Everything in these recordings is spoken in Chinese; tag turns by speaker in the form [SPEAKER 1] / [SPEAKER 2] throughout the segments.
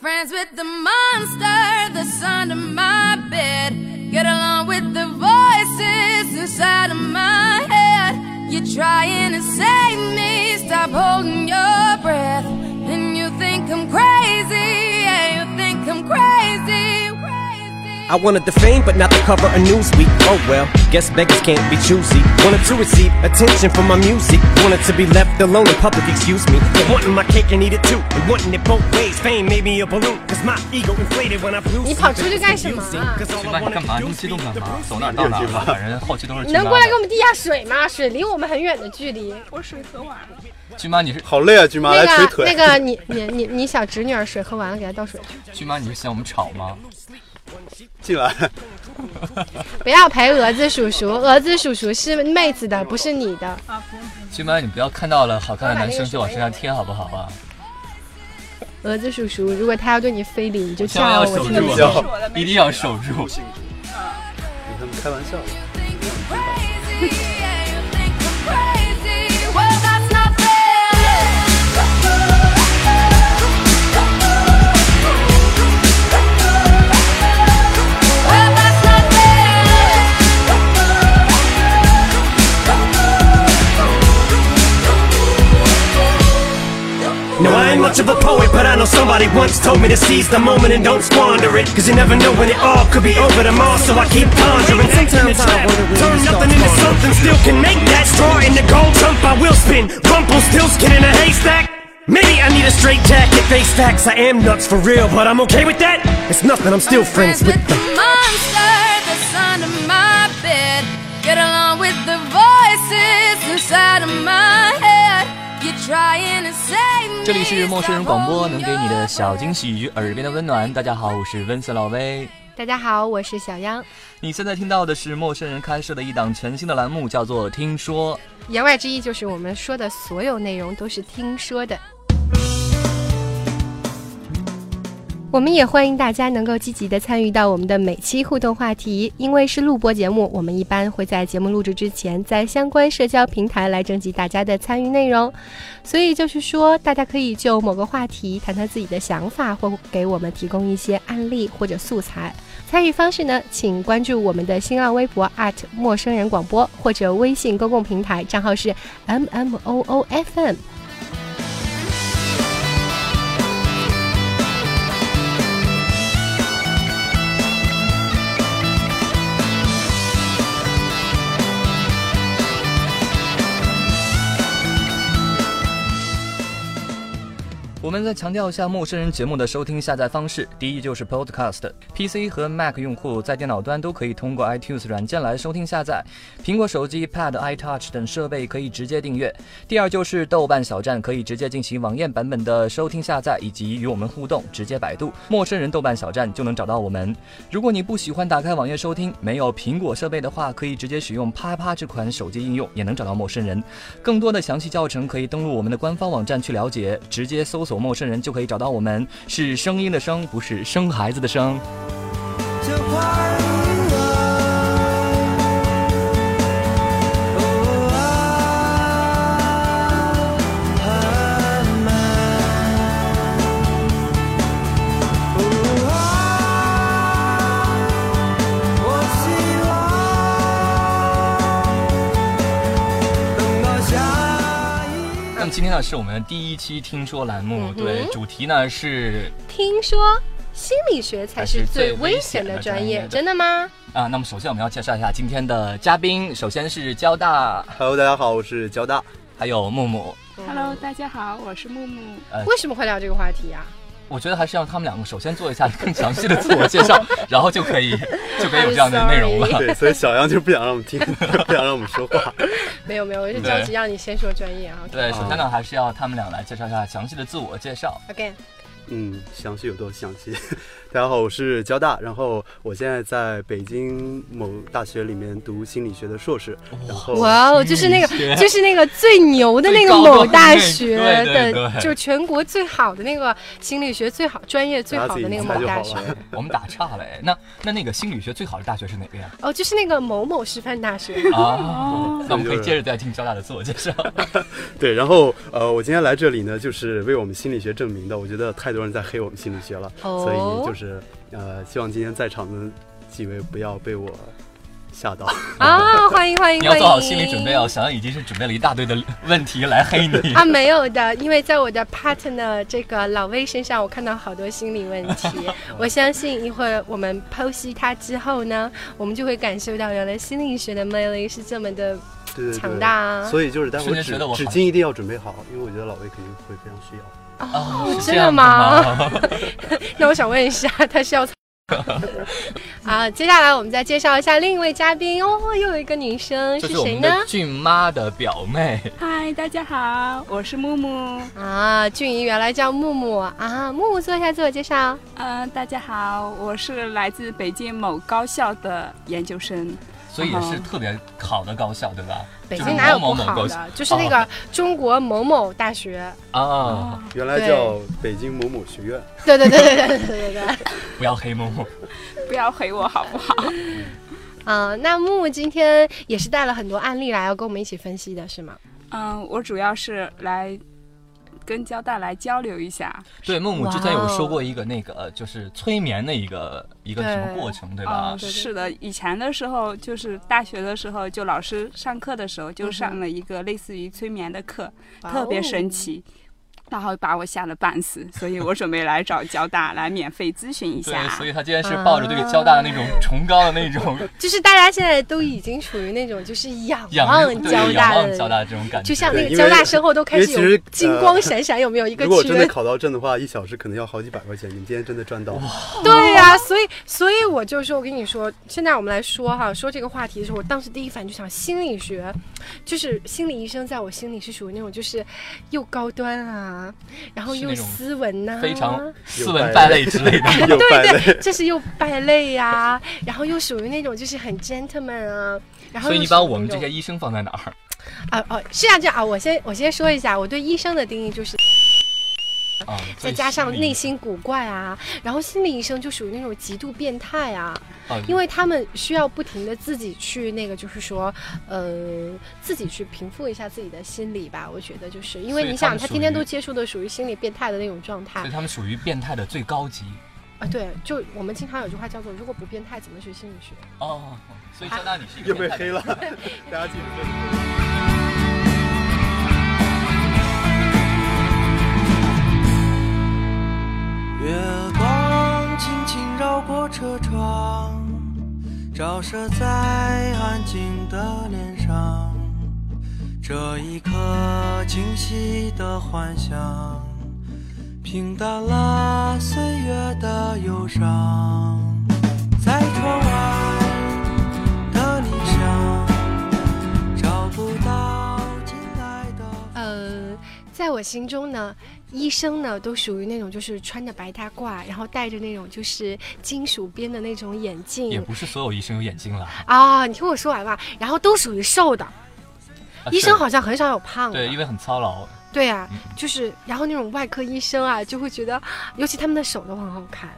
[SPEAKER 1] friends with the monster that's under my bed. Get along with the voices inside of my head. You're trying to save me, stop holding your breath. And you think I'm crazy, yeah, you think I'm crazy, crazy.
[SPEAKER 2] I wanted the fame, but not the cover of Newsweek. Oh well, guess beggars can't be choosy. Wanted to receive attention from my music. Wanted to be left alone in public, excuse me. But wanting my cake and eat it too. And wanting it both ways. Fame made me a balloon. Cause my ego inflated when I blew.
[SPEAKER 3] 你跑出去干什么啊？
[SPEAKER 4] 去那你干嘛？这么激动干嘛？走哪儿到哪儿吧，反正后期都是
[SPEAKER 3] 你
[SPEAKER 4] 军
[SPEAKER 3] 能
[SPEAKER 4] 妈
[SPEAKER 3] 过来给我们
[SPEAKER 4] 的。
[SPEAKER 3] 递下水吗？水离我们很远的距离。
[SPEAKER 4] 军妈，你是
[SPEAKER 5] 好累啊，军妈来
[SPEAKER 3] 那
[SPEAKER 5] 捶
[SPEAKER 3] 个
[SPEAKER 5] 腿。
[SPEAKER 3] 那个你，你你你小侄女儿水喝完了，给她倒水。
[SPEAKER 4] 军妈，你是嫌我们吵吗？
[SPEAKER 5] 进来，
[SPEAKER 3] 不要陪蛾子叔叔，蛾子叔叔是妹子的，不是你的。
[SPEAKER 4] 军妈，你不要看到了好看的男生就往身上贴，好不好啊？
[SPEAKER 3] 蛾子叔叔，如果他要对你非礼，你就
[SPEAKER 4] 千万
[SPEAKER 3] 叫
[SPEAKER 4] 要
[SPEAKER 3] 我
[SPEAKER 4] 守
[SPEAKER 3] 听
[SPEAKER 4] 住
[SPEAKER 3] 不
[SPEAKER 5] 叫
[SPEAKER 3] 见。
[SPEAKER 5] 我
[SPEAKER 4] 啊，一定要守住。
[SPEAKER 5] 跟他们开玩笑。
[SPEAKER 1] Crazy, yeah, you think I'm crazy. Well, that's not fair. Well, that's not fair.
[SPEAKER 2] No, I ain't much of a poet, but I know somebody once told me to seize the moment and don't squander it. Cause you never know when it all could be over tomorrow, so I keep pondering. Sometimes I turn nothing into something, still can make that straw into gold jump. I will spin, rumple still skin in a haystack. Maybe I need a straight jacket, face facts. I am nuts for real, but I'm okay with that. It's nothing, I'm still friends with
[SPEAKER 1] the
[SPEAKER 2] them.
[SPEAKER 1] monster that's under my bed. Get along with the voices inside of my head. You're trying to save me.
[SPEAKER 4] 这里是陌生人广播，能给你的
[SPEAKER 1] stop
[SPEAKER 4] 小
[SPEAKER 1] holding
[SPEAKER 4] 惊喜与耳边的温暖。大家好，我是温森老威。
[SPEAKER 3] 大家好，我是小央。
[SPEAKER 4] 你现在听到的是陌生人开设的一档全新的栏目，叫做《听说》。
[SPEAKER 3] 言外之意就是我们说的所有内容都是听说的。我们也欢迎大家能够积极的参与到我们的每期互动话题，因为是录播节目，我们一般会在节目录制之前，在相关社交平台来征集大家的参与内容。所以就是说，大家可以就某个话题谈谈自己的想法，或给我们提供一些案例或者素材。参与方式呢，请关注我们的新浪微博陌生人广播或者微信公共平台账号是 m m o o f m。
[SPEAKER 4] 我们再强调一下陌生人节目的收听下载方式，第一就是 Podcast，PC 和 Mac 用户在电脑端都可以通过 iTunes 软件来收听下载，苹果手机、Pad、iTouch 等设备可以直接订阅。第二就是豆瓣小站，可以直接进行网页版本的收听下载以及与我们互动，直接百度“陌生人豆瓣小站”就能找到我们。如果你不喜欢打开网页收听，没有苹果设备的话，可以直接使用啪啪这款手机应用，也能找到陌生人。更多的详细教程可以登录我们的官方网站去了解，直接搜索“陌生人”就可以找到我们，是声音的声，不是生孩子的生。那么今天呢，是我们第一期听说栏目，对，主题呢是
[SPEAKER 3] 听说心理学才是最危险的专业，真的吗？
[SPEAKER 4] 啊，那么首先我们要介绍一下今天的嘉宾，首先是交大，
[SPEAKER 5] Hello，大家好，我是交 大。
[SPEAKER 4] 还有木木。
[SPEAKER 6] Hello，大家好，我是木木。
[SPEAKER 3] 为什么会聊这个话题啊？
[SPEAKER 4] 我觉得还是让他们两个首先做一下更详细的自我 介绍，然后就可以就可以有这样的内容
[SPEAKER 3] I'm
[SPEAKER 4] 了。
[SPEAKER 5] 对，所以小杨就不想让我们听，不想让我们说话。
[SPEAKER 3] 没有没有，我是着急让你先说专业啊。
[SPEAKER 4] 对，首先呢，还是要他们俩来介绍一下详细的自我介绍。
[SPEAKER 3] OK，
[SPEAKER 5] 嗯，详细有多详细？ 大家好，我是交大，然后我现在在北京某大学里面读心理学的硕士，然后
[SPEAKER 3] 哇哦，就是那个就是那个最牛的那个
[SPEAKER 4] 最高端的
[SPEAKER 3] 某大学
[SPEAKER 4] 那个对对
[SPEAKER 3] 的，
[SPEAKER 4] 对
[SPEAKER 3] 就是全国最好的那个心理学最好专业最好的那个某大
[SPEAKER 5] 大家自己
[SPEAKER 3] 学
[SPEAKER 5] 猜就好。 了
[SPEAKER 4] 我们打岔了，哎，那那那个心理学最好的大学是哪个呀？
[SPEAKER 3] 哦，就是那个某某师范大学。
[SPEAKER 4] 啊，那我们可以接着再听交大的自 我介绍。
[SPEAKER 5] 对，然后呃，我今天来这里呢，就是为我们心理学证明的。我觉得太多多人在黑我们心理学了，
[SPEAKER 3] 哦
[SPEAKER 5] 所以就是呃，希望今天在场的几位不要被我吓到。
[SPEAKER 3] 啊！欢迎欢迎欢迎！
[SPEAKER 4] 你要做好心理准备哦，小安已经是准备了一大堆的问题来 黑你。
[SPEAKER 3] 啊，没有的，因为在我的 partner 这个老魏身上，我看到好多心理问题。 我相信一会儿我们剖析他之后呢，我们就会感受到原来心理学的魅力是这么的。
[SPEAKER 5] 对对对，
[SPEAKER 3] 强大啊
[SPEAKER 5] 所以就是待会
[SPEAKER 4] 瞬
[SPEAKER 5] 儿
[SPEAKER 4] 间
[SPEAKER 5] 纸
[SPEAKER 4] 觉得我
[SPEAKER 5] 纸
[SPEAKER 4] 好
[SPEAKER 5] 巾一定要准备好，因为我觉得老魏肯定会非常需要。
[SPEAKER 4] 哦
[SPEAKER 3] 真
[SPEAKER 4] 是这
[SPEAKER 3] 的
[SPEAKER 4] 样
[SPEAKER 3] 吗
[SPEAKER 4] 子 吗？
[SPEAKER 3] 那我想问一下，他是要 好，接下来我们再介绍一下另一位嘉宾哦，又有一个女生
[SPEAKER 4] 这
[SPEAKER 3] 是
[SPEAKER 4] 是我
[SPEAKER 3] 谁
[SPEAKER 4] 们
[SPEAKER 3] 呢
[SPEAKER 4] 的？俊妈的表妹，
[SPEAKER 7] 嗨，大家好，我是木木。
[SPEAKER 3] 啊，俊怡原来叫木木啊，木木做一下自我介绍。
[SPEAKER 7] 嗯、大家好，我是来自北京某高校的研究生。
[SPEAKER 4] 所以也是特别好的高校，对吧？
[SPEAKER 3] 哦北
[SPEAKER 4] 就
[SPEAKER 3] 京
[SPEAKER 4] 是
[SPEAKER 3] 哪有
[SPEAKER 4] 某
[SPEAKER 3] 不
[SPEAKER 4] 某某哦
[SPEAKER 3] 好
[SPEAKER 4] 高校
[SPEAKER 3] 的？就是那个中国某某大学。
[SPEAKER 4] 啊？
[SPEAKER 5] 原来
[SPEAKER 3] 对
[SPEAKER 5] 叫北京某某学院，
[SPEAKER 3] 对对对对对对对对。
[SPEAKER 4] 不要黑某某，
[SPEAKER 7] 不要回我好不好？
[SPEAKER 3] 啊、那木木今天也是带了很多案例来要跟我们一起分析的，是吗？
[SPEAKER 7] 嗯、我主要是来跟交大来交流一下。
[SPEAKER 4] 对，木木之
[SPEAKER 3] 哇
[SPEAKER 4] 前
[SPEAKER 3] 哦
[SPEAKER 4] 有说过一个那个呃就是催眠的一个一个什么过程，对吧
[SPEAKER 7] 嗯，？
[SPEAKER 3] 对对
[SPEAKER 7] 是的，以前的时候就是大学的时候，就老师上课的时候就上了一个类似于催眠的课，特别神奇，然后把我吓得半死，所以我准备来找交大来免费咨询一下
[SPEAKER 4] 对，。所以他今天是
[SPEAKER 3] 嗯
[SPEAKER 4] 抱着对交大 的那种崇高的那种
[SPEAKER 3] 就是大家现在都已经处于那种就是仰
[SPEAKER 4] 仰
[SPEAKER 3] 望
[SPEAKER 4] 对
[SPEAKER 3] 交
[SPEAKER 4] 仰
[SPEAKER 3] 大
[SPEAKER 4] 望交
[SPEAKER 3] 的，
[SPEAKER 4] 大这种感觉，
[SPEAKER 3] 就像
[SPEAKER 5] 对
[SPEAKER 3] 那个
[SPEAKER 5] 因
[SPEAKER 3] 交
[SPEAKER 5] 为
[SPEAKER 3] 大身后都开始
[SPEAKER 5] 因为
[SPEAKER 3] 有
[SPEAKER 5] 其实呃
[SPEAKER 3] 金光闪闪，有没有一个
[SPEAKER 5] 如果真的
[SPEAKER 3] 圈？
[SPEAKER 5] 考到证的话，一小时可能要好几百块钱。你们今天真的赚到了，
[SPEAKER 3] 对呀、所以所以我就说，我跟你说，现在我们来说哈，说这个话题的时候，我当时第一反应就想，心理学就是心理医生，在我心里是属于那种就是又高端啊，然后
[SPEAKER 4] 是
[SPEAKER 3] 又
[SPEAKER 4] 那种
[SPEAKER 3] 斯文呐、
[SPEAKER 4] 非常斯文败类之 类的。
[SPEAKER 5] 又败
[SPEAKER 3] 对
[SPEAKER 5] 类。
[SPEAKER 3] 对，这是又败类呀、然后又属于那种就是很 gentleman 啊，然后
[SPEAKER 4] 所以
[SPEAKER 3] 又
[SPEAKER 4] 你把
[SPEAKER 3] 属于
[SPEAKER 4] 我们
[SPEAKER 3] 那
[SPEAKER 4] 这
[SPEAKER 3] 种
[SPEAKER 4] 些医生放在哪儿？
[SPEAKER 3] 啊哦是啊这样啊，我先我先说一下我对医生的定义就是
[SPEAKER 4] 啊，
[SPEAKER 3] 再加上内心古怪啊，然后心理医生就属于那种极度变态啊，
[SPEAKER 4] 啊，
[SPEAKER 3] 因为他们需要不停的自己去那个就是说呃自己去平复一下自己的心理吧，我觉得就是因为
[SPEAKER 4] 所以
[SPEAKER 3] 你
[SPEAKER 4] 他
[SPEAKER 3] 想
[SPEAKER 4] 们
[SPEAKER 3] 他
[SPEAKER 4] 属
[SPEAKER 3] 天天
[SPEAKER 4] 于
[SPEAKER 3] 都接触的属于心理变态的那种状态
[SPEAKER 4] 所以他们属于变态的最高级
[SPEAKER 3] 啊，对，就我们经常有句话叫做如果不变态怎么学心理学？
[SPEAKER 4] 哦。所以交大你是一个
[SPEAKER 5] 又被
[SPEAKER 4] 变态的
[SPEAKER 5] 黑了， 大家记住。
[SPEAKER 8] 月光轻轻绕过车窗，照射在安静的脸上。这一刻清晰的幻想，平淡了岁月的忧伤。在窗外的理想，找不到近来的。
[SPEAKER 3] 呃，在我心中呢，医生呢都属于那种就是穿着白大褂，然后戴着那种就是金属边的那种眼
[SPEAKER 4] 也
[SPEAKER 3] 镜
[SPEAKER 4] 不是所有医生有眼睛了。
[SPEAKER 3] 啊，你听我说完吧，然后都属于瘦的，
[SPEAKER 4] 啊
[SPEAKER 3] 医
[SPEAKER 4] 是
[SPEAKER 3] 生好像很少有胖的，
[SPEAKER 4] 对，因为很操劳。
[SPEAKER 3] 对啊
[SPEAKER 4] 嗯，
[SPEAKER 3] 就是然后那种外科医生啊，就会觉得，尤其他们的手都很好看。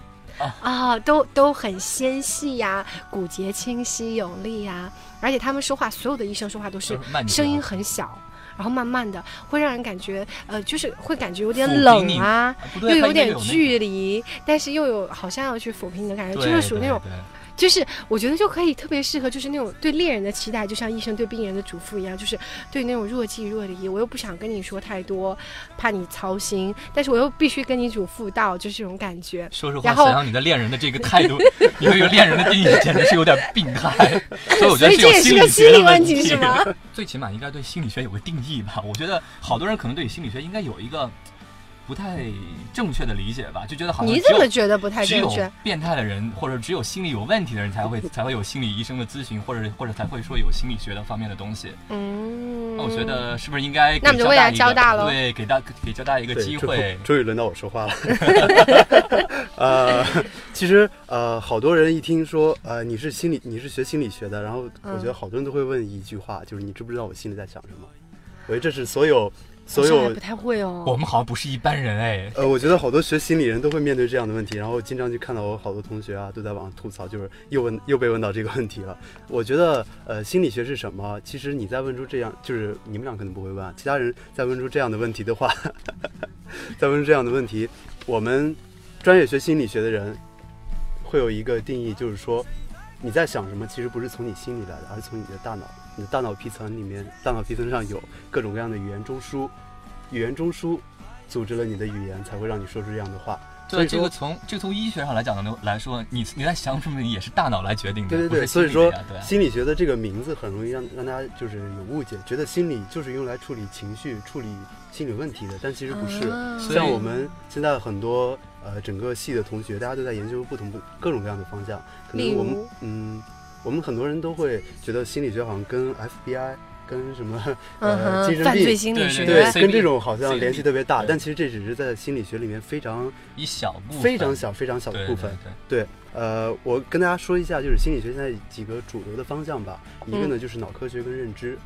[SPEAKER 4] 啊
[SPEAKER 3] 啊，都都很纤细呀、骨节清晰有力呀、而且他们说话，所有的医生说话都是
[SPEAKER 4] 就是慢条
[SPEAKER 3] 声音很小，然后慢慢的，会让人感觉，呃，就是会感觉有点
[SPEAKER 4] 抚平
[SPEAKER 3] 冷
[SPEAKER 4] 你
[SPEAKER 3] 啊，
[SPEAKER 4] 啊
[SPEAKER 3] 又
[SPEAKER 4] 不对，
[SPEAKER 3] 有
[SPEAKER 4] 他应该
[SPEAKER 3] 点
[SPEAKER 4] 那个
[SPEAKER 3] 距离，但是又有好像要去抚平你的感觉，
[SPEAKER 4] 对
[SPEAKER 3] 就是属于那
[SPEAKER 4] 对
[SPEAKER 3] 种，
[SPEAKER 4] 对
[SPEAKER 3] 就是我觉得就可以特别适合，就是那种对恋人的期待，就像医生对病人的嘱咐一样，就是对那种若即若离。我又不想跟你说太多，怕你操心，但是我又必须跟你嘱咐到，就是这种感觉。
[SPEAKER 4] 说实话，
[SPEAKER 3] 然后
[SPEAKER 4] 想要你的恋人的这个态度，你对于恋人的定义简直是有点病态。所以我觉得
[SPEAKER 3] 所以这
[SPEAKER 4] 是有
[SPEAKER 3] 也是
[SPEAKER 4] 心
[SPEAKER 3] 个
[SPEAKER 4] 理学
[SPEAKER 3] 心理
[SPEAKER 4] 的
[SPEAKER 3] 问
[SPEAKER 4] 题
[SPEAKER 3] 题，是吗？
[SPEAKER 4] 最起码应该对心理学有个定义吧？我觉得好多人可能对心理学应该有一个不太正确的理解吧，就觉得好 像
[SPEAKER 3] 你
[SPEAKER 4] 只
[SPEAKER 3] 怎么
[SPEAKER 4] 有
[SPEAKER 3] 觉得不太
[SPEAKER 4] 只
[SPEAKER 3] 正
[SPEAKER 4] 有
[SPEAKER 3] 确？
[SPEAKER 4] 变态的人，或者只有心理有问题的人才会才会有心理医生的咨询，或者或者才会说有心理学的方面的东西。
[SPEAKER 3] 嗯，
[SPEAKER 4] 哦那我觉得是不是应该给
[SPEAKER 3] 那我们就
[SPEAKER 4] 交
[SPEAKER 3] 未
[SPEAKER 4] 大
[SPEAKER 3] 来
[SPEAKER 4] 一
[SPEAKER 3] 交
[SPEAKER 4] 个
[SPEAKER 3] 大咯
[SPEAKER 4] 对，给大给交大一个
[SPEAKER 5] 对
[SPEAKER 4] 机
[SPEAKER 5] 终
[SPEAKER 4] 会。
[SPEAKER 5] 终于轮到我说 话了。 呃，其实呃，好多人一听说呃你是心理，你是学心理学的，
[SPEAKER 3] 嗯
[SPEAKER 5] 然后我觉得好多人都会问一句话，就是你知不知道我心里在想什么？我觉得这是所有所
[SPEAKER 3] 上海
[SPEAKER 5] 有
[SPEAKER 3] 不太会哦。
[SPEAKER 4] 我们好像不是一般人哎。
[SPEAKER 5] 呃，我觉得好多学心理人都会面对这样的问题，然后经常就看到我好多同学啊都在网上吐槽，就是又问又被问到这个问题了。我觉得呃，心理学是什么？其实你在问出这样，就是你们俩可能不会问啊，其他人在问出这样的问题的话， 在问出这样的问题，我们专业学心理学的人会有一个定义，就是说你在想什么，其实不是从你心里来的，而是从你的大脑。你的大脑皮层里面，大脑皮层上有各种各样的语言中枢，语言中枢组织了你的语言，才会让你说出这样的话。
[SPEAKER 4] 所以这
[SPEAKER 5] 所以说
[SPEAKER 4] 个从这个从医学上来讲呢，来说，你你在想什么也是大脑来决定的，
[SPEAKER 5] 对对
[SPEAKER 4] 不是
[SPEAKER 5] 对，所以
[SPEAKER 4] 心理
[SPEAKER 5] 说
[SPEAKER 4] 的呀对啊
[SPEAKER 5] 心理学的这个名字很容易让让大家就是有误解，觉得心理就是用来处理情绪、处理心理问题的，但其实不是。
[SPEAKER 3] 啊
[SPEAKER 4] 所以
[SPEAKER 5] 像我们现在很多呃整个系的同学，大家都在研究不同不各种各样的方向。可
[SPEAKER 3] 例
[SPEAKER 5] 能
[SPEAKER 3] 如
[SPEAKER 5] 我们嗯，我们很多人都会觉得心理学好像跟 FBI、跟什 么
[SPEAKER 3] 嗯
[SPEAKER 5] 呃精
[SPEAKER 3] 哼，
[SPEAKER 5] 神
[SPEAKER 3] 犯罪
[SPEAKER 5] 病
[SPEAKER 3] 心
[SPEAKER 4] 对
[SPEAKER 3] 理学，
[SPEAKER 4] 对
[SPEAKER 5] 对
[SPEAKER 4] CB
[SPEAKER 5] 跟这种好像
[SPEAKER 4] CB
[SPEAKER 5] 联系特别大，
[SPEAKER 4] 对
[SPEAKER 5] 但其实这只是在心理学里面非常
[SPEAKER 4] 一小部分
[SPEAKER 5] 非常小非常小的部分。
[SPEAKER 4] 对对对
[SPEAKER 5] 对，呃，我跟大家说一下，就是心理学现在几个主流的方向吧。
[SPEAKER 3] 嗯
[SPEAKER 5] 一个呢就是脑科学跟认知，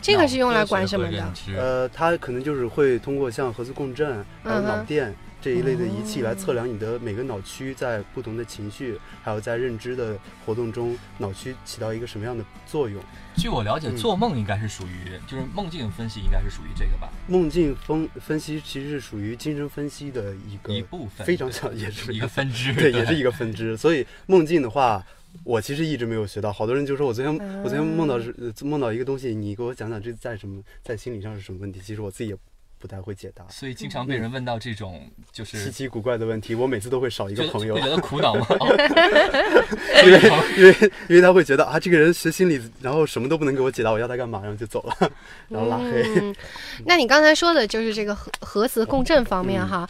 [SPEAKER 3] 这个是用来管什么的嗯
[SPEAKER 4] 脑科？学和认知
[SPEAKER 5] 呃，它可能就是会通过像核磁共振还有
[SPEAKER 3] 嗯哼嗯
[SPEAKER 5] 脑电这一类的仪器来测量你的每个脑区在不同的情绪还有在认知的活动中脑区起到一个什么样的作用。
[SPEAKER 4] 据我了解，
[SPEAKER 5] 嗯
[SPEAKER 4] 做梦应该是属于，就是梦境分析应该是属于这个吧，
[SPEAKER 5] 梦境分分析其实是属于精神分析的一个
[SPEAKER 4] 一部分
[SPEAKER 5] 非常小，也是
[SPEAKER 4] 一个分支，
[SPEAKER 5] 对，也是一个分支。所以梦境的话，我其实一直没有学到。好多人就说我昨天、我昨天梦到是呃梦到一个东西，你给我讲讲这在什么在心理上是什么问题？其实我自己也不太会解答，
[SPEAKER 4] 所以经常被人问到这种就是
[SPEAKER 5] 稀奇古怪的问题，我每次都会少一
[SPEAKER 4] 觉
[SPEAKER 5] 个
[SPEAKER 4] 得
[SPEAKER 5] 朋友
[SPEAKER 4] 会，觉得 苦恼吗？哦
[SPEAKER 5] 因为因为因为他会觉得啊，这个人学心理，然后什么都不能给我解答，我要他干嘛？然后就走了，然后拉黑。
[SPEAKER 9] 嗯，
[SPEAKER 3] 那你刚才说的就是这个核核磁共振方
[SPEAKER 5] 嗯
[SPEAKER 3] 面哈，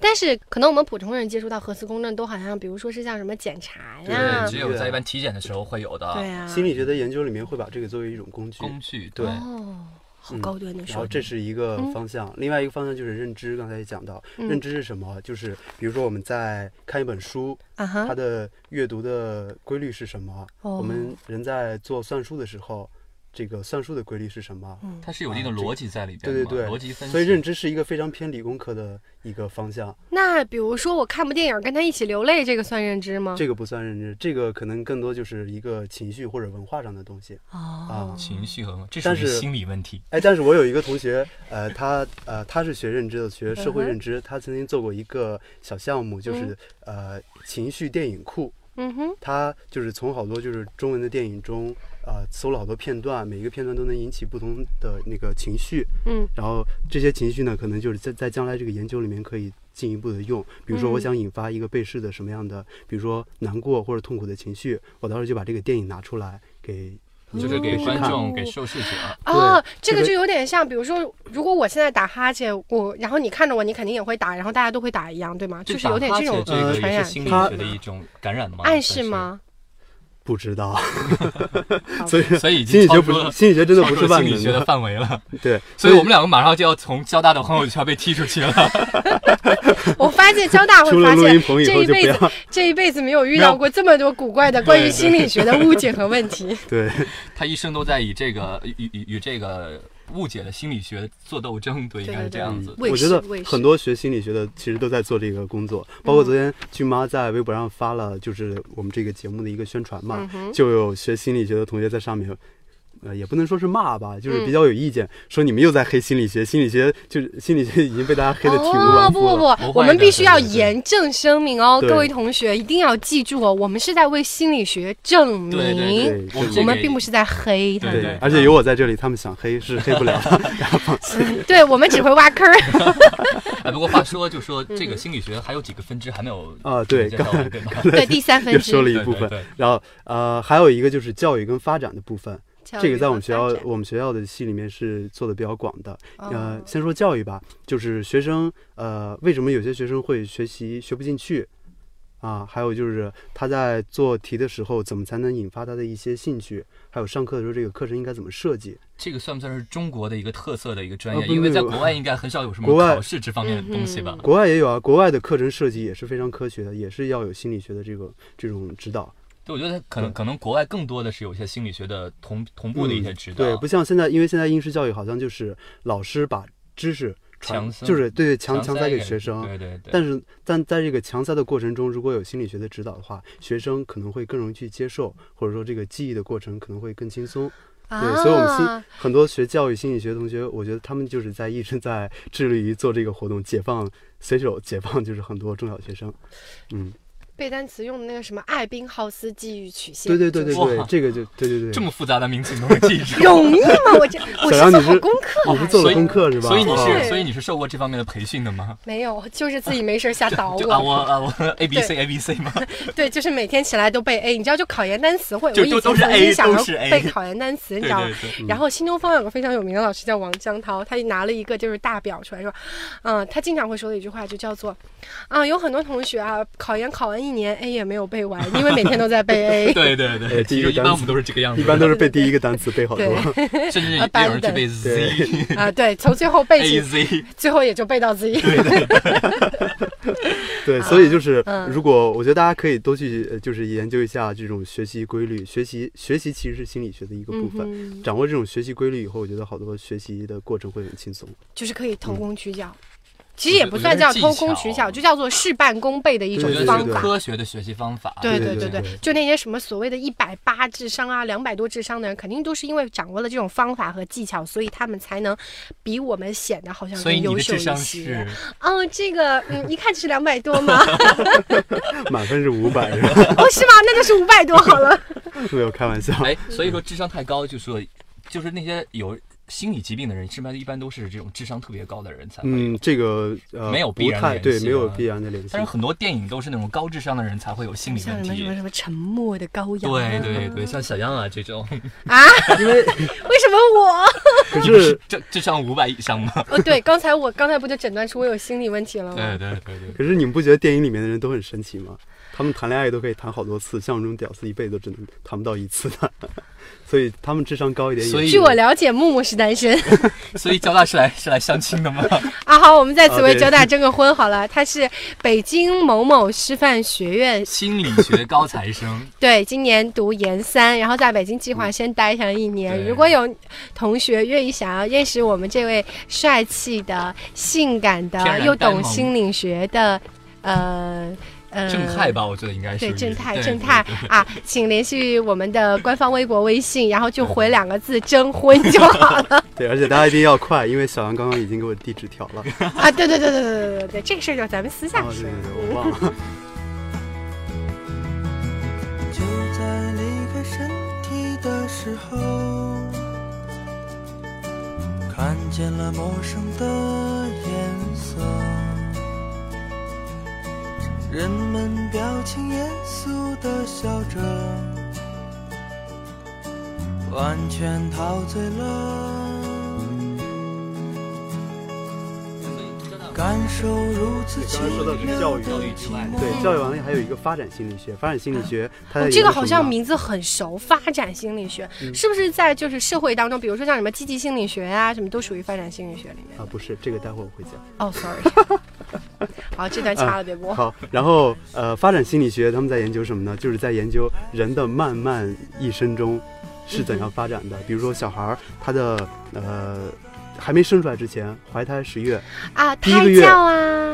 [SPEAKER 3] 但是可能我们普通人接触到核磁共振都好像，比如说是像什么检查呀
[SPEAKER 4] 对，，只有在一般体检的时候会有
[SPEAKER 3] 嗯对
[SPEAKER 4] 的
[SPEAKER 3] 啊，
[SPEAKER 5] 心理学的研究里面会把这个作为一种工具，
[SPEAKER 4] 工具，
[SPEAKER 5] 对
[SPEAKER 3] 哦，好高端的
[SPEAKER 5] 嗯然
[SPEAKER 3] 说
[SPEAKER 5] 后
[SPEAKER 3] 法，
[SPEAKER 5] 这是一个方向，另外一个方向就是认知。刚才也讲到，认知是什么？就是比如说我们在看一本书，
[SPEAKER 3] 啊
[SPEAKER 5] 它
[SPEAKER 3] 哈，
[SPEAKER 5] 的阅读的规律是什么？
[SPEAKER 3] 哦
[SPEAKER 5] 我们人在做算术的时候，这个算术的规律是什么？
[SPEAKER 3] 嗯
[SPEAKER 4] 它是有一定的逻辑在里边
[SPEAKER 5] 啊对
[SPEAKER 4] 的
[SPEAKER 5] 对
[SPEAKER 4] 嘛，
[SPEAKER 5] 对，
[SPEAKER 4] 逻辑分析，
[SPEAKER 5] 所以认知是一个非常偏理工科的一个方向，
[SPEAKER 3] 那比如说我看部电影跟他一起流泪，这个算认知吗？
[SPEAKER 5] 这个不算认知，这个可能更多就是一个情绪或者文化上的东西
[SPEAKER 3] 哦
[SPEAKER 5] 啊。
[SPEAKER 4] 情绪和这属
[SPEAKER 5] 但
[SPEAKER 4] 于
[SPEAKER 5] 是
[SPEAKER 4] 心理问题。
[SPEAKER 5] 哎，但是我有一个同学，呃，他呃他是学认知的，学社
[SPEAKER 3] 嗯
[SPEAKER 5] 会认知，他曾经做过一个小项目，就是、呃情绪电影库。
[SPEAKER 3] 嗯哼，
[SPEAKER 5] 他就是从好多就是中文的电影中，呃，搜了好多片段，每一个片段都能引起不同的那个情绪，
[SPEAKER 3] 嗯，
[SPEAKER 5] 然后这些情绪呢，可能就是在在将来这个研究里面可以进一步的用。比如说，我想引发一个被试的什么样的，比如说难过或者痛苦的情绪，我到时候就把这个电影拿出来给
[SPEAKER 4] 就是给
[SPEAKER 5] 嗯
[SPEAKER 4] 观众、
[SPEAKER 3] 嗯
[SPEAKER 4] 给受试者，
[SPEAKER 3] 哦，
[SPEAKER 5] 这
[SPEAKER 3] 这个
[SPEAKER 5] 个
[SPEAKER 3] 就有点像，比如说，如果我现在打哈欠，我然后你看着我，你肯定也会打，然后大家都会打一样，对吗？就是有点这种
[SPEAKER 4] 这个
[SPEAKER 3] 传
[SPEAKER 4] 也
[SPEAKER 3] 染
[SPEAKER 4] 是心
[SPEAKER 3] 性
[SPEAKER 4] 理学的一种感染吗？
[SPEAKER 3] 暗示？ 吗？
[SPEAKER 5] 不知道， 所以
[SPEAKER 4] 所以已
[SPEAKER 5] 心
[SPEAKER 4] 经
[SPEAKER 5] 理学
[SPEAKER 4] 超
[SPEAKER 5] 不
[SPEAKER 4] 出了
[SPEAKER 5] 是心理学真的不
[SPEAKER 4] 超
[SPEAKER 5] 是
[SPEAKER 4] 出了
[SPEAKER 5] 万
[SPEAKER 4] 心理
[SPEAKER 5] 能
[SPEAKER 4] 学的
[SPEAKER 5] 的，
[SPEAKER 4] 范围了。
[SPEAKER 5] 对，
[SPEAKER 4] 所以我们两个马上就要从交大的朋友圈被踢出去了。
[SPEAKER 3] 我发现交大
[SPEAKER 5] 除
[SPEAKER 3] 会
[SPEAKER 5] 了
[SPEAKER 3] 发
[SPEAKER 5] 录音
[SPEAKER 3] 现
[SPEAKER 5] 棚以
[SPEAKER 3] 这
[SPEAKER 5] 后
[SPEAKER 3] 一
[SPEAKER 5] 就不
[SPEAKER 3] 辈
[SPEAKER 5] 要
[SPEAKER 3] 子这一辈子没有遇到过这么多古怪的关于心理学的误解和问 题。
[SPEAKER 5] 对。
[SPEAKER 4] 他一生都在以这个与与与这个误解的心理学做斗争，对，应该是这样子。
[SPEAKER 3] 卫
[SPEAKER 5] 嗯我觉
[SPEAKER 3] 士
[SPEAKER 5] 得
[SPEAKER 3] 卫嗯
[SPEAKER 5] 很
[SPEAKER 3] 士
[SPEAKER 5] 多学心理学的其实都在做这个工作，包括昨天俊妈在微博上发了就是我们这个节目的一个宣传
[SPEAKER 3] 嗯
[SPEAKER 5] 嘛，就有学心理学的同学在上面。呃，也不能说是骂吧，
[SPEAKER 3] 嗯
[SPEAKER 5] 就是比较有意见，说你们又在黑心理学，心理学就是心理学已经被大家黑的体无
[SPEAKER 3] 哦
[SPEAKER 5] 完
[SPEAKER 3] 不
[SPEAKER 5] 肤了。
[SPEAKER 3] 不不
[SPEAKER 4] 不会，
[SPEAKER 3] 我们
[SPEAKER 4] 的
[SPEAKER 3] 必须要
[SPEAKER 4] 对对对
[SPEAKER 3] 严正声明哦，
[SPEAKER 5] 对
[SPEAKER 3] 各位同学一定要记住哦，我们是在为心理学证明，
[SPEAKER 4] 对对
[SPEAKER 5] 对
[SPEAKER 4] 我
[SPEAKER 5] 对
[SPEAKER 4] 们这
[SPEAKER 3] 我
[SPEAKER 4] 个
[SPEAKER 3] 们并不是在黑他们，
[SPEAKER 4] 对
[SPEAKER 5] 对，而且有我在这里，他们想黑是黑不了 的。
[SPEAKER 3] 嗯对我们只会挖坑 儿。
[SPEAKER 4] 哎，不过话说，就说
[SPEAKER 3] 嗯
[SPEAKER 4] 这个心理学还有几个分支还没有
[SPEAKER 5] 啊对
[SPEAKER 4] 了解到
[SPEAKER 5] 刚才
[SPEAKER 4] 对吧？
[SPEAKER 3] 对，第三分
[SPEAKER 5] 又
[SPEAKER 3] 支
[SPEAKER 5] 说了一
[SPEAKER 4] 对
[SPEAKER 5] 部
[SPEAKER 4] 对
[SPEAKER 5] 分
[SPEAKER 4] 对，
[SPEAKER 5] 然后呃，还有一个就是教育跟发展的部分，这个在我们学校
[SPEAKER 3] 教育和发展，哦
[SPEAKER 5] 我们学校的系里面是做的比较广的。呃，先说教育吧，就是学生，呃，为什么有些学生会学习学不进去啊？还有就是他在做题的时候，怎么才能引发他的一些兴趣？还有上课的时候，这个课程应该怎么设计？
[SPEAKER 4] 这个算不算是中国的一个特色的一个专业？
[SPEAKER 5] 啊不
[SPEAKER 4] 因为
[SPEAKER 5] 不
[SPEAKER 4] 在
[SPEAKER 5] 不
[SPEAKER 4] 国外应该很少有什么
[SPEAKER 5] 国外
[SPEAKER 4] 考试这方面的东西
[SPEAKER 3] 嗯
[SPEAKER 4] 吧？
[SPEAKER 5] 国外也有啊，国外的课程设计也是非常科学的，也是要有心理学的这个这种指导。
[SPEAKER 4] 对，我觉得可能
[SPEAKER 5] 对
[SPEAKER 4] 可能国外更多的是有一些
[SPEAKER 5] 嗯
[SPEAKER 4] 嗯心理学的同同步的一些指导。
[SPEAKER 5] 对，不像现在，因为现在应试教育好像就是老师把知识传，
[SPEAKER 4] 强塞
[SPEAKER 5] 就是对对强
[SPEAKER 4] 强
[SPEAKER 5] 强
[SPEAKER 4] 塞
[SPEAKER 5] 塞给
[SPEAKER 4] 给
[SPEAKER 5] 学生。
[SPEAKER 4] 对对对，
[SPEAKER 5] 但是，但在这个强塞的过程中，如果有心理学的指导的话，学生可能会更容易去接受，或者说这个记忆的过程可能会更轻松。对，所以我们心
[SPEAKER 3] 啊，
[SPEAKER 5] 很多学教育心理学的同学，我觉得他们就是在一直在 致力于做这个活动，解放随手解放就是很多中小学生。嗯，
[SPEAKER 3] 背单词用的那个什么艾宾浩斯记忆曲线，，
[SPEAKER 5] 对对对对
[SPEAKER 4] 哇
[SPEAKER 5] 对，这个就对对对。
[SPEAKER 4] 这么复杂的名词你都会记 住
[SPEAKER 3] 容易吗？我这我
[SPEAKER 5] 小杨
[SPEAKER 3] 是做
[SPEAKER 5] 你
[SPEAKER 3] 好
[SPEAKER 5] 是
[SPEAKER 3] 功课
[SPEAKER 5] 你
[SPEAKER 3] 还
[SPEAKER 5] 是做
[SPEAKER 4] 所
[SPEAKER 5] 了
[SPEAKER 4] 以
[SPEAKER 5] 功课 是吧？
[SPEAKER 4] 所以你
[SPEAKER 5] 哦
[SPEAKER 4] 是所以你是受过这方面的培训的吗？
[SPEAKER 3] 没有，就是自己没事儿瞎捣
[SPEAKER 4] 就啊
[SPEAKER 3] 鼓。
[SPEAKER 4] 我啊我 A B C A B C 吗？
[SPEAKER 3] 对，就是每天起来都背 A，你知道，就考研单词会，我
[SPEAKER 4] 就
[SPEAKER 3] 以
[SPEAKER 4] 都
[SPEAKER 3] 前
[SPEAKER 4] 都是
[SPEAKER 3] 曾
[SPEAKER 4] A，
[SPEAKER 3] 经想
[SPEAKER 4] 都
[SPEAKER 3] 要
[SPEAKER 4] 是 A
[SPEAKER 3] 背考研单词，你
[SPEAKER 4] 对
[SPEAKER 3] 知道吗
[SPEAKER 4] 对？对，
[SPEAKER 3] 然后新东方有个非常有名的老师叫王江涛，他拿了一个就是大表出来说，嗯，他经常会说的一句话就叫做，啊，有很多同学啊，考研考完一年 A 也没有背完，因为每天都在背 A。
[SPEAKER 4] 对对对，
[SPEAKER 5] 哎第
[SPEAKER 4] 其
[SPEAKER 5] 一个
[SPEAKER 4] 实一般
[SPEAKER 5] 单
[SPEAKER 4] 我
[SPEAKER 5] 词
[SPEAKER 4] 们都是这个样
[SPEAKER 5] 啊
[SPEAKER 4] 子
[SPEAKER 5] 一
[SPEAKER 4] 的，
[SPEAKER 5] 般都是背第一个单词背好多。
[SPEAKER 3] 对
[SPEAKER 4] 甚至也有人去背 Z
[SPEAKER 3] 啊，对，从最后背
[SPEAKER 4] A
[SPEAKER 3] 起，
[SPEAKER 4] Z，
[SPEAKER 3] 最后也就背到自己。
[SPEAKER 5] 对，所以就是，
[SPEAKER 3] 嗯
[SPEAKER 5] 如果我觉得大家可以多去，呃就是研究一下这种学习规律。学习学习其实是心理学的一个部分，
[SPEAKER 3] 嗯哼，
[SPEAKER 5] 掌握这种学习规律以后，我觉得好多学习的过程会很轻松。
[SPEAKER 3] 就是可以偷工取巧，其实也不
[SPEAKER 4] 我觉
[SPEAKER 3] 算
[SPEAKER 4] 得
[SPEAKER 3] 叫
[SPEAKER 4] 是技
[SPEAKER 3] 偷工取
[SPEAKER 4] 巧
[SPEAKER 3] 巧，就叫做事半功倍的一
[SPEAKER 4] 我
[SPEAKER 3] 种
[SPEAKER 4] 觉得
[SPEAKER 3] 方
[SPEAKER 4] 是
[SPEAKER 3] 法。
[SPEAKER 4] 科学的学习方法。
[SPEAKER 3] 对
[SPEAKER 5] 对
[SPEAKER 3] 对
[SPEAKER 5] 对对
[SPEAKER 3] 就那些什么所谓的一百八智商啊、两百多智商的人，肯定都是因为掌握了这种方法和技巧，所以他们才能比我们显得好像
[SPEAKER 4] 所以
[SPEAKER 3] 更
[SPEAKER 4] 你
[SPEAKER 3] 优
[SPEAKER 4] 的
[SPEAKER 3] 秀
[SPEAKER 4] 智
[SPEAKER 3] 一
[SPEAKER 4] 商
[SPEAKER 3] 些
[SPEAKER 4] 是。
[SPEAKER 3] 哦，这个嗯，一看就是两百多吗？
[SPEAKER 5] 满分是五百，是吧？
[SPEAKER 3] 哦，是吗？那就是五百多好了。
[SPEAKER 5] 没有开玩笑。
[SPEAKER 4] 哎，所以说智商太高，就说就是那些有心理疾病的人，是不是一般都是这种智商特别高的人才会？
[SPEAKER 5] 嗯，这个呃
[SPEAKER 4] 没有必
[SPEAKER 5] 不
[SPEAKER 4] 然
[SPEAKER 5] 太
[SPEAKER 4] 联
[SPEAKER 5] 对，
[SPEAKER 4] 系
[SPEAKER 5] 没有
[SPEAKER 4] 啊
[SPEAKER 5] 必然的联系
[SPEAKER 4] 但是。很多电影都是那种高智商的人才会有心理
[SPEAKER 3] 像
[SPEAKER 4] 问
[SPEAKER 3] 什么什么
[SPEAKER 4] 题。
[SPEAKER 3] 什么沉默的羔羊、
[SPEAKER 4] 对对对，像小样啊这种，
[SPEAKER 3] 啊？因为为什么我？
[SPEAKER 5] 可
[SPEAKER 4] 你不是
[SPEAKER 5] 是
[SPEAKER 4] 智智商五百以上吗？
[SPEAKER 3] 哦，对，刚才我刚才不就诊断出我有心理问题了吗？
[SPEAKER 4] 对对对对，
[SPEAKER 5] 可是你们不觉得电影里面的人都很神奇吗？他们谈恋爱都可以谈好多次，像我这种屌丝一辈子都只能谈不到一次的， 所以他们智商高一点也。
[SPEAKER 4] 所以
[SPEAKER 3] 据我了解，木木是单身。
[SPEAKER 4] 所以交大是来是来相亲的吗？
[SPEAKER 3] 啊，好，我们在此
[SPEAKER 5] 啊
[SPEAKER 3] 为
[SPEAKER 5] 对
[SPEAKER 3] 交大征个婚好了。他是北京某某师范学院，
[SPEAKER 4] 心理学高材生，
[SPEAKER 3] 对，今年读研三，然后在北京计划先待上一年。
[SPEAKER 4] 对
[SPEAKER 3] 如果有同学愿意想要认识我们这位帅气的、性感
[SPEAKER 4] 天
[SPEAKER 3] 的
[SPEAKER 4] 然
[SPEAKER 3] 又懂
[SPEAKER 4] 呆萌
[SPEAKER 3] 心理学的，呃呃，
[SPEAKER 4] 正太吧，我觉得应该是
[SPEAKER 3] 对正太
[SPEAKER 4] 嗯对
[SPEAKER 3] 正太啊，请联系我们的官方微博、微信，然后就回两个 字“征婚”就好了
[SPEAKER 5] 对，而且大家一定要快，因为小杨刚刚已经给我递纸条了。
[SPEAKER 3] 啊！对对对对对对对对，这个事儿就咱们私下
[SPEAKER 5] 哦，对
[SPEAKER 3] 说。
[SPEAKER 5] 对对，我忘 了。
[SPEAKER 10] 就在离开身体的时候，看见了陌生的颜色，人们表情严肃的笑着，完全陶醉了。感受如此奇
[SPEAKER 5] 刚才说到这个
[SPEAKER 3] 嗯
[SPEAKER 10] 妙
[SPEAKER 5] 教育
[SPEAKER 10] 的寂寞。
[SPEAKER 5] 对，教育完了还有一个发展心理学，发展心理学它
[SPEAKER 3] 哦
[SPEAKER 5] 在研究
[SPEAKER 3] 这个
[SPEAKER 5] 什
[SPEAKER 3] 好
[SPEAKER 5] 么嗯
[SPEAKER 3] 像
[SPEAKER 5] 呢
[SPEAKER 3] 名字很熟，发展心理学、是不是在就是社会当中，比如说像什么积极心理学啊，什么都属于发展心理学里面。
[SPEAKER 5] 啊，不是这个，待会儿我会讲。
[SPEAKER 3] 哦、s o r r y 好，这段掐了，别播。
[SPEAKER 5] 啊好，然后呃，发展心理学他们在研究什么呢？就是在研究人的漫漫一生中是怎样发展的。比如说小孩儿，他的呃还没生出来之前，怀胎十月，
[SPEAKER 3] 啊，
[SPEAKER 5] 第一
[SPEAKER 3] 胎
[SPEAKER 5] 个月
[SPEAKER 3] 教啊，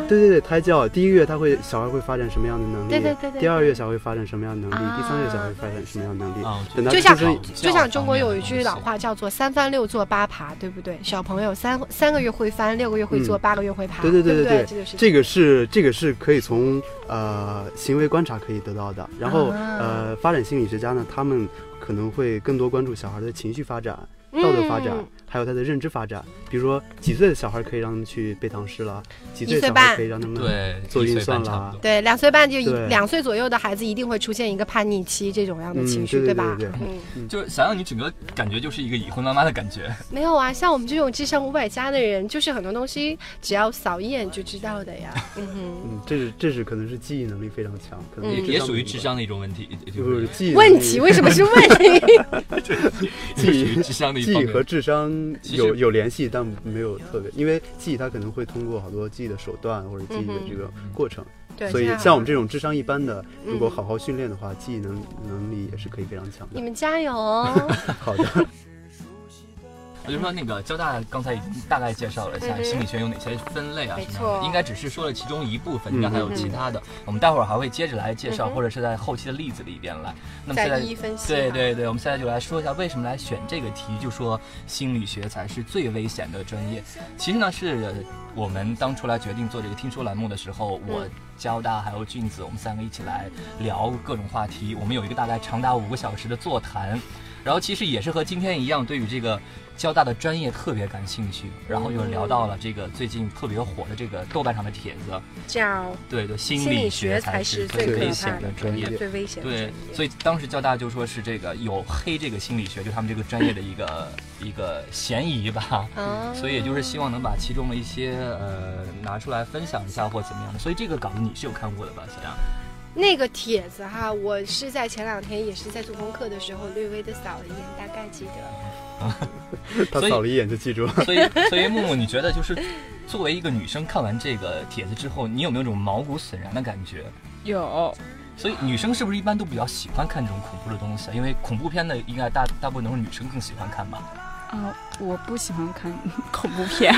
[SPEAKER 5] 对对对，胎教第一个月他会小孩会发展什么样的能力？
[SPEAKER 3] 对对对对
[SPEAKER 5] 第二月小孩会发展什么样的能力？
[SPEAKER 3] 啊
[SPEAKER 5] 第三月小孩会发展什么样的能力？
[SPEAKER 4] 啊，
[SPEAKER 5] 等到
[SPEAKER 3] 就
[SPEAKER 5] 出
[SPEAKER 3] 像
[SPEAKER 5] 生
[SPEAKER 3] 就像中国有一句老，话叫做“三翻六坐八爬”，对不对？小朋友三三个月会翻，六个月会坐，
[SPEAKER 5] 嗯
[SPEAKER 3] 八个月会爬，
[SPEAKER 5] 对
[SPEAKER 3] 对
[SPEAKER 5] 对对
[SPEAKER 3] 不
[SPEAKER 5] 对
[SPEAKER 3] 这就是
[SPEAKER 5] 这个是这个是可以从呃行为观察可以得到的。然后、
[SPEAKER 3] 啊
[SPEAKER 5] 呃，发展心理学家呢，他们可能会更多关注小孩的情绪发展。道德发展，
[SPEAKER 3] 嗯
[SPEAKER 5] 还有他的认知发展。比如说，几岁的小孩可以让他们去背唐诗了，几岁的
[SPEAKER 3] 一岁
[SPEAKER 5] 小
[SPEAKER 3] 半
[SPEAKER 5] 孩可以让他们
[SPEAKER 4] 对，
[SPEAKER 5] 做运算
[SPEAKER 4] 差不
[SPEAKER 5] 啦
[SPEAKER 4] 多。
[SPEAKER 3] 对，两岁半就一
[SPEAKER 5] 对
[SPEAKER 3] 两岁左右的孩子一定会出现一个叛逆期这种样的
[SPEAKER 5] 嗯
[SPEAKER 3] 情绪，
[SPEAKER 5] 对对
[SPEAKER 3] 吧？
[SPEAKER 5] 对对
[SPEAKER 3] 嗯。
[SPEAKER 4] 就是想让你整个感觉就是一个已婚妈妈的感觉，
[SPEAKER 3] 没有啊，像我们这种智商五百加的人，就是很多东西只要扫一眼就知道的 呀。嗯哼，
[SPEAKER 5] 嗯，这是这是可能是记忆能力非常强，可能
[SPEAKER 3] 嗯
[SPEAKER 4] 也
[SPEAKER 5] 是
[SPEAKER 4] 也属
[SPEAKER 5] 能
[SPEAKER 4] 于
[SPEAKER 5] 力
[SPEAKER 4] 智
[SPEAKER 5] 吧，
[SPEAKER 4] 商的一种问题，
[SPEAKER 5] 不
[SPEAKER 4] 就是是
[SPEAKER 5] 记忆
[SPEAKER 3] 问题为什么是问题？
[SPEAKER 4] 这属于智商的一
[SPEAKER 5] 记
[SPEAKER 4] 方
[SPEAKER 5] 忆
[SPEAKER 4] 面
[SPEAKER 5] 和。智商
[SPEAKER 4] 其实
[SPEAKER 5] 有有联系，但没有特别，因为记忆它可能会通过好多记忆的手段或者记忆的这个过程，
[SPEAKER 3] 嗯对，
[SPEAKER 5] 所以
[SPEAKER 3] 现在
[SPEAKER 5] 像我们这种智商一般的，
[SPEAKER 3] 嗯
[SPEAKER 5] 如果好好训练的话，记忆能能力也是可以非常强
[SPEAKER 3] 你
[SPEAKER 5] 的。
[SPEAKER 3] 们加油哦！
[SPEAKER 5] 好的，
[SPEAKER 4] 我就说那个交大刚才已经大概介绍了一下心理学有哪些分类啊
[SPEAKER 3] 嗯没
[SPEAKER 4] 什么
[SPEAKER 3] 错
[SPEAKER 4] 的，应该只是说了其中一部分，应该还有其
[SPEAKER 5] 嗯
[SPEAKER 4] 他的。我们待会儿还会接着来介绍，
[SPEAKER 3] 嗯哼
[SPEAKER 4] 或者是在后期的例子里边来。那么
[SPEAKER 3] 再
[SPEAKER 4] 现在
[SPEAKER 3] 一一分析
[SPEAKER 4] 对
[SPEAKER 3] 哈
[SPEAKER 4] 对对，我们现在就来说一下为什么来选这个题，就说心理学才是最危险的专业。其实呢，是呃我们当初来决定做这个听说栏目的时候，我交大还有俊子，我们三个一起来聊各种话题。我们有一个大概长达五个小时的座谈，然后其实也是和今天一样，对于这个交大的专业特别感兴趣，然后就聊到了这个最近特别火的这个豆瓣上的帖子，
[SPEAKER 3] 叫
[SPEAKER 4] 对对，
[SPEAKER 3] 心
[SPEAKER 4] 心
[SPEAKER 3] 理
[SPEAKER 4] 理
[SPEAKER 3] 学
[SPEAKER 4] 学
[SPEAKER 3] 才
[SPEAKER 4] 才
[SPEAKER 3] 是
[SPEAKER 4] 是
[SPEAKER 3] 最
[SPEAKER 4] 最
[SPEAKER 5] 可
[SPEAKER 4] 危
[SPEAKER 5] 怕
[SPEAKER 4] 险
[SPEAKER 5] 的
[SPEAKER 4] 的专
[SPEAKER 5] 专
[SPEAKER 4] 业
[SPEAKER 5] 业。
[SPEAKER 3] 最危险的
[SPEAKER 4] 对
[SPEAKER 3] 专，业
[SPEAKER 4] 所以当时交大就说是这个有黑这个心理学，就他们这个专业的一个一个嫌疑吧。
[SPEAKER 3] 啊，
[SPEAKER 4] 所以也就是希望能把其中的一些呃拿出来分享一下或怎么样的。所以这个稿子你是有看过的吧？小样。
[SPEAKER 3] 那个帖子哈，我是在前两天也是在做功课的时候略微的扫了一眼，大概记得。
[SPEAKER 5] 他
[SPEAKER 4] 所以
[SPEAKER 5] 扫了一眼就记住了。
[SPEAKER 4] 所以所以木木，你觉得就是作为一个女生看完这个帖子之后，你有没有种毛骨悚然的感觉？
[SPEAKER 7] 有，
[SPEAKER 4] 所以女生是不是一般都比较喜欢看这种恐怖的东西啊？因为恐怖片的应该大大部分都是女生更喜欢看吧？
[SPEAKER 7] 啊，我不喜欢看 恐怖片，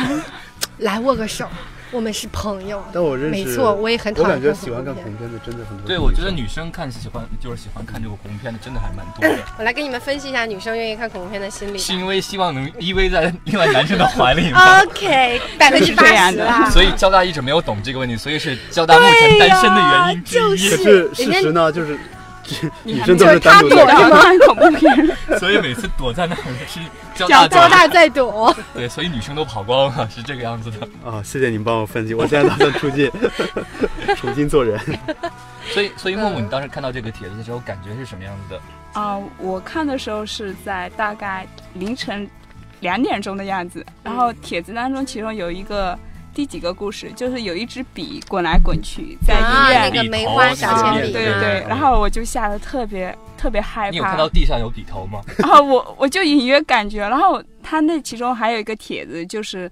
[SPEAKER 3] 来握个手，我们是朋友。
[SPEAKER 5] 但我认识，
[SPEAKER 3] 没错，我也很讨
[SPEAKER 5] 我
[SPEAKER 3] 厌。
[SPEAKER 5] 感觉喜欢看恐怖。片的真的很多。
[SPEAKER 4] 对，我觉得女生看喜欢就是喜欢看这个恐怖片的真的还蛮多的，
[SPEAKER 3] 我来给你们分析一下女生愿意看恐怖片的心理吧。
[SPEAKER 4] 是因为希望能依偎在另外男生的怀里吗？
[SPEAKER 3] OK，百分之
[SPEAKER 7] 这
[SPEAKER 3] 八
[SPEAKER 7] 样
[SPEAKER 3] 十
[SPEAKER 7] 的
[SPEAKER 3] 啦。
[SPEAKER 4] 所以交大一直没有懂这个问题，所以是交大目前单身的原因之一。
[SPEAKER 5] 可
[SPEAKER 3] 是
[SPEAKER 5] 是事
[SPEAKER 3] 人家
[SPEAKER 5] 实呢，就是
[SPEAKER 7] 你
[SPEAKER 5] 女
[SPEAKER 7] 还
[SPEAKER 5] 生
[SPEAKER 7] 没
[SPEAKER 5] 都
[SPEAKER 7] 有
[SPEAKER 5] 是单独
[SPEAKER 7] 看
[SPEAKER 5] 的。
[SPEAKER 7] 看恐怖片，
[SPEAKER 4] 所以每次躲在那儿是
[SPEAKER 3] 交
[SPEAKER 4] 交大
[SPEAKER 3] 交
[SPEAKER 4] 躲
[SPEAKER 3] 大在躲，
[SPEAKER 4] 对，所以女生都跑光了， 是这个样子的。
[SPEAKER 5] 啊，谢谢你们帮我分析，我现在打算出去 重新做人。
[SPEAKER 4] 所以，所以木木，你当时看到这个帖子的时候，感觉是什么样子的？
[SPEAKER 7] 啊、我看的时候是在大概凌晨两点钟的样子，然
[SPEAKER 3] 嗯
[SPEAKER 7] 后帖子当中其中有一个第几个故事，就是有一支笔滚来滚去在
[SPEAKER 3] 啊
[SPEAKER 7] 医院，
[SPEAKER 3] 那个梅花小
[SPEAKER 5] 铅笔
[SPEAKER 7] 对
[SPEAKER 5] 啊
[SPEAKER 7] 对，然后我就吓得特别特别害
[SPEAKER 4] 你有看
[SPEAKER 7] 怕
[SPEAKER 4] 到，地上有笔头吗？
[SPEAKER 7] 然后我我就隐约感觉，然后他那其中还有一个帖子就是。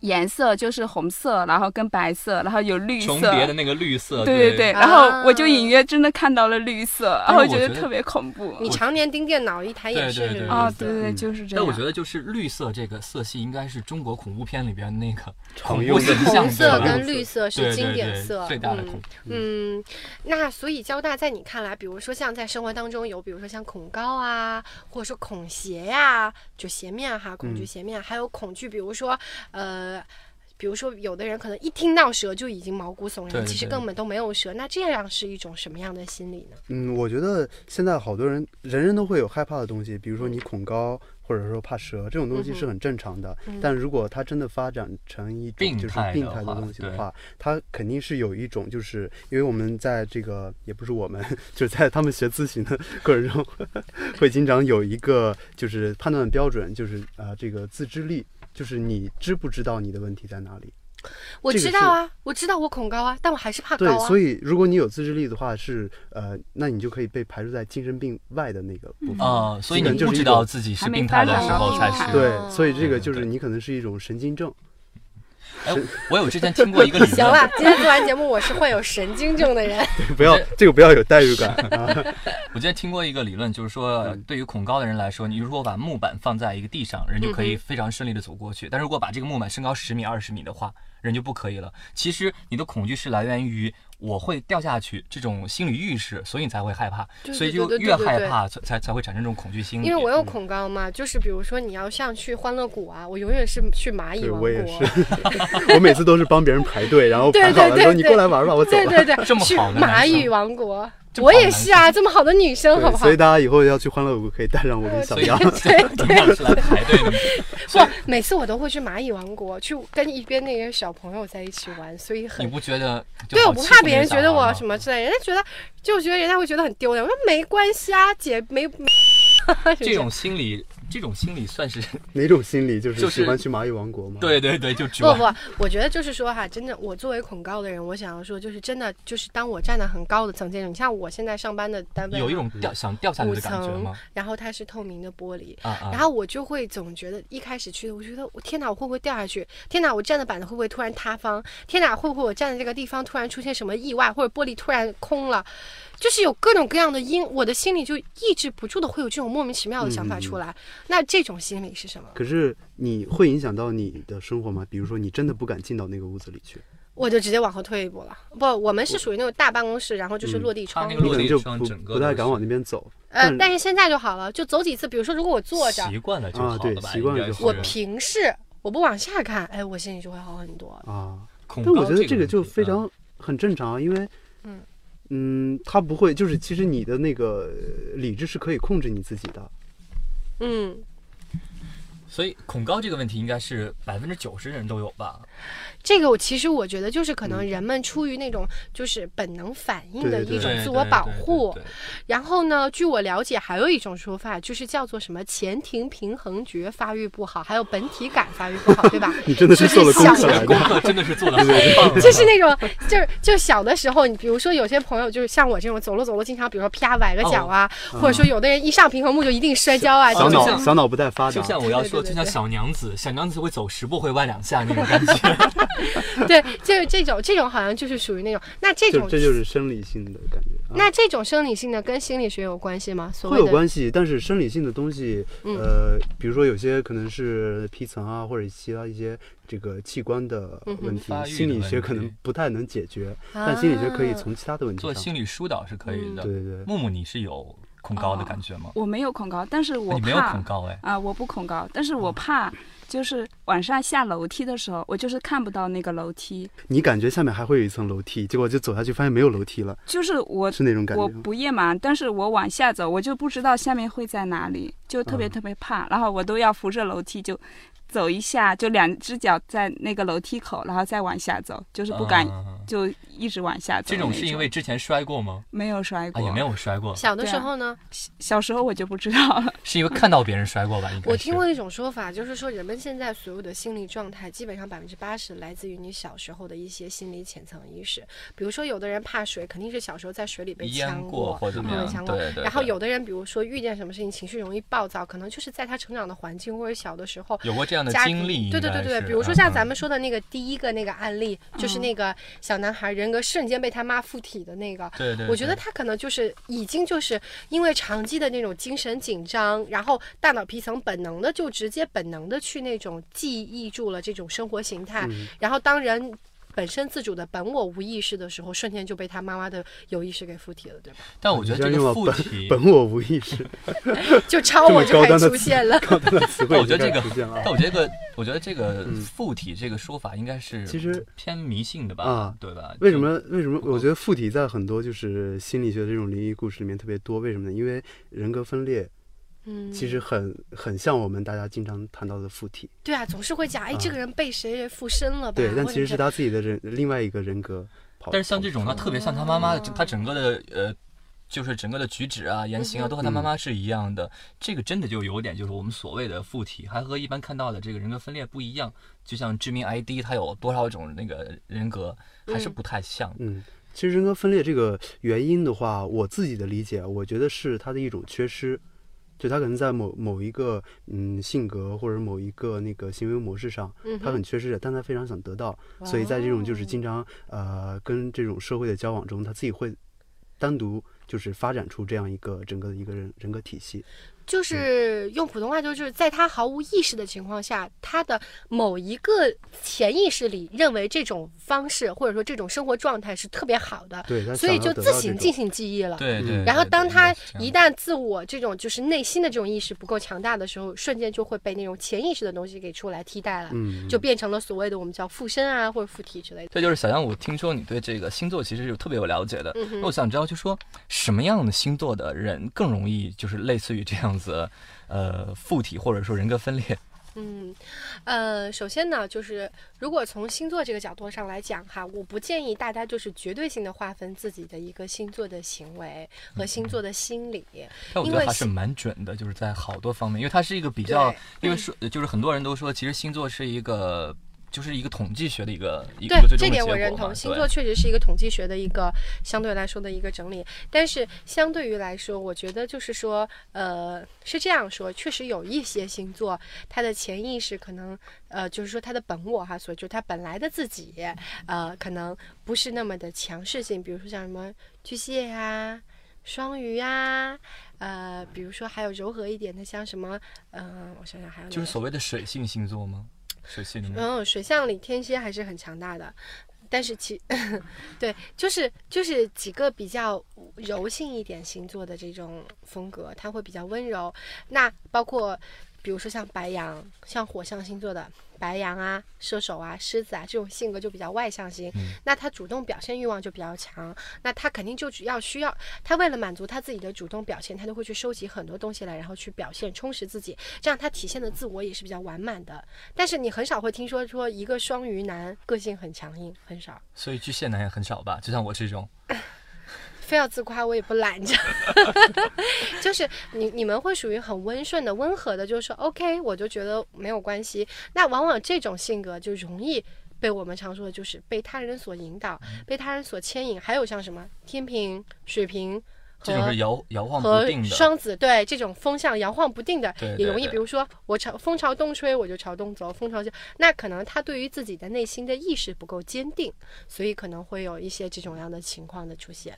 [SPEAKER 7] 颜色就是红色，然后跟白色，然后有绿色，
[SPEAKER 4] 重叠的那个绿色，
[SPEAKER 7] 对
[SPEAKER 4] 对
[SPEAKER 7] 对，
[SPEAKER 3] 啊
[SPEAKER 7] 然后我就隐约真的看到了绿色，然
[SPEAKER 4] 但
[SPEAKER 7] 后
[SPEAKER 4] 是我
[SPEAKER 7] 觉得
[SPEAKER 4] 觉得
[SPEAKER 7] 特别恐怖。
[SPEAKER 3] 你常年盯电脑，一抬眼是
[SPEAKER 4] 对对对
[SPEAKER 7] 啊，
[SPEAKER 4] 绿色
[SPEAKER 7] 对对对，
[SPEAKER 5] 嗯
[SPEAKER 7] 就是这
[SPEAKER 4] 但
[SPEAKER 7] 样。
[SPEAKER 4] 我觉得就是绿色这个色系，应该是中国恐怖片里边那个
[SPEAKER 5] 常用的
[SPEAKER 4] 恐怖
[SPEAKER 3] 红色
[SPEAKER 4] 象征
[SPEAKER 3] 跟绿色是经典色，
[SPEAKER 4] 对对对最大的恐
[SPEAKER 3] 嗯
[SPEAKER 4] 怖。
[SPEAKER 3] 嗯，那所以交大在你看来，比如说像在生活当中有，比如说像恐高啊，或者说恐邪呀、就邪面哈，恐惧
[SPEAKER 5] 嗯
[SPEAKER 3] 邪面，还有恐惧，比如说呃。比如说，有的人可能一听到蛇就已经毛骨悚然，
[SPEAKER 4] 对对
[SPEAKER 3] 其实
[SPEAKER 4] 对
[SPEAKER 3] 根本都没有蛇。那这样是一种什么样的心理呢？
[SPEAKER 5] 嗯，我觉得现在好多人，人人都会有害怕的东西，比如说你恐高，或者说怕蛇，这种东西
[SPEAKER 3] 嗯哼
[SPEAKER 5] 是很正常的。
[SPEAKER 3] 嗯
[SPEAKER 5] 但如果它真的发展成一种
[SPEAKER 4] 病
[SPEAKER 5] 就是
[SPEAKER 4] 态的
[SPEAKER 5] 病态的
[SPEAKER 4] 话
[SPEAKER 5] 东西的
[SPEAKER 4] 对
[SPEAKER 5] 话，它肯定是有一种，就是因为我们在这个也不是我们， 就是在他们学咨询的 过程中，会经常有一个就是判断的标准，就是呃这个自知力，就是你知不知道你的问题在哪里。
[SPEAKER 3] 我
[SPEAKER 5] 这个
[SPEAKER 3] 知道啊，我知道我恐高啊，但我还是怕高
[SPEAKER 5] 对，
[SPEAKER 3] 啊。
[SPEAKER 5] 所以如果你有自制力的话，是呃，那你就可以被排除在精神病外的那个部分。
[SPEAKER 4] 啊，所以
[SPEAKER 5] 基
[SPEAKER 4] 你
[SPEAKER 5] 本就是
[SPEAKER 4] 不
[SPEAKER 5] 一
[SPEAKER 4] 知道
[SPEAKER 5] 种
[SPEAKER 4] 自己是
[SPEAKER 7] 还没
[SPEAKER 4] 病态的
[SPEAKER 7] 发展
[SPEAKER 4] 时候
[SPEAKER 7] 到
[SPEAKER 4] 才
[SPEAKER 7] 病态
[SPEAKER 4] 是。
[SPEAKER 3] 哦
[SPEAKER 5] 对，所以这个就是
[SPEAKER 4] 对对
[SPEAKER 5] 你可能是一种神经症。
[SPEAKER 4] 哎，我有之前听过一个理
[SPEAKER 3] 行
[SPEAKER 4] 论，
[SPEAKER 3] 了，今天做完节目，我是患有神经症的人。
[SPEAKER 5] 不要这个不要有代入感啊！
[SPEAKER 4] 我之前听过一个理论，就是说，对于恐高的人来说，你如果把木板放在一个地上，人就可以非常顺利的走过去；但如果把这个木板升高十米、二十米的话，人就不可以了。其实你的恐惧是来源于我会掉下去这种心理预示，所以你才会害怕，
[SPEAKER 3] 对
[SPEAKER 4] 所以
[SPEAKER 3] 对
[SPEAKER 4] 就
[SPEAKER 3] 对对
[SPEAKER 4] 越
[SPEAKER 3] 对
[SPEAKER 4] 害
[SPEAKER 3] 对
[SPEAKER 4] 怕，才才才会产生这种恐惧心理。
[SPEAKER 3] 因为我有恐高嘛，就是比如说你要像去欢乐谷啊，我永远是去蚂蚁
[SPEAKER 5] 对
[SPEAKER 3] 王
[SPEAKER 5] 我也
[SPEAKER 3] 国。
[SPEAKER 5] 是， 我每次都是帮别人排队，然后
[SPEAKER 3] 对
[SPEAKER 5] 排好
[SPEAKER 3] 对
[SPEAKER 5] 了
[SPEAKER 3] 对
[SPEAKER 5] 说你
[SPEAKER 3] 对
[SPEAKER 5] 过来玩吧，我走
[SPEAKER 3] 对
[SPEAKER 5] 了。
[SPEAKER 3] 对对，
[SPEAKER 4] 这么
[SPEAKER 3] 去
[SPEAKER 4] 好的
[SPEAKER 3] 蚂
[SPEAKER 4] 男生
[SPEAKER 3] 蚁王国，
[SPEAKER 4] 这么
[SPEAKER 3] 我
[SPEAKER 4] 好的
[SPEAKER 3] 也
[SPEAKER 4] 男
[SPEAKER 3] 是啊，这么好的女生，好
[SPEAKER 5] 对
[SPEAKER 3] 不好
[SPEAKER 5] 所以？大家以后要去欢乐谷可以带上我跟小
[SPEAKER 4] 所以
[SPEAKER 5] 杨。
[SPEAKER 4] 你俩是来排队的吗，
[SPEAKER 3] 不，每次我都会去蚂蚁王国，去跟一边那个小朋友在一起玩，所以
[SPEAKER 4] 你
[SPEAKER 3] 很。
[SPEAKER 4] 不觉得就
[SPEAKER 3] 对，我
[SPEAKER 4] 好
[SPEAKER 3] 不
[SPEAKER 4] 欺
[SPEAKER 3] 怕
[SPEAKER 4] 负
[SPEAKER 3] 别
[SPEAKER 4] 那
[SPEAKER 3] 人
[SPEAKER 4] 小
[SPEAKER 3] 觉得
[SPEAKER 4] 孩
[SPEAKER 3] 我
[SPEAKER 4] 吗
[SPEAKER 3] 什么之类，人家觉得就我觉得人家会觉得很丢脸。我说没关系啊，姐没。
[SPEAKER 4] 这种心理，这种心理算是
[SPEAKER 5] 哪种心理就
[SPEAKER 4] 就是是
[SPEAKER 5] 喜欢去蚂蚁王国吗？
[SPEAKER 4] 对对对，就只
[SPEAKER 3] 不不，我觉得就是说哈，真的，我作为恐高的人，我想要说，就是真的，就是当我站在很高的层级，你像我现在上班的单位
[SPEAKER 4] 有一
[SPEAKER 3] 哈
[SPEAKER 4] 种掉想掉下来
[SPEAKER 3] 啊五
[SPEAKER 4] 的感觉
[SPEAKER 3] 层
[SPEAKER 4] 吗？，
[SPEAKER 3] 然后它是透明的玻璃，
[SPEAKER 4] 啊啊！
[SPEAKER 3] 然后我就会总觉得一开始去，我觉得我天哪，我会不会掉下去？天哪，我站的板子会不会突然塌方？天哪，会不会我站的这个地方突然出现什么意外，或者玻璃突然空了？
[SPEAKER 4] 嗯
[SPEAKER 3] 就是有各种各样的因，我的心里就抑制不住的会有这种莫名其妙的想法出来。那这种心理是什么？
[SPEAKER 5] 可是你会影响到你的生活吗？比如说，你真的不敢进到那个屋子里去，
[SPEAKER 3] 我就直接往后退一步了。不，我们是属于那种大办公室，然后就是
[SPEAKER 5] 嗯
[SPEAKER 3] 落地窗
[SPEAKER 4] 它那
[SPEAKER 3] 户。
[SPEAKER 5] 你可
[SPEAKER 4] 个落嗯
[SPEAKER 5] 能
[SPEAKER 4] 地
[SPEAKER 5] 就
[SPEAKER 4] 窗
[SPEAKER 5] 不
[SPEAKER 4] 整个
[SPEAKER 5] 不
[SPEAKER 4] 都
[SPEAKER 5] 太
[SPEAKER 4] 是
[SPEAKER 5] 敢往那边走。
[SPEAKER 3] 呃，
[SPEAKER 5] 但
[SPEAKER 3] 但是现在就好了，就走几次。比如说，如果我坐着，
[SPEAKER 4] 习惯了就
[SPEAKER 5] 啊
[SPEAKER 4] 好
[SPEAKER 5] 对
[SPEAKER 4] 了吧？
[SPEAKER 5] 习惯了
[SPEAKER 4] 应该
[SPEAKER 5] 就好
[SPEAKER 4] 是
[SPEAKER 3] 我平视，我不往下看，哎，我心里就会好很多。
[SPEAKER 5] 啊，
[SPEAKER 4] 恐
[SPEAKER 5] 但我
[SPEAKER 4] 高
[SPEAKER 5] 觉得这
[SPEAKER 4] 嗯个
[SPEAKER 5] 个就
[SPEAKER 4] 问题
[SPEAKER 5] 非
[SPEAKER 4] 嗯
[SPEAKER 5] 常很正常啊，因为
[SPEAKER 3] 嗯
[SPEAKER 5] 嗯，他不会，就是其实你的那个呃理智是可以控制你自己的。
[SPEAKER 3] 嗯，
[SPEAKER 4] 所以恐高这个问题应该是百分之九十人都有吧？
[SPEAKER 3] 这个我其实我觉得就是可能人们出于那种就是本能反应的
[SPEAKER 5] 嗯对对
[SPEAKER 3] 一
[SPEAKER 5] 这
[SPEAKER 3] 种
[SPEAKER 4] 对
[SPEAKER 3] 自
[SPEAKER 4] 对
[SPEAKER 3] 我
[SPEAKER 4] 对
[SPEAKER 3] 保
[SPEAKER 4] 对对
[SPEAKER 3] 护。
[SPEAKER 4] 对
[SPEAKER 3] 然后呢，据我了解，还有一种说法就是叫做什么前庭平衡觉发育不好，还有本体感发育不好，对吧？
[SPEAKER 5] 你真的是
[SPEAKER 3] 就是
[SPEAKER 5] 做了功
[SPEAKER 3] 小
[SPEAKER 5] 课来
[SPEAKER 4] 功
[SPEAKER 5] 的，
[SPEAKER 4] 课真的是 做的很棒啊，
[SPEAKER 3] 就是那种，就是就小的时候，你比如说有些朋友就是像我这种走路走路经常，比如说啪崴个脚啊，或者说有的人一上平衡木就一定摔跤啊，
[SPEAKER 5] 哦嗯小
[SPEAKER 3] 这
[SPEAKER 4] 哦就
[SPEAKER 5] 脑
[SPEAKER 4] 像
[SPEAKER 3] 种。
[SPEAKER 5] 小脑不太发达
[SPEAKER 4] 就。像我要
[SPEAKER 3] 对
[SPEAKER 4] 说，
[SPEAKER 3] 对对
[SPEAKER 4] 就像小娘子，小娘子会走十步会弯两下 那种感觉。
[SPEAKER 3] 对，就是这种这种好像就是属于那种，那这
[SPEAKER 5] 就
[SPEAKER 3] 种
[SPEAKER 5] 这就是生理性的感觉，啊
[SPEAKER 3] 那这种生理性的跟心理学有关系吗？所
[SPEAKER 5] 会
[SPEAKER 3] 谓
[SPEAKER 5] 有
[SPEAKER 3] 的
[SPEAKER 5] 关系，但是生理性的东西，
[SPEAKER 3] 嗯
[SPEAKER 5] 呃，比如说有些可能是皮层啊，或者其他一些这个器官的
[SPEAKER 3] 嗯哼
[SPEAKER 5] 问题，
[SPEAKER 4] 发育的
[SPEAKER 5] 心理学
[SPEAKER 4] 问
[SPEAKER 5] 可能
[SPEAKER 4] 题
[SPEAKER 5] 不太能解决，但心理学可以
[SPEAKER 3] 啊
[SPEAKER 5] 从其他的问题
[SPEAKER 4] 做
[SPEAKER 5] 上。
[SPEAKER 4] 心理疏导是可以的。
[SPEAKER 5] 嗯对对对，
[SPEAKER 4] 木木，你是有恐高的
[SPEAKER 3] 啊
[SPEAKER 4] 感觉吗？
[SPEAKER 7] 我没有恐高，但是我
[SPEAKER 4] 你没有
[SPEAKER 7] 怕
[SPEAKER 4] 恐高嗯哎，
[SPEAKER 7] 啊，我不恐高，但是我怕，就是晚上下楼梯的时候，我就是看不到那个楼梯，
[SPEAKER 5] 你感觉下面还会有一层楼梯，结果就走下去发现没有楼梯了，
[SPEAKER 7] 就是我
[SPEAKER 5] 是那种感
[SPEAKER 7] 我
[SPEAKER 5] 觉吗。
[SPEAKER 7] 不夜盲，但是我往下走，我就不知道下面会在哪里，就特别
[SPEAKER 5] 嗯
[SPEAKER 7] 特别怕，然后我都要扶着楼梯就走一下，就两只脚在那个楼梯口，然后再往下走，就是不敢、
[SPEAKER 4] 啊
[SPEAKER 7] 就一直往下走
[SPEAKER 4] 这
[SPEAKER 7] 那。
[SPEAKER 4] 种是因为之前摔过吗？
[SPEAKER 7] 没有摔
[SPEAKER 4] 啊，
[SPEAKER 7] 过，
[SPEAKER 4] 也没有摔过，
[SPEAKER 3] 小的
[SPEAKER 7] 对啊
[SPEAKER 3] 时候呢，
[SPEAKER 7] 小时候我就不知道 了。
[SPEAKER 4] 是因为看到别人摔过吧？应该是
[SPEAKER 3] 我听过一种说法，就是说人们现在所有的心理状态，基本上百分之八十来自于你小时候的一些心理潜层意识。比如说，有的人怕水，肯定是小时候在水里被
[SPEAKER 4] 淹
[SPEAKER 3] 呛
[SPEAKER 4] 过或怎么
[SPEAKER 3] 被
[SPEAKER 4] 样
[SPEAKER 3] 呛，过。
[SPEAKER 4] 对对。
[SPEAKER 3] 然后
[SPEAKER 4] 对
[SPEAKER 3] 有的人，比如说遇见什么事情，情绪容易暴躁，可能就是在他成长的环境或者小的时候。
[SPEAKER 4] 有过这样的
[SPEAKER 3] 家
[SPEAKER 4] 经
[SPEAKER 3] 庭
[SPEAKER 4] 历，
[SPEAKER 3] 对对
[SPEAKER 4] 应
[SPEAKER 3] 对
[SPEAKER 4] 该
[SPEAKER 3] 对，
[SPEAKER 4] 是
[SPEAKER 3] 比如说像
[SPEAKER 4] 嗯
[SPEAKER 3] 咱们说的那个第一个那个案例，就是那个小男孩人格瞬间被他妈附体的那个，
[SPEAKER 4] 对对，
[SPEAKER 3] 我觉得
[SPEAKER 4] 对
[SPEAKER 3] 他可能就是已经就是因为长期的那种精神紧张，然后大脑皮层本能的就直接本能的去那种记忆住了这种生活形态，
[SPEAKER 5] 嗯
[SPEAKER 3] 然后当人。本身自主的本我无意识的时候，瞬间就被他妈妈的有意识给附体了，对吧？
[SPEAKER 4] 但我觉得
[SPEAKER 5] 你居然
[SPEAKER 4] 这
[SPEAKER 5] 用
[SPEAKER 4] 个
[SPEAKER 5] 了
[SPEAKER 4] 附体，哦
[SPEAKER 5] 本我无意 识，
[SPEAKER 3] 就 超我
[SPEAKER 5] 这
[SPEAKER 3] 就
[SPEAKER 5] 么高
[SPEAKER 3] 开
[SPEAKER 5] 端
[SPEAKER 3] 始
[SPEAKER 5] 的
[SPEAKER 3] 出 现了。
[SPEAKER 5] 刚才的词汇
[SPEAKER 4] 但我觉得
[SPEAKER 5] 就
[SPEAKER 4] 这个
[SPEAKER 5] 开始出现了啊
[SPEAKER 4] 但我觉得这个，我觉得这个
[SPEAKER 5] 嗯
[SPEAKER 4] 附体这个说法应该是
[SPEAKER 5] 其实
[SPEAKER 4] 偏迷信的吧？
[SPEAKER 5] 啊
[SPEAKER 4] 对吧？
[SPEAKER 5] 为什么？为什么？
[SPEAKER 4] 不够
[SPEAKER 5] 我觉得附体在很多就是心理学的这种灵异故事里面特别多。为什么呢？因为人格分裂
[SPEAKER 3] 嗯，
[SPEAKER 5] 其实很很像我们大家经常谈到的附体，
[SPEAKER 3] 对啊，总是会讲，哎，
[SPEAKER 5] 啊
[SPEAKER 3] 这个人被谁谁附身了吧？
[SPEAKER 5] 对，但
[SPEAKER 3] 或者
[SPEAKER 5] 其实是他自己的人另外一个人格跑。
[SPEAKER 4] 但是像这种，
[SPEAKER 5] 跑
[SPEAKER 4] 他
[SPEAKER 5] 出来
[SPEAKER 4] 特别像他妈妈，
[SPEAKER 3] 嗯
[SPEAKER 4] 他整个的呃，就是整个的举止啊、言
[SPEAKER 3] 嗯
[SPEAKER 4] 行啊，都和他
[SPEAKER 5] 嗯
[SPEAKER 4] 妈妈是一样的。这个真的就有点就是我们所谓的附体，还和一般看到的这个人格分裂不一样。就像致命 ID，它有多少种那个人格，还是不太像。
[SPEAKER 5] 嗯，其实人格分裂这个原因的话，我自己的理解，我觉得是他的一种缺失，就他可能在某某一个嗯性格或者某一个那个行为模式上，
[SPEAKER 3] 嗯
[SPEAKER 5] 他很缺失的，但他非常想得到，所以在这种就是
[SPEAKER 3] 哦
[SPEAKER 5] 经常呃跟这种社会的交往中，他自己会单独就是发展出这样一个整个的一个人人格体系。
[SPEAKER 3] 就是用普通话，就是在他毫无意识的情况下，他的某一个潜意识里认为这种方式或者说这种生活状态是特别好的，
[SPEAKER 5] 对，他
[SPEAKER 3] 所
[SPEAKER 5] 想
[SPEAKER 3] 以
[SPEAKER 5] 要
[SPEAKER 3] 就
[SPEAKER 5] 得
[SPEAKER 3] 自
[SPEAKER 5] 到
[SPEAKER 3] 行
[SPEAKER 5] 这种
[SPEAKER 3] 进行记忆了。
[SPEAKER 4] 对
[SPEAKER 5] 嗯
[SPEAKER 4] 对。
[SPEAKER 3] 然后，
[SPEAKER 4] 对
[SPEAKER 3] 当
[SPEAKER 4] 对
[SPEAKER 3] 他
[SPEAKER 4] 应该是这样
[SPEAKER 3] 一旦自我这种就是内心的这种意识不够强大的时候，瞬间就会被那种潜意识的东西给出来替代了，
[SPEAKER 5] 嗯
[SPEAKER 3] 就变成了所谓的我们叫附身啊或者附体之类的。
[SPEAKER 4] 这就是小杨，我听说你对这个星座其实有特别有了解的。
[SPEAKER 3] 嗯
[SPEAKER 4] 那我想知道，就说什么样的星座的人更容易就是类似于这样子，呃，附体或者说人格 分裂？
[SPEAKER 3] 嗯，呃，首先呢，就是如果从星座这个角度上来讲哈，我不建议大家就是绝对性的划分自己的一个星座的行为和星座的心理。
[SPEAKER 4] 但我觉
[SPEAKER 3] 因
[SPEAKER 4] 得
[SPEAKER 3] 为
[SPEAKER 4] 还是
[SPEAKER 3] 星
[SPEAKER 4] 蛮准的，就是在好多方面，因为它是一个比较
[SPEAKER 3] 对，
[SPEAKER 4] 因为说就是很多人都说，其实星座是一个。就是一个统计学的一个一
[SPEAKER 3] 对
[SPEAKER 4] 个最
[SPEAKER 3] 这
[SPEAKER 4] 终的结
[SPEAKER 3] 点
[SPEAKER 4] 果
[SPEAKER 3] 我
[SPEAKER 4] 嘛
[SPEAKER 3] 认同，
[SPEAKER 4] 对
[SPEAKER 3] 星座确实是一个统计学的一个相对来说的一个整理，但是相对于来说，我觉得就是说，呃，是这样说，确实有一些星座，他的潜意识可能，呃，就是说他的本我哈，所以就是他本来的自己，呃，可能不是那么的强势性，比如说像什么巨蟹呀、双鱼啊，呃，比如说还有柔和一点的，像什么，嗯、我想想还有哪
[SPEAKER 4] 就是
[SPEAKER 3] 个
[SPEAKER 4] 所谓的水性星座吗？水性里面，
[SPEAKER 3] 嗯，水象里天蝎还是很强大的，但是其 对，就是就是几个比较柔性一点星座的这种风格，它会比较温柔。那包括比如说像白羊，像火象星座的白羊啊、射手啊、狮子啊这种性格就比较外向型，那他主动表现欲望就比较强，那他肯定就只要需要他为了满足他自己的主动表现，他就会去收集很多东西来，然后去表现充实自己，这样他体现的自我也是比较完满的。但是你很少会听说说一个双鱼男个性很强硬，很少。
[SPEAKER 4] 所以巨蟹男也很少吧？就像我这种，
[SPEAKER 3] 非要自夸，我也不拦着。 就是你你们会属于很温顺的、温和的，就是说 OK，我就觉得没有关系。那往往这种性格就容易被我们常说的就是被他人所引导、
[SPEAKER 4] 嗯
[SPEAKER 3] 被他人所牵引。还有像什么天平、水瓶和
[SPEAKER 4] 这种是摇摇晃不
[SPEAKER 3] 和
[SPEAKER 4] 定的。
[SPEAKER 3] 双子对这种风向摇晃不定的，
[SPEAKER 4] 对
[SPEAKER 3] 也
[SPEAKER 4] 对
[SPEAKER 3] 容易，
[SPEAKER 4] 对
[SPEAKER 3] 比如说我朝风朝东吹，我就朝东走；风朝西，那可能他对于自己的内心的意识不够坚定，所以可能会有一些这种样的情况的出现。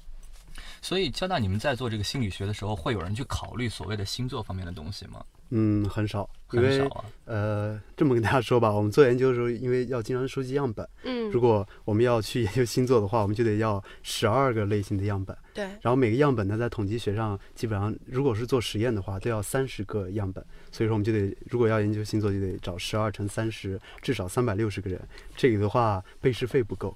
[SPEAKER 4] 所以，交大，你们在做这个心理学的时候，会有人去考虑所谓的星座方面的东西吗？
[SPEAKER 5] 嗯，很少，因
[SPEAKER 4] 很
[SPEAKER 5] 为
[SPEAKER 4] 少啊。
[SPEAKER 5] 呃，这么跟大家说吧，我们做研究的时候，因为要经常收集样本，
[SPEAKER 3] 嗯，
[SPEAKER 5] 如果我们要去研究星座的话，我们就得要十二个类型的样本，
[SPEAKER 3] 对。
[SPEAKER 5] 然后每个样本呢，在统计学上基本上，如果是做实验的话，都要三十个样本，所以说我们就得，如果要研究星座，就得找十二乘三十，至少三百六十个人，这个的话，背试费不够。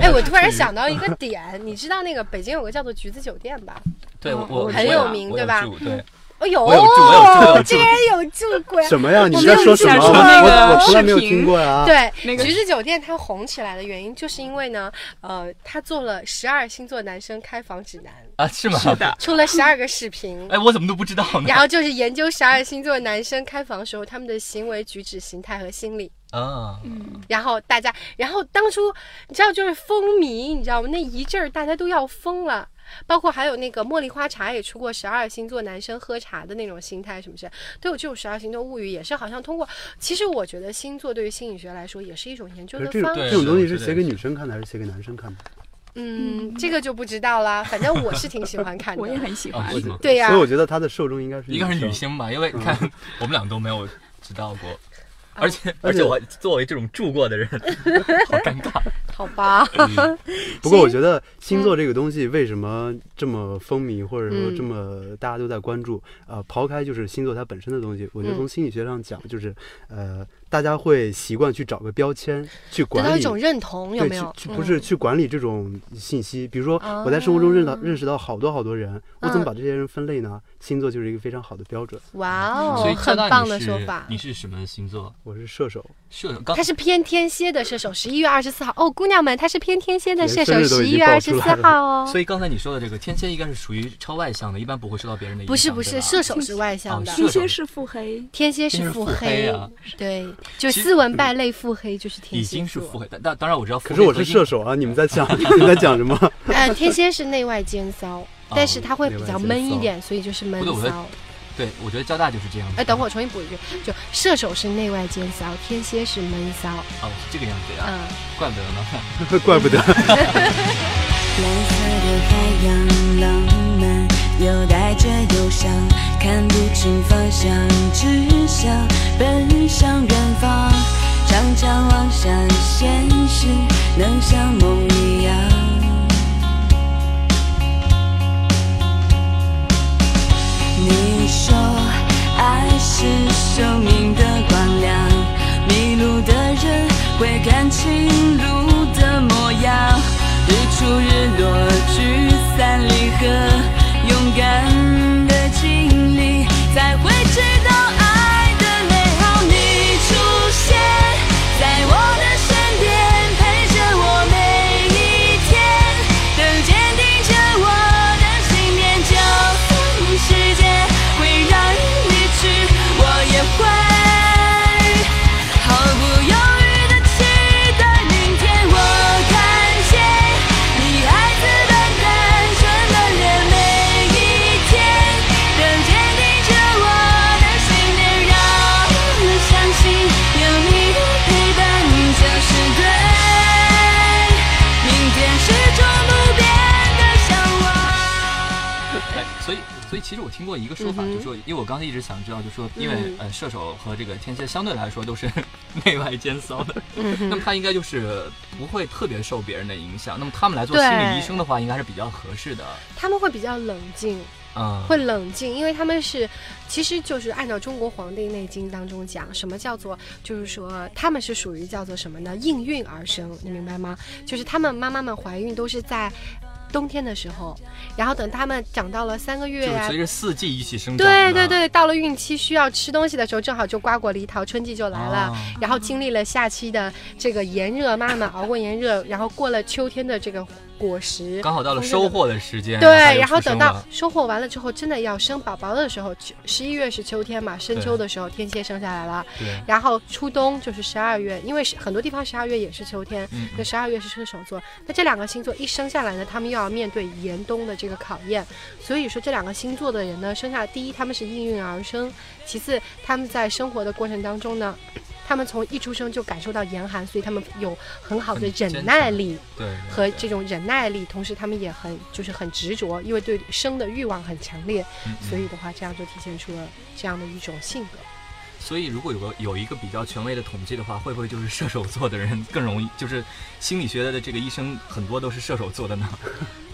[SPEAKER 3] 哎，我 突然想到一个点，你知道那个北京有个叫做橘子酒店吧？
[SPEAKER 4] 对，我我
[SPEAKER 3] 哦很
[SPEAKER 4] 我
[SPEAKER 3] 有
[SPEAKER 4] 有
[SPEAKER 3] 名
[SPEAKER 4] 我
[SPEAKER 3] 对
[SPEAKER 4] 有
[SPEAKER 3] 吧
[SPEAKER 4] 住对，
[SPEAKER 3] 哦有，
[SPEAKER 4] 我有住我有住我有住
[SPEAKER 3] 竟然有住过。
[SPEAKER 5] 什么呀？你
[SPEAKER 3] 我
[SPEAKER 5] 们
[SPEAKER 3] 没
[SPEAKER 5] 在
[SPEAKER 3] 有
[SPEAKER 5] 说什
[SPEAKER 7] 想
[SPEAKER 5] 么？
[SPEAKER 7] 说那
[SPEAKER 5] 我
[SPEAKER 7] 个
[SPEAKER 5] 我从来没有
[SPEAKER 7] 视频
[SPEAKER 5] 听过呀。
[SPEAKER 3] 对，
[SPEAKER 7] 那个
[SPEAKER 3] 橘子酒店它红起来的原因，就是因为呢，呃，它做了十二星座男生开房指南，
[SPEAKER 4] 啊，是吗？
[SPEAKER 7] 是的，
[SPEAKER 3] 出了十二个视频。
[SPEAKER 4] 哎，我怎么都不知道 呢？
[SPEAKER 3] 然后就是研究十二星座男生开房时候他们的行为举止、形态和心理，
[SPEAKER 4] 啊，
[SPEAKER 3] 然后大家，然后当初你知道就是风靡，你知道吗？那一阵儿大家都要疯了。包括还有那个茉莉花茶也出过十二星座男生喝茶的那种心态什么之类，都有这种十二星座物语，也是好像通过。其实我觉得星座对于心理学来说也是一种研究
[SPEAKER 5] 可
[SPEAKER 3] 的
[SPEAKER 5] 是这种
[SPEAKER 3] 方
[SPEAKER 5] 这
[SPEAKER 4] 对
[SPEAKER 3] 式。
[SPEAKER 5] 种东西
[SPEAKER 4] 是
[SPEAKER 5] 是
[SPEAKER 4] 我觉得
[SPEAKER 5] 写给
[SPEAKER 4] 也是
[SPEAKER 5] 女生看的还是写给男生看的？
[SPEAKER 3] 嗯，这个就不知道啦。反正我是挺喜 欢看的。
[SPEAKER 7] 我也很喜
[SPEAKER 4] 啊
[SPEAKER 7] 欢
[SPEAKER 4] 是。吗？
[SPEAKER 3] 对呀、
[SPEAKER 5] 所以我觉得它的受众应该是
[SPEAKER 4] 一个是女
[SPEAKER 5] 生。
[SPEAKER 4] 星吧，因
[SPEAKER 5] 嗯
[SPEAKER 4] 为你看我们俩都没有知道
[SPEAKER 3] 嗯
[SPEAKER 4] 过，而且而
[SPEAKER 5] 嗯而
[SPEAKER 4] 且
[SPEAKER 5] 且
[SPEAKER 4] 我作为这种住过的 人，好尴尬。嗯
[SPEAKER 3] 好吧。
[SPEAKER 5] 不过我觉得星
[SPEAKER 3] 嗯
[SPEAKER 5] 座这个东西为什么这么风靡，或者说这么大家都在关注？呃，抛开就是星座它本身的东西，我觉得
[SPEAKER 3] 嗯
[SPEAKER 5] 从心理学上讲，就是呃，大家会习惯去找个标签去
[SPEAKER 3] 得到
[SPEAKER 5] 管
[SPEAKER 3] 一
[SPEAKER 5] 理。
[SPEAKER 3] 种认同，有
[SPEAKER 5] 对，
[SPEAKER 3] 嗯没
[SPEAKER 5] 去
[SPEAKER 3] 有？
[SPEAKER 5] 去不是去管理这种信息，比如说
[SPEAKER 3] 啊
[SPEAKER 5] 我在生活中认到认识到好多好多人，我怎
[SPEAKER 3] 嗯
[SPEAKER 5] 么把这些人分类呢？星座就是一个非常好的标准。
[SPEAKER 3] 哇
[SPEAKER 4] 所
[SPEAKER 3] 哦
[SPEAKER 4] 以，
[SPEAKER 3] 很
[SPEAKER 4] 交大
[SPEAKER 3] 棒
[SPEAKER 4] 你
[SPEAKER 3] 的
[SPEAKER 4] 是
[SPEAKER 3] 说法。
[SPEAKER 4] 你是什么星座？
[SPEAKER 5] 我是射手，
[SPEAKER 4] 射手刚
[SPEAKER 3] 他是偏天蝎的射手，十一月二十四号哦，姑娘们，他是偏天蝎的射手，
[SPEAKER 5] 连生日都
[SPEAKER 3] 十
[SPEAKER 5] 已
[SPEAKER 3] 一
[SPEAKER 5] 经
[SPEAKER 3] 月
[SPEAKER 5] 爆
[SPEAKER 3] 二
[SPEAKER 5] 出
[SPEAKER 3] 十
[SPEAKER 5] 来
[SPEAKER 3] 四
[SPEAKER 5] 了
[SPEAKER 3] 号哦。
[SPEAKER 4] 所以刚才你说的这个天蝎应该是属于超外向的，一般不会受到别人的影响。
[SPEAKER 3] 不是不是，
[SPEAKER 4] 对吧
[SPEAKER 3] 射手是外向的
[SPEAKER 4] 哦，
[SPEAKER 7] 天
[SPEAKER 4] 射手
[SPEAKER 7] 蝎是腹黑，
[SPEAKER 3] 天蝎
[SPEAKER 4] 天
[SPEAKER 3] 是
[SPEAKER 4] 是
[SPEAKER 3] 腹
[SPEAKER 4] 腹黑啊
[SPEAKER 3] 对，就
[SPEAKER 4] 其实
[SPEAKER 3] 斯文败类腹黑就是天
[SPEAKER 4] 已
[SPEAKER 3] 蝎
[SPEAKER 4] 经是腹
[SPEAKER 3] 座。
[SPEAKER 4] 黑，但但当然我知道腹
[SPEAKER 5] 可
[SPEAKER 4] 黑
[SPEAKER 5] 是
[SPEAKER 4] 和阴，
[SPEAKER 5] 我是射手啊！你们在讲 你们在讲什么？
[SPEAKER 3] 呃，天蝎是内外兼
[SPEAKER 4] 哦
[SPEAKER 3] 骚，但是他会
[SPEAKER 5] 内
[SPEAKER 3] 比
[SPEAKER 5] 外
[SPEAKER 3] 较
[SPEAKER 5] 兼
[SPEAKER 3] 闷一
[SPEAKER 5] 骚
[SPEAKER 3] 点，所以就是闷
[SPEAKER 4] 不对我在
[SPEAKER 3] 骚。
[SPEAKER 4] 对，我觉得交大就是这样子。
[SPEAKER 3] 哎，等会儿我重新补一句，就射手是内外兼骚，天蝎是闷骚。
[SPEAKER 4] 哦，是这个样子呀，
[SPEAKER 3] 嗯，
[SPEAKER 4] 怪不得呢。
[SPEAKER 5] 怪不得。
[SPEAKER 11] 蓝色的海洋，浪漫又带着忧伤，看不清方向，只想奔向远方。常常妄想现实能像梦一样。你说爱是生命的光亮，迷路的人会看清路的模样。日出日落，聚散离合，勇敢的经历，才会知道爱的美好。你出现在我的身边，陪着我每一天。
[SPEAKER 4] 哎所以其实我听过一个说法，
[SPEAKER 3] 嗯
[SPEAKER 4] 就说，因为我刚才一直想知道，就说，因为呃，射手和这个天蝎相对来说都是 内外兼骚的，
[SPEAKER 3] 嗯
[SPEAKER 4] 那么他应该就是不会特别受别人的影响。那么他们来做心理医生的话，应该是比较合适的。
[SPEAKER 3] 他们会比较冷静，
[SPEAKER 4] 嗯，
[SPEAKER 3] 会冷静，因为他们是，其实就是按照中国《黄帝内经》当中讲，什么叫做，就是说他们是属于叫做什么呢？应运而生，你明白吗？就是他们妈妈们怀孕都是在冬天的时候，然后等他们长到了三个月
[SPEAKER 4] 就是
[SPEAKER 3] 啊。
[SPEAKER 4] 随着四季一起生长。
[SPEAKER 3] 对对。对，到了孕期需要吃东西的时候，正好就瓜果梨桃，春季就来了。
[SPEAKER 4] 啊
[SPEAKER 3] 然后经历了夏期的这个炎热，妈妈们熬过炎热，然后过了秋天的这个果实，
[SPEAKER 4] 刚好到了
[SPEAKER 3] 丰
[SPEAKER 4] 收
[SPEAKER 3] 盛的
[SPEAKER 4] 获的时间，
[SPEAKER 3] 对，
[SPEAKER 4] 又
[SPEAKER 3] 然后
[SPEAKER 4] 出生
[SPEAKER 3] 等到
[SPEAKER 4] 了嗯
[SPEAKER 3] 收获完了之后，真的要生宝宝的时候，十一月是秋天嘛，深秋的时候天蝎生下来了，
[SPEAKER 4] 对，
[SPEAKER 3] 然后初冬就是十二月，因为是很多地方十二月也是秋天，
[SPEAKER 4] 嗯，
[SPEAKER 3] 那
[SPEAKER 4] 嗯
[SPEAKER 3] 十二月是射手座，那这两个星座一生下来呢，他们又要面对严冬的这个考验，所以说这两个星座的人呢，生下来第一他们是应运而生，其次他们在生活的过程当中呢。他们从一出生就感受到严寒，所以他们有很好的
[SPEAKER 4] 很坚
[SPEAKER 3] 忍
[SPEAKER 4] 强
[SPEAKER 3] 耐力，
[SPEAKER 4] 对对
[SPEAKER 3] 和
[SPEAKER 4] 对
[SPEAKER 3] 这种忍耐力，同时他们也很就是很执着，因为对生的欲望很强烈，
[SPEAKER 4] 嗯嗯
[SPEAKER 3] 所以的话，这样就体现出了这样的一种性格。
[SPEAKER 4] 所以，如果有个有一个比较权威的统计的话，会不会就是射手座的人更容易，就是心理学的这个医生很多都是射手座 的呢？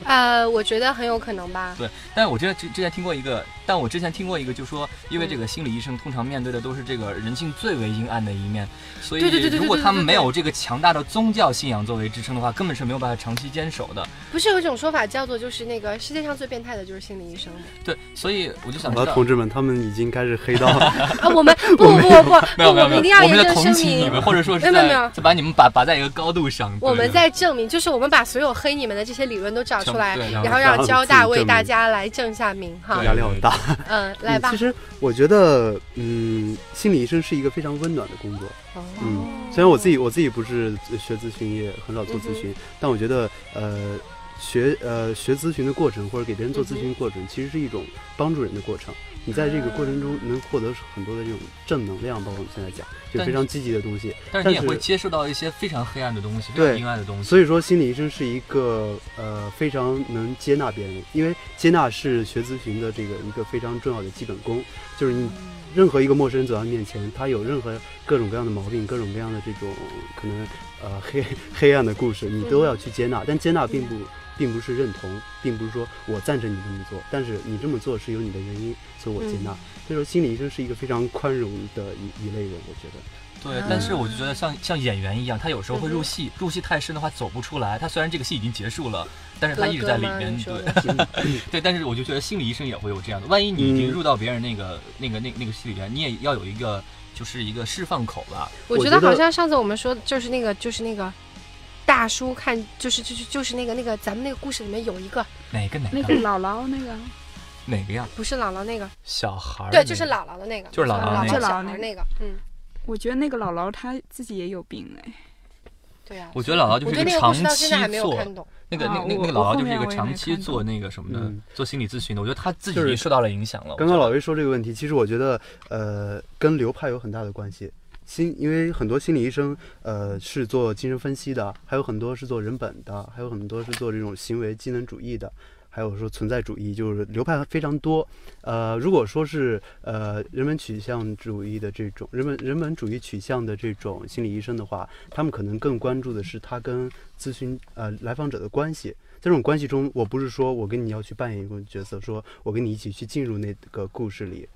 [SPEAKER 3] 呃，我觉得很有可能吧。
[SPEAKER 4] 对，但我之前之之前听过一个，但我之前听过一个，就说因为这个心理医生通常面对的都是这个人性最为阴暗的一面，所以
[SPEAKER 3] 对对对对对
[SPEAKER 4] 如果他们
[SPEAKER 3] 对对对
[SPEAKER 4] 没有这个强大的宗教信仰作为支撑的话，根本是没有办法长期坚守的。
[SPEAKER 3] 不是有一种说法叫做就是那个世界上最变态的就是心理医 生吗？
[SPEAKER 4] 对，所以我就想
[SPEAKER 5] 好
[SPEAKER 4] 知
[SPEAKER 5] 了，
[SPEAKER 4] 道
[SPEAKER 5] 同。志们，他们已经开始黑 到
[SPEAKER 3] 啊，我们不不不不不，
[SPEAKER 4] 没有没有
[SPEAKER 3] 我
[SPEAKER 4] 没
[SPEAKER 3] 们
[SPEAKER 4] 有，
[SPEAKER 3] 一定要
[SPEAKER 4] 我
[SPEAKER 3] 严
[SPEAKER 4] 们在
[SPEAKER 3] 正
[SPEAKER 4] 同
[SPEAKER 3] 声
[SPEAKER 4] 情你
[SPEAKER 3] 明
[SPEAKER 4] 们，。或者说是
[SPEAKER 3] 没有没
[SPEAKER 4] 在
[SPEAKER 3] 有
[SPEAKER 4] 在把你们把拔在一个高度上。对
[SPEAKER 3] 我们
[SPEAKER 4] 对
[SPEAKER 3] 在证明，就是我们把所有黑你们的这些理论都找出来，
[SPEAKER 4] 对
[SPEAKER 3] 然后让交大为大
[SPEAKER 5] 家。
[SPEAKER 3] 家来正一下名哈
[SPEAKER 4] 对。
[SPEAKER 5] 压力好大。
[SPEAKER 3] 嗯，来
[SPEAKER 5] 嗯
[SPEAKER 3] 吧
[SPEAKER 5] 其。实我觉得，嗯，心理医生是一个非常温暖的工作。
[SPEAKER 3] 哦
[SPEAKER 5] 嗯，虽然我自己我自己不是学咨询，也很少做咨
[SPEAKER 4] 嗯
[SPEAKER 5] 询，但我觉得，呃，学呃学咨询的过程，或者给别人做咨询的过
[SPEAKER 4] 嗯
[SPEAKER 5] 程，其实是一种帮助人的过程。你在这个过程中能获得很多的这种正能量，包括我们现在讲，就
[SPEAKER 4] 嗯但
[SPEAKER 5] 非常积极的东西。
[SPEAKER 4] 但是你也
[SPEAKER 5] 但是
[SPEAKER 4] 会接受到一些非常黑暗的东西，非
[SPEAKER 5] 对
[SPEAKER 4] 常阴暗的东西。
[SPEAKER 5] 所以说，心理医生是一个呃非常能接纳别人的，因为接纳是学咨询的这个一个非常重要的基本功，就是你任何一个陌生人走到面前，他有任何各种各样的毛病，各种各样的这种可能呃黑黑暗的故事，你都要去接纳，但接纳并不。并不是认同，并不是说我赞成你这么做，但是你这么做是有你的原因，所以我接纳。所以说，心理医生是一个非常宽容的一一类人，我觉得。
[SPEAKER 3] 嗯
[SPEAKER 4] 对，但是我就觉得像像演员一样，他有时候会入戏，入戏太深的话走不出来。他虽然这个戏已经结束了，但是他一直在里面。
[SPEAKER 3] 哥哥吗
[SPEAKER 4] 对，对，但是我就觉得心理医生也会有这样的，万一你已
[SPEAKER 5] 嗯
[SPEAKER 4] 经入到别人那个、那个那那个戏里边，你也要有一个就是一个释放口啊吧。
[SPEAKER 3] 我
[SPEAKER 5] 我觉
[SPEAKER 3] 觉得好
[SPEAKER 5] 得
[SPEAKER 3] 像上次我们说的就是那个就是那个大叔看就是就是就是那个那个咱们那个故事里面有一个
[SPEAKER 4] 哪个哪
[SPEAKER 7] 那
[SPEAKER 4] 个
[SPEAKER 7] 个姥姥那个，
[SPEAKER 4] 哪个呀？
[SPEAKER 3] 不是姥姥那个，
[SPEAKER 4] 小孩儿那
[SPEAKER 3] 对，
[SPEAKER 4] 个？
[SPEAKER 3] 就是姥姥的那个，呃
[SPEAKER 4] 就是姥姥那个
[SPEAKER 3] 姥小孩那个，嗯，
[SPEAKER 7] 我觉得那个姥姥她自己也有病哎。
[SPEAKER 3] 对呀、啊。
[SPEAKER 4] 我觉得姥姥就
[SPEAKER 3] 我对
[SPEAKER 4] 是一
[SPEAKER 3] 那个
[SPEAKER 4] 长
[SPEAKER 3] 故事
[SPEAKER 4] 期
[SPEAKER 3] 到现在还没有
[SPEAKER 4] 做
[SPEAKER 3] 看懂，
[SPEAKER 4] 那个那
[SPEAKER 7] 啊我
[SPEAKER 4] 那那个
[SPEAKER 7] 我
[SPEAKER 4] 姥
[SPEAKER 7] 后
[SPEAKER 4] 姥就是一
[SPEAKER 7] 面
[SPEAKER 4] 个
[SPEAKER 7] 我也
[SPEAKER 4] 长
[SPEAKER 7] 没
[SPEAKER 4] 期
[SPEAKER 7] 看
[SPEAKER 4] 做
[SPEAKER 7] 懂
[SPEAKER 4] 那个什么的
[SPEAKER 5] 嗯，
[SPEAKER 4] 做心理咨询的，我觉得他自己
[SPEAKER 5] 就是
[SPEAKER 4] 也受到了影响了。
[SPEAKER 5] 刚刚
[SPEAKER 4] 我觉
[SPEAKER 5] 老
[SPEAKER 4] 得
[SPEAKER 5] 魏说这个问题，其实我觉得，呃，跟流派有很大的关系。心，因为很多心理医生，呃，是做精神分析的，还有很多是做人本的，还有很多是做这种行为机能主义的，还有说存在主义，就是流派非常多。呃，如果说是呃人文取向主义的这种 人文人文主义取向的这种心理医生的话，他们可能更关注的是他跟咨询呃来访者的关系。在这种关系中，我不是说我跟你要去扮演一个角色，说我跟你一起去进入那个故事里。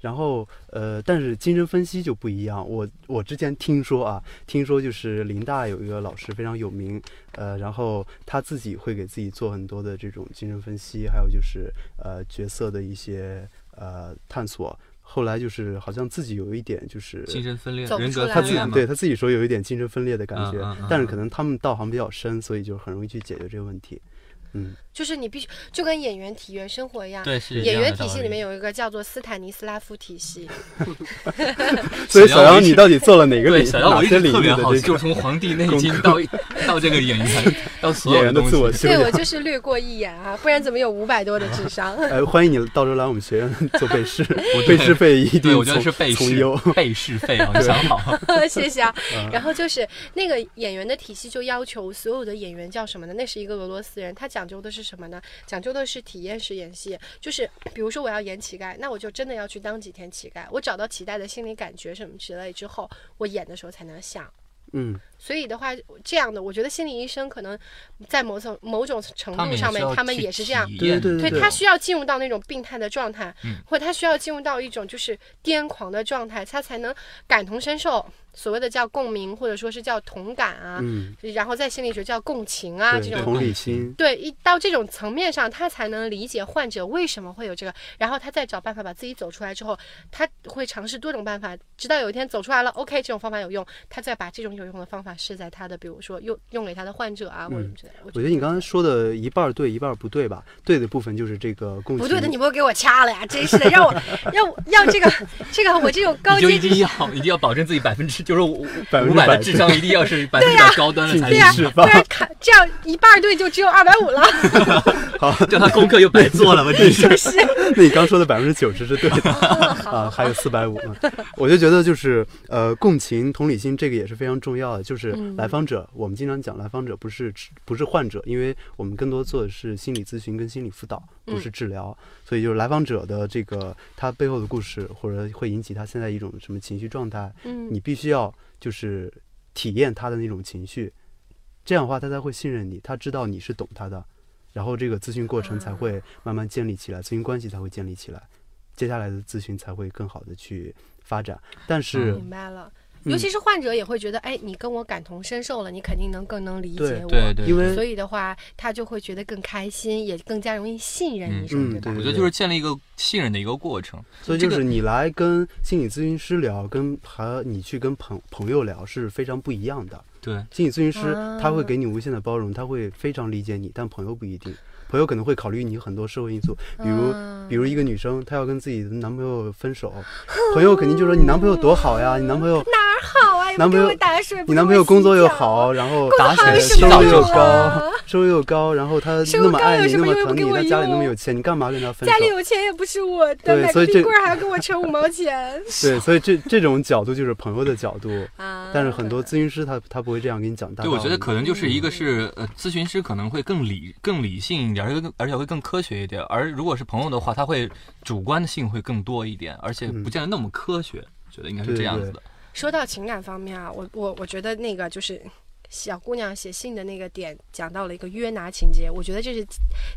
[SPEAKER 5] 然后，呃，但是精神分析就不一样。我我之前听说啊，听说就是林大有一个老师非常有名，呃，然后他自己会给自己做很多的这种精神分析，还有就是呃角色的一些呃探索。后来就是好像自己有一点就是
[SPEAKER 4] 精神分裂、
[SPEAKER 3] 走不
[SPEAKER 4] 人
[SPEAKER 3] 出
[SPEAKER 4] 格
[SPEAKER 3] 来
[SPEAKER 5] 他
[SPEAKER 4] 分
[SPEAKER 5] 自己
[SPEAKER 4] 裂嘛，
[SPEAKER 5] 对他自己说有一点精神分裂的感觉，
[SPEAKER 4] 嗯嗯嗯
[SPEAKER 5] 但是可能他们道行比较深，所以就很容易去解决这个问题。嗯，
[SPEAKER 3] 就是你必须就跟演员体验生活一样。
[SPEAKER 4] 对是
[SPEAKER 3] 演
[SPEAKER 4] 这样
[SPEAKER 3] 员
[SPEAKER 4] 的
[SPEAKER 3] 体系
[SPEAKER 4] 道
[SPEAKER 3] 里
[SPEAKER 4] 理
[SPEAKER 3] 面有一个叫做斯坦尼斯拉夫体 系，
[SPEAKER 5] 所以小
[SPEAKER 4] 我
[SPEAKER 5] 杨，
[SPEAKER 4] 一
[SPEAKER 5] 你
[SPEAKER 4] 直
[SPEAKER 5] 到底做了哪个
[SPEAKER 4] 对，
[SPEAKER 5] 领
[SPEAKER 4] 小妖
[SPEAKER 5] 哪
[SPEAKER 4] 我一
[SPEAKER 5] 些
[SPEAKER 4] 直
[SPEAKER 5] 领
[SPEAKER 4] 特
[SPEAKER 5] 域
[SPEAKER 4] 别
[SPEAKER 5] 的
[SPEAKER 4] 好奇，
[SPEAKER 5] 这
[SPEAKER 4] 就
[SPEAKER 5] 个
[SPEAKER 4] 是从黄帝内经到到这个 演员，到所有
[SPEAKER 5] 演员的
[SPEAKER 4] 东西
[SPEAKER 5] 自我修
[SPEAKER 3] 对我
[SPEAKER 5] 养？
[SPEAKER 3] 就是略过一眼啊，不然怎么有五百多的智商？
[SPEAKER 5] 呃，欢迎你到时候来我们学院 做背试，
[SPEAKER 4] 对
[SPEAKER 5] 背试费一
[SPEAKER 4] 对，
[SPEAKER 5] 定
[SPEAKER 4] 我觉得
[SPEAKER 5] 从
[SPEAKER 4] 是背
[SPEAKER 5] 从
[SPEAKER 4] 试
[SPEAKER 5] 优。
[SPEAKER 4] 背试费啊，你想 好，
[SPEAKER 3] 谢 谢啊。
[SPEAKER 4] 嗯
[SPEAKER 3] 然后就是那个演员的体系就要求所有的演员叫什么呢？那是一个俄罗斯人，他讲究的是什么呢？讲究的是体验式演戏，就是比如说我要演乞丐，那我就真的要去当几天乞丐，我找到乞丐的心理感觉什么之类之后，我演的时候才能像。
[SPEAKER 5] 嗯，
[SPEAKER 3] 所以的话，这样的，我觉得心理医生可能在某种某种程
[SPEAKER 4] 他
[SPEAKER 3] 度
[SPEAKER 4] 们
[SPEAKER 3] 上面
[SPEAKER 4] 需要，
[SPEAKER 3] 他们
[SPEAKER 4] 去
[SPEAKER 3] 也是这样
[SPEAKER 4] 体，
[SPEAKER 5] 对
[SPEAKER 4] 验
[SPEAKER 5] 对
[SPEAKER 3] 对
[SPEAKER 5] 对，
[SPEAKER 3] 他需要进入到那种病态的状态，
[SPEAKER 4] 嗯
[SPEAKER 3] 或者他需要进入到一种就是癫狂的状态，他才能感同身受，所谓的叫共鸣，或者说是叫同感啊，
[SPEAKER 5] 嗯，
[SPEAKER 3] 然后在心理学叫共情啊这
[SPEAKER 5] 对，
[SPEAKER 3] 种。
[SPEAKER 5] 同理心，
[SPEAKER 3] 对，一到这种层面上，他才能理解患者为什么会有这个，然后他再找办法把自己走出来之后，他会尝试多种办法，直到有一天走出来了，OK，这种方法有用，他再把这种有用的方法试在他的，比如说用用给他的患者啊，或者什么之类的。我
[SPEAKER 5] 嗯我觉得你刚刚说的一半儿对，一半儿不对吧？对的部分就是这个共情，
[SPEAKER 3] 不对的，你不会给我掐 了呀！真是的，让我要我要这个这个我这种高
[SPEAKER 4] 你就一
[SPEAKER 3] 阶
[SPEAKER 4] 定要一定要保证自己百分之就是五
[SPEAKER 5] 百分
[SPEAKER 4] 五
[SPEAKER 5] 之
[SPEAKER 4] 百
[SPEAKER 5] 百
[SPEAKER 4] 的智商一定 要是百分之百高端的才
[SPEAKER 3] 对啊呀、
[SPEAKER 4] 行，
[SPEAKER 5] 是
[SPEAKER 3] 不啊
[SPEAKER 5] 吧
[SPEAKER 3] 然卡这样一半儿对就只有二百 五了，
[SPEAKER 4] 叫他功课又白做了吧？真是。
[SPEAKER 3] 是
[SPEAKER 5] 那你刚说的百分之九十是对 的啊，还有四百五，我就觉得就是呃，共情、同理心这个也是非常重要的。就是
[SPEAKER 4] 嗯
[SPEAKER 5] 来访者，我们经常讲来访者不是 不是患者，因为我们更多做的是心理咨询跟心理辅导，不是治疗，
[SPEAKER 4] 嗯
[SPEAKER 5] 所以就是来访者的这个他背后的故事，或者会引起他现在一种什么情绪状态，
[SPEAKER 3] 嗯
[SPEAKER 5] 你必须要就是体验他的那种情绪，这样的话他才会信任你，他知道你是懂他的，然后这个咨询过程才
[SPEAKER 3] 啊
[SPEAKER 5] 会慢慢建立起来，咨询关系才会建立起来，接下来的咨询才会更好的去发展。但是，
[SPEAKER 3] 明白了。
[SPEAKER 5] 嗯
[SPEAKER 3] 尤其是患者也会觉得，哎，你跟我感同身受了，你肯定能更能理解
[SPEAKER 5] 对
[SPEAKER 3] 我。
[SPEAKER 4] 对对，
[SPEAKER 5] 因
[SPEAKER 3] 所
[SPEAKER 5] 为
[SPEAKER 3] 以的话，他就会觉得更开心，也更加容易信任你，
[SPEAKER 5] 嗯
[SPEAKER 3] 对吧？
[SPEAKER 5] 对
[SPEAKER 4] 我觉得就是建立一个信任的一个过程。
[SPEAKER 5] 所以
[SPEAKER 4] 这
[SPEAKER 5] 就
[SPEAKER 4] 个
[SPEAKER 5] 是你来跟心理咨询师聊，跟和你去跟朋朋友聊是非常不一样的。
[SPEAKER 4] 对，
[SPEAKER 5] 心理咨询师
[SPEAKER 3] 啊
[SPEAKER 5] 他会给你无限的包容，他会非常理解你，但朋友不一定。朋友可能会考虑你很多社会因素，比
[SPEAKER 3] 啊
[SPEAKER 5] 如、
[SPEAKER 3] 嗯
[SPEAKER 5] 比如一个女生她要跟自己的男朋友分手，朋友肯定就说你男朋友多好呀，你男朋友
[SPEAKER 3] 哪儿好啊？也不
[SPEAKER 5] 男
[SPEAKER 3] 给
[SPEAKER 5] 朋友
[SPEAKER 3] 我打水，不
[SPEAKER 5] 你
[SPEAKER 3] 给
[SPEAKER 5] 男
[SPEAKER 3] 我
[SPEAKER 5] 朋友工作又
[SPEAKER 3] 洗脚，
[SPEAKER 5] 好，然后
[SPEAKER 4] 打
[SPEAKER 3] 还有
[SPEAKER 4] 水
[SPEAKER 3] 什
[SPEAKER 4] 洗
[SPEAKER 3] 么
[SPEAKER 4] 澡
[SPEAKER 5] 收入
[SPEAKER 3] 用
[SPEAKER 5] 又
[SPEAKER 4] 就
[SPEAKER 3] 啊
[SPEAKER 5] 高， 收入又高，然后他
[SPEAKER 3] 收入
[SPEAKER 5] 那么
[SPEAKER 3] 高有
[SPEAKER 5] 爱你，
[SPEAKER 3] 什
[SPEAKER 5] 那
[SPEAKER 3] 么
[SPEAKER 5] 么
[SPEAKER 3] 用
[SPEAKER 5] 疼你，
[SPEAKER 3] 不给我
[SPEAKER 5] 他家里那么
[SPEAKER 3] 用
[SPEAKER 5] 有钱，你干嘛跟他分手
[SPEAKER 3] 家？里有钱也不是我的，
[SPEAKER 5] 对
[SPEAKER 3] 买
[SPEAKER 5] 所
[SPEAKER 3] 个
[SPEAKER 5] 以
[SPEAKER 3] 冰
[SPEAKER 5] 这
[SPEAKER 3] 棍儿还要跟我扯五毛钱
[SPEAKER 5] 对，所以这这种角度就是朋友的角度，
[SPEAKER 3] 啊！
[SPEAKER 5] 但是很多咨询师他他不会这样给你讲大
[SPEAKER 4] 对，
[SPEAKER 5] 道理。
[SPEAKER 4] 我觉得可能就是一个是呃，咨询师可能会更理更理性一点，而且更而且会更科学一点。而如果是朋友的话，他会主观性会更多一点，而且不见得那么科学。觉得应该是这样子的。
[SPEAKER 3] 说到情感方面啊，我我我觉得那个就是小姑娘写信的那个点，讲到了一个约拿情节，我觉得这是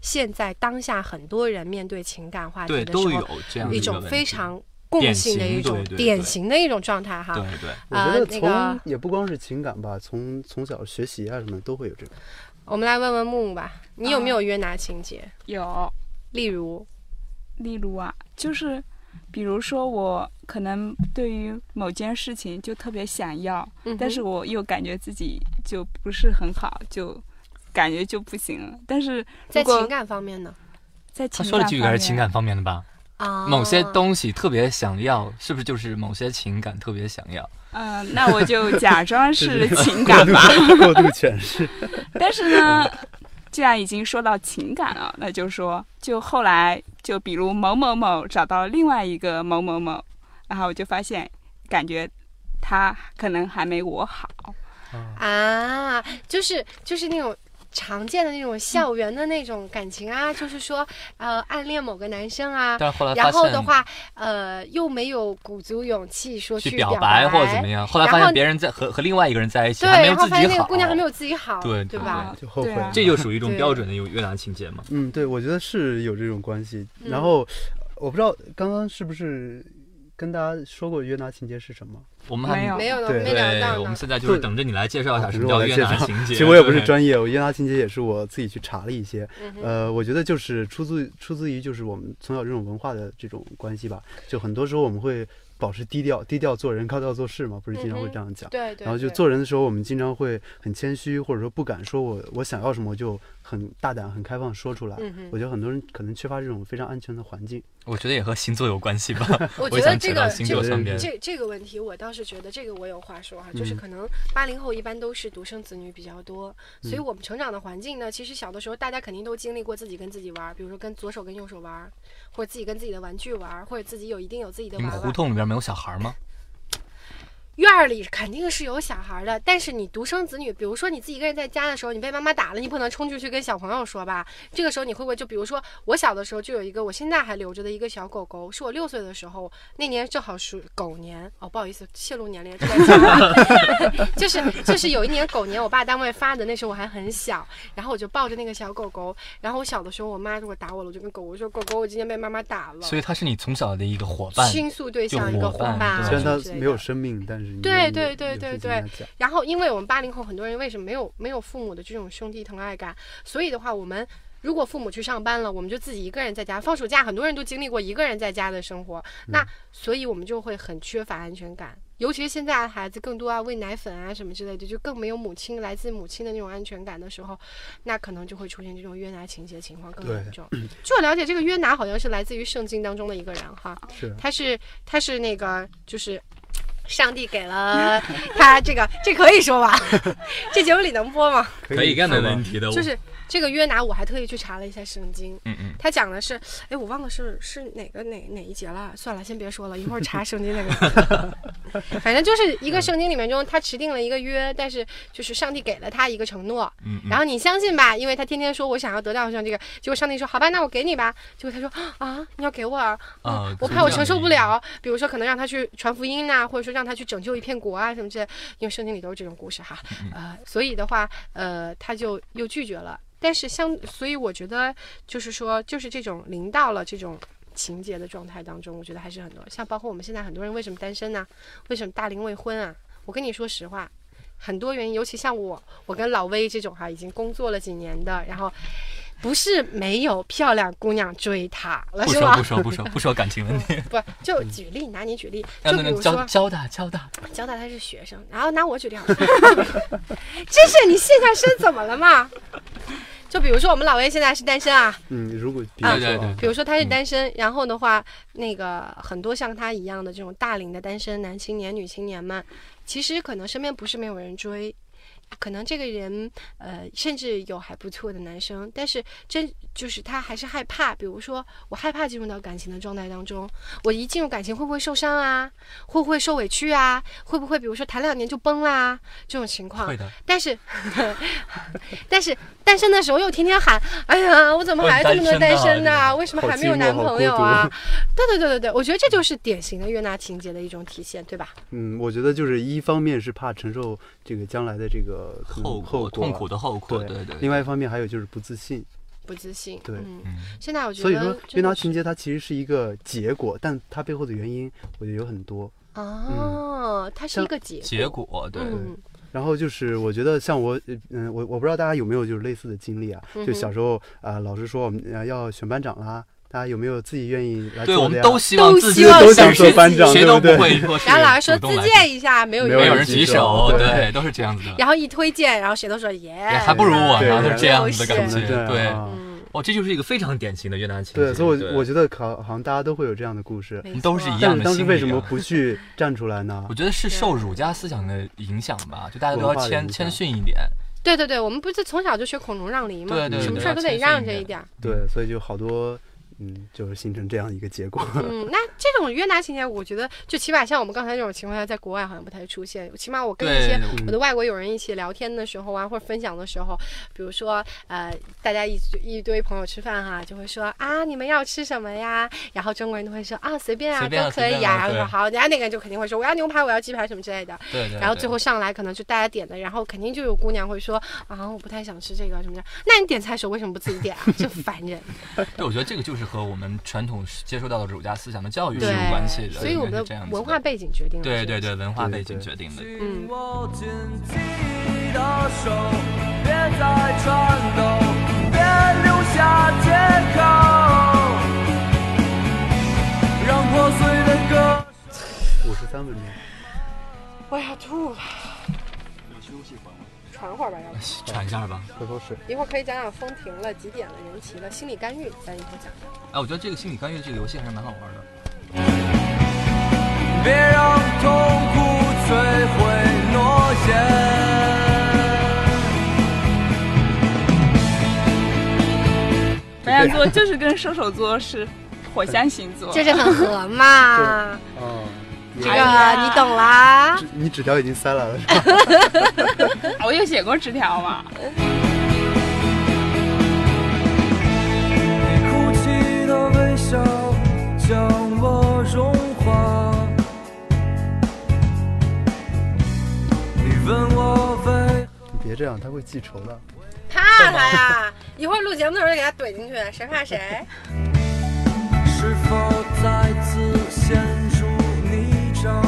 [SPEAKER 3] 现在当下很多人面对情感话题
[SPEAKER 4] 对，
[SPEAKER 3] 的
[SPEAKER 4] 都
[SPEAKER 3] 时
[SPEAKER 4] 有
[SPEAKER 3] 候
[SPEAKER 4] 这样的
[SPEAKER 3] 一
[SPEAKER 4] 个
[SPEAKER 3] 种
[SPEAKER 4] 问
[SPEAKER 3] 非
[SPEAKER 4] 题
[SPEAKER 3] 常共性的一
[SPEAKER 4] 典型
[SPEAKER 3] 种
[SPEAKER 4] 对对对
[SPEAKER 3] 典型的一种状态哈。
[SPEAKER 4] 对对。
[SPEAKER 5] 我觉得
[SPEAKER 3] 啊那
[SPEAKER 5] 从、
[SPEAKER 3] 个
[SPEAKER 5] 也不光是情感吧，从从小学习啊什么的都会有这种。
[SPEAKER 3] 我们来问问木木吧，你有没
[SPEAKER 7] 啊
[SPEAKER 3] 有约拿情节？
[SPEAKER 7] 有，
[SPEAKER 3] 例如，
[SPEAKER 7] 例如啊，就是比如说我可能对于某件事情就特别想要，
[SPEAKER 3] 嗯哼
[SPEAKER 7] 但是我又感觉自己就不是很好，就感觉就不行了。但是
[SPEAKER 3] 在
[SPEAKER 7] 如果
[SPEAKER 3] 情感方面呢？
[SPEAKER 7] 在
[SPEAKER 4] 他
[SPEAKER 7] 情
[SPEAKER 4] 啊说的这个还
[SPEAKER 7] 方
[SPEAKER 4] 是
[SPEAKER 7] 面
[SPEAKER 4] 情感方面的吧？
[SPEAKER 3] 啊，
[SPEAKER 4] 某些东西特别想要，是不是就是某些情感特别想要？
[SPEAKER 3] 啊
[SPEAKER 7] 嗯、那我就假装是情感吧。
[SPEAKER 5] 过度诠释，
[SPEAKER 7] 但是呢，既然已经说到情感了，那就说，就后来就比如某某某找到另外一个某某某，然后我就发现，感觉他可能还没我好。
[SPEAKER 3] 啊，就是就是那种常见的那种校园的那种感情啊，就是说呃暗恋某个男生啊，
[SPEAKER 4] 但是后来发
[SPEAKER 3] 然后
[SPEAKER 4] 现
[SPEAKER 3] 的话呃又没有鼓足勇气说
[SPEAKER 4] 去
[SPEAKER 3] 表
[SPEAKER 4] 表白或者怎么样，后来发
[SPEAKER 3] 然后
[SPEAKER 4] 现别人在和和另外一个人在一起，
[SPEAKER 3] 对，
[SPEAKER 4] 还没有
[SPEAKER 3] 然后
[SPEAKER 4] 自
[SPEAKER 3] 发现
[SPEAKER 4] 己
[SPEAKER 3] 那个
[SPEAKER 4] 好。
[SPEAKER 3] 姑娘还没有自己好，
[SPEAKER 4] 对
[SPEAKER 3] 对
[SPEAKER 4] 对
[SPEAKER 3] 吧？
[SPEAKER 5] 就后悔
[SPEAKER 7] 对啊
[SPEAKER 5] 了。
[SPEAKER 4] 这就属于一种
[SPEAKER 3] 对
[SPEAKER 4] 标准的有越南情节嘛？
[SPEAKER 5] 嗯，对，我觉得是有这种关系。
[SPEAKER 3] 嗯
[SPEAKER 5] 然后我不知道刚刚是不是跟大家说过约拿情节是什么？
[SPEAKER 4] 我们还
[SPEAKER 7] 没有
[SPEAKER 3] 没有呢，
[SPEAKER 5] 对
[SPEAKER 3] 没聊
[SPEAKER 4] 对，
[SPEAKER 3] 到
[SPEAKER 4] 我们
[SPEAKER 3] 呢。
[SPEAKER 4] 现在就是
[SPEAKER 5] 对
[SPEAKER 4] 等着你来介绍一下
[SPEAKER 5] 啊
[SPEAKER 4] 什
[SPEAKER 5] 等
[SPEAKER 4] 么
[SPEAKER 5] 着我
[SPEAKER 4] 叫
[SPEAKER 5] 来
[SPEAKER 4] 越
[SPEAKER 5] 介
[SPEAKER 4] 南
[SPEAKER 5] 绍
[SPEAKER 4] 情 节。
[SPEAKER 5] 其实我也不是
[SPEAKER 4] 对
[SPEAKER 5] 专业，我约拿情节也是我自己去查了一些。
[SPEAKER 3] 嗯哼
[SPEAKER 5] 呃，我觉得就是出自出自于就是我们从小这种文化的这种关系吧。就很多时候我们会保持低调，低调做人，高调做事嘛，不是经常会
[SPEAKER 3] 嗯哼
[SPEAKER 5] 这样讲。
[SPEAKER 3] 对对，
[SPEAKER 5] 然后就
[SPEAKER 3] 对，
[SPEAKER 5] 做人的时候，我们经常会很谦虚，或者说不敢说我我想要什么，我就很大胆、很开放地说出来。
[SPEAKER 3] 嗯哼
[SPEAKER 5] 我觉得很多人可能缺乏这种非常安全的环境。
[SPEAKER 4] 我觉得也和星座有关系吧。
[SPEAKER 3] 我
[SPEAKER 4] 我
[SPEAKER 3] 觉
[SPEAKER 4] 也
[SPEAKER 3] 得
[SPEAKER 4] 想
[SPEAKER 3] 这
[SPEAKER 4] 扯
[SPEAKER 3] 个
[SPEAKER 4] 到
[SPEAKER 3] 这
[SPEAKER 4] 星座
[SPEAKER 3] 个
[SPEAKER 4] 上面。
[SPEAKER 3] 这这个问题，我倒是觉得这个我有话说哈、就是
[SPEAKER 5] 嗯
[SPEAKER 3] 可能八零后一般都是独生子女比较多，所以
[SPEAKER 4] 嗯
[SPEAKER 3] 我们成长的环境呢，其实小的时候大家肯定都经历过自己跟自己玩儿，比如说跟左手跟右手玩儿，或者自己跟自己的玩具玩儿，或者自己有一定有自己的
[SPEAKER 4] 你
[SPEAKER 3] 娃
[SPEAKER 4] 们
[SPEAKER 3] 娃。
[SPEAKER 4] 胡同里边没有小孩吗？
[SPEAKER 3] 院儿里肯定是有小孩的，但是你独生子女，比如说你自己一个人在家的时候，你被妈妈打了，你不能冲出去跟小朋友说吧？这个时候你会不会就比如说我小的时候就有一个我现在还留着的一个小狗狗，是我六岁的时候，那年正好是狗年哦，不好意思泄露年龄，这个就是 就是有一年狗年，我爸单位发的，那时候我还很小，然后我就抱着那个小狗哦狗，然后我小的时候我妈如果打我了，我就跟狗狗说狗狗我今天被妈妈打了，
[SPEAKER 4] 所以他是你从小的一个伙伴，
[SPEAKER 3] 倾诉对
[SPEAKER 4] 就
[SPEAKER 3] 象一个
[SPEAKER 4] 伙
[SPEAKER 3] 伙
[SPEAKER 4] 伴
[SPEAKER 3] 伴，
[SPEAKER 4] 对
[SPEAKER 5] 虽然
[SPEAKER 3] 他
[SPEAKER 5] 它没有生命，但是你
[SPEAKER 3] 对
[SPEAKER 5] 愿意
[SPEAKER 3] 对对
[SPEAKER 5] 有
[SPEAKER 3] 对
[SPEAKER 5] 事情
[SPEAKER 3] 对
[SPEAKER 5] 跟它讲
[SPEAKER 3] 然后，因为我们八零后很多人为什么没有没有父母的这种兄弟疼爱感，所以的话，我们如果父母去上班了，我们就自己一个人在家。放暑假，很多人都经历过一个人在家的生活，
[SPEAKER 5] 嗯
[SPEAKER 3] 那所以我们就会很缺乏安全感。尤其是现在的孩子更多啊喂奶粉啊什么之类的，就更没有母亲来自母亲的那种安全感的时候，那可能就会出现这种约拿情节情况更
[SPEAKER 5] 对
[SPEAKER 3] 严重。据我了解，这个约拿好像是来自于圣经当中的一个人哈，
[SPEAKER 5] 是
[SPEAKER 3] 他是他是那个就是。上帝给 了他这个，这可以说吧？这节目里能播吗？
[SPEAKER 4] 可以，应该没问题的。我
[SPEAKER 3] 就是这个约拿，我还特意去查了一下圣经，
[SPEAKER 4] 嗯嗯，
[SPEAKER 3] 他讲的是，哎，我忘了是是哪个哪哪一节了，算了，先别说了，一会儿查圣经那个。反正就是一个圣经里面中，他持定了一个约，但是就是上帝给了他一个承诺，
[SPEAKER 4] 嗯
[SPEAKER 3] 然后你相信吧，因为他天天说我想要得到像这个，结果上帝说好吧，那我给你吧，结果他说 啊，你要给我啊，
[SPEAKER 4] 啊
[SPEAKER 3] 我
[SPEAKER 4] 是
[SPEAKER 3] 怕我
[SPEAKER 4] 这样
[SPEAKER 3] 承
[SPEAKER 4] 的
[SPEAKER 3] 受
[SPEAKER 4] 一
[SPEAKER 3] 不
[SPEAKER 4] 个
[SPEAKER 3] 了，比如说可能让他去传福音呐、或者说让他去拯救一片国啊什么之类，因为圣经里都是这种故事哈，
[SPEAKER 4] 嗯
[SPEAKER 3] 呃，所以的话，呃，他就又拒绝了。但是相，所以我觉得就是说，就是这种临到了这种情节的状态当中，我觉得还是很多，像包括我们现在很多人为什么单身呢、为什么大龄未婚啊？我跟你说实话，很多原因，尤其像我，我跟老威这种哈、已经工作了几年的，然后不是没有漂亮姑娘追他了，
[SPEAKER 4] 不
[SPEAKER 3] 是
[SPEAKER 4] 说
[SPEAKER 3] 吧
[SPEAKER 4] 不？说不说不说感 情问题，
[SPEAKER 3] 不，就举例，拿你举例，
[SPEAKER 4] 嗯让
[SPEAKER 3] 就比
[SPEAKER 4] 他们
[SPEAKER 3] 如
[SPEAKER 4] 交
[SPEAKER 3] 说
[SPEAKER 4] 交代交代。
[SPEAKER 3] 交代他是学生，然后拿我举例好了， 真是你现象生怎么了嘛？就比如说我们老威现在是单身啊，
[SPEAKER 5] 嗯，如果比
[SPEAKER 3] 啊
[SPEAKER 5] 如说
[SPEAKER 4] 对对
[SPEAKER 5] 啊
[SPEAKER 3] 比如说他是单身，然后的话，那个很多像他一样的这种大龄的单身男青年、女青年们，其实可能身边不是没有人追，可能这个人呃，甚至有还不错的男生，但是真就是他还是害怕，比如说我害怕进入到感情的状态当中，我一进入感情会不会受伤啊？会不会受委屈啊？会不会比如说谈两年就崩啦、这种情况
[SPEAKER 4] 会，的，
[SPEAKER 3] 但是 但是单身的时候又天天喊，哎呀，我怎
[SPEAKER 5] 哦
[SPEAKER 3] 么还有这么多
[SPEAKER 5] 啊
[SPEAKER 3] 单身呢、为什么还没有男朋友啊？对对对对对，我觉得这就是典型的约纳情节的一种体现，对吧？
[SPEAKER 5] 嗯，我觉得就是一方面是怕承受这个将来的这个可能
[SPEAKER 4] 后
[SPEAKER 5] 后
[SPEAKER 4] 果痛苦
[SPEAKER 5] 的，
[SPEAKER 4] 的后果，
[SPEAKER 5] 对
[SPEAKER 4] 对对。
[SPEAKER 5] 另外一方面还有就是不自信，
[SPEAKER 3] 不自信，
[SPEAKER 5] 对
[SPEAKER 3] 嗯，
[SPEAKER 4] 嗯，
[SPEAKER 3] 现在我觉得
[SPEAKER 5] 所以说
[SPEAKER 3] 真
[SPEAKER 5] 约
[SPEAKER 3] 的
[SPEAKER 5] 拿
[SPEAKER 3] 是
[SPEAKER 5] 情节它其实是一个结果，但它背后的原因我觉得有很多。
[SPEAKER 3] 哦，
[SPEAKER 5] 嗯
[SPEAKER 3] 它是一个结
[SPEAKER 4] 结果对，
[SPEAKER 3] 嗯，
[SPEAKER 5] 然后就是我觉得像我，呃嗯，我我不知道大家有没有就是类似的经历啊，
[SPEAKER 3] 嗯哼
[SPEAKER 5] 就小时候啊、呃老师说我们、呃要选班长啦，大家有没有自己愿意来
[SPEAKER 4] 对
[SPEAKER 5] 做
[SPEAKER 4] 我
[SPEAKER 5] 的
[SPEAKER 4] 们
[SPEAKER 5] 呀
[SPEAKER 4] 都希望自己
[SPEAKER 3] 都希望
[SPEAKER 5] 都
[SPEAKER 4] 但
[SPEAKER 5] 想
[SPEAKER 4] 是
[SPEAKER 5] 做班长，
[SPEAKER 4] 谁
[SPEAKER 5] 对
[SPEAKER 4] 都
[SPEAKER 5] 不
[SPEAKER 4] 不
[SPEAKER 5] 对？
[SPEAKER 4] 会说是
[SPEAKER 3] 然后老师说
[SPEAKER 4] 主
[SPEAKER 3] 自
[SPEAKER 4] 动来
[SPEAKER 3] 荐一下，没有
[SPEAKER 5] 没
[SPEAKER 4] 没有
[SPEAKER 5] 有
[SPEAKER 4] 人
[SPEAKER 5] 人
[SPEAKER 4] 举
[SPEAKER 5] 举
[SPEAKER 4] 手
[SPEAKER 5] 手，
[SPEAKER 4] 对，
[SPEAKER 5] 对
[SPEAKER 4] 都是这样子的，
[SPEAKER 3] 然后一推荐，然后谁都说耶，
[SPEAKER 4] 也还不如我，
[SPEAKER 5] 哎对
[SPEAKER 4] 然后就是这样子的
[SPEAKER 3] 对
[SPEAKER 4] 感觉，
[SPEAKER 5] 对
[SPEAKER 4] 对，
[SPEAKER 5] 啊
[SPEAKER 3] 嗯，
[SPEAKER 4] 哦，这就是一个非常典型的越南情节，
[SPEAKER 5] 对，所以我我觉得好好像大家都会有这样的故事，
[SPEAKER 3] 没
[SPEAKER 4] 都是
[SPEAKER 3] 错
[SPEAKER 4] 一
[SPEAKER 5] 但
[SPEAKER 4] 样的
[SPEAKER 5] 是当时
[SPEAKER 4] 心
[SPEAKER 5] 为
[SPEAKER 4] 理
[SPEAKER 5] 什么
[SPEAKER 4] 啊
[SPEAKER 5] 不 去站出来呢
[SPEAKER 4] 我？觉得是受儒家思想的影响吧，就大家都要
[SPEAKER 5] 文化的
[SPEAKER 4] 谦
[SPEAKER 5] 影响
[SPEAKER 4] 谦逊一点，
[SPEAKER 3] 对对对，我们不是从小就学孔融让梨吗？
[SPEAKER 4] 对对对
[SPEAKER 3] 什么
[SPEAKER 4] 对
[SPEAKER 3] 事儿都得
[SPEAKER 4] 要谦逊
[SPEAKER 3] 让
[SPEAKER 4] 一
[SPEAKER 3] 着一
[SPEAKER 4] 点
[SPEAKER 3] 点儿。
[SPEAKER 5] 对，所以就好多，嗯，就是形成这样一个 结果。
[SPEAKER 3] 嗯，那这种约拿情节，我觉得就起码像我们刚才这种情况下，在国外好像不太出现。起码我跟一
[SPEAKER 4] 对
[SPEAKER 3] 些
[SPEAKER 5] 嗯
[SPEAKER 3] 我的外国友人一起聊天的时候啊，或者分享的时候，比如说呃，大家一一堆朋友吃饭哈、就会说啊，你们要吃什么呀？然后中国人都会说啊，随便啊，
[SPEAKER 4] 随便啊
[SPEAKER 3] 都可以
[SPEAKER 4] 随便
[SPEAKER 3] 呀、
[SPEAKER 4] 啊
[SPEAKER 3] 然后说
[SPEAKER 4] 对
[SPEAKER 3] 好，人家那个人就肯定会说我要牛排，我要鸡排什么之类的。
[SPEAKER 4] 对对，
[SPEAKER 3] 然后
[SPEAKER 4] 对
[SPEAKER 3] 最后上来可能就大家点的，然后肯定就有姑娘会说啊，我不太想吃这个什么的。那你点菜时候为什么不自己点啊？真烦人。
[SPEAKER 4] 对，我觉得这个就是和我们传统接受到的儒家思想的教育 是
[SPEAKER 3] 对
[SPEAKER 4] 有关系的，
[SPEAKER 3] 所以我们
[SPEAKER 4] 应该是这
[SPEAKER 3] 的
[SPEAKER 4] 样子
[SPEAKER 3] 文化背景决定了。
[SPEAKER 4] 对对对，文化
[SPEAKER 5] 对
[SPEAKER 4] 背景
[SPEAKER 5] 对
[SPEAKER 4] 决定的。
[SPEAKER 3] 嗯
[SPEAKER 10] 紧握紧自己的手，别再颤抖，别留下借口，让破碎的歌。
[SPEAKER 5] 五十三分钟，
[SPEAKER 3] 我要吐了。喘会儿吧，要不
[SPEAKER 4] 哎喘一下吧。
[SPEAKER 5] 喝口水。
[SPEAKER 3] 一会儿可以讲讲风停了、几点了、人齐了、心理干预，咱一会儿讲。
[SPEAKER 4] 哎，我觉得这个心理干预这个游戏还是蛮好玩的。
[SPEAKER 10] 别让痛苦摧毁诺言。
[SPEAKER 7] 白羊座就是跟射手座是火象星座， 哎
[SPEAKER 3] 这是很和嘛？
[SPEAKER 5] 哦，
[SPEAKER 3] 这个你懂啦。
[SPEAKER 5] 纸你纸条已经塞来了，是吧？
[SPEAKER 7] 我有写过纸条嘛？
[SPEAKER 10] 你哭泣的微笑将我融化。你问我为
[SPEAKER 5] 你别这样，他会记仇的。
[SPEAKER 3] 怕他呀！一会儿录节目的时候就给他怼进去，谁怕 谁？
[SPEAKER 10] 是否再次陷入泥沼？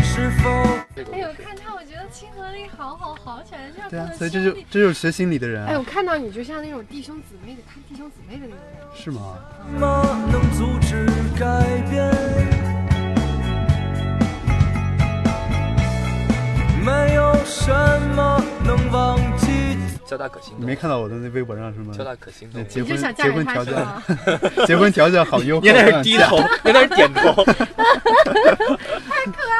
[SPEAKER 10] 是否
[SPEAKER 12] 哎呦，看他，我觉得亲和力好好好起来，这样
[SPEAKER 5] 对啊，
[SPEAKER 12] 不
[SPEAKER 5] 所以
[SPEAKER 12] 能
[SPEAKER 5] 这
[SPEAKER 12] 心
[SPEAKER 5] 就
[SPEAKER 12] 里
[SPEAKER 5] 这就是学心理的人
[SPEAKER 3] 哎，
[SPEAKER 5] 啊
[SPEAKER 3] 我，看到你就像那种弟兄姊妹的，看弟兄姊妹的那种感觉。
[SPEAKER 5] 是吗？
[SPEAKER 10] 什么能阻止改变？没有什么能忘记。
[SPEAKER 4] 交大可心
[SPEAKER 5] 你
[SPEAKER 4] 动，
[SPEAKER 5] 没看到我的那微博上什么
[SPEAKER 4] 交？大可心
[SPEAKER 5] 那
[SPEAKER 4] 动。
[SPEAKER 5] 结
[SPEAKER 12] 你就
[SPEAKER 5] 婚
[SPEAKER 12] 想嫁
[SPEAKER 5] 结
[SPEAKER 12] 给
[SPEAKER 5] 婚
[SPEAKER 12] 他
[SPEAKER 5] 条
[SPEAKER 12] 是
[SPEAKER 5] 件，
[SPEAKER 12] 吗？
[SPEAKER 5] 结婚条件好优厚，
[SPEAKER 4] 你在 那儿低
[SPEAKER 5] 嗯
[SPEAKER 4] 头，你在那儿点头。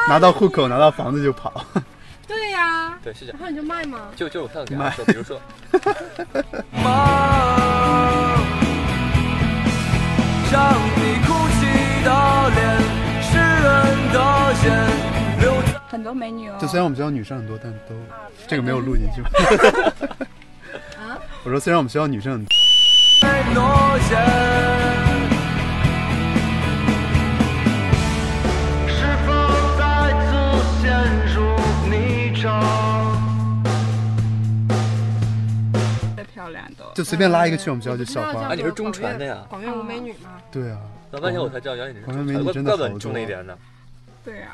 [SPEAKER 5] 拿到户口，拿到房子就跑。
[SPEAKER 3] 对呀、
[SPEAKER 4] 对，是这样。
[SPEAKER 3] 然后你就卖吗？
[SPEAKER 4] 就啊就我上次跟 他说，比如说，
[SPEAKER 10] 妈，让你哭泣的脸，湿润的眼，留在
[SPEAKER 7] 很多美女哦。
[SPEAKER 5] 就虽然我们学校女生很多，但都这个没有录进去。
[SPEAKER 12] 啊
[SPEAKER 5] 我说虽然我们学校女生很多，
[SPEAKER 10] 诺言。是否再次陷入泥沼？
[SPEAKER 7] 的漂亮都。
[SPEAKER 5] 就随便拉一个去我们学校就校
[SPEAKER 3] 叫
[SPEAKER 5] 花
[SPEAKER 4] 啊。你是中传的呀
[SPEAKER 3] 广院舞美女吗？
[SPEAKER 5] 对啊，
[SPEAKER 4] 老半天我才知道原来你是
[SPEAKER 5] 我
[SPEAKER 4] 中
[SPEAKER 5] 们美
[SPEAKER 4] 传，
[SPEAKER 5] 女
[SPEAKER 4] 怪
[SPEAKER 5] 真
[SPEAKER 4] 怪
[SPEAKER 5] 的
[SPEAKER 4] 不
[SPEAKER 5] 好
[SPEAKER 4] 得
[SPEAKER 5] 多
[SPEAKER 4] 你中了一点呢。
[SPEAKER 7] 对啊呀、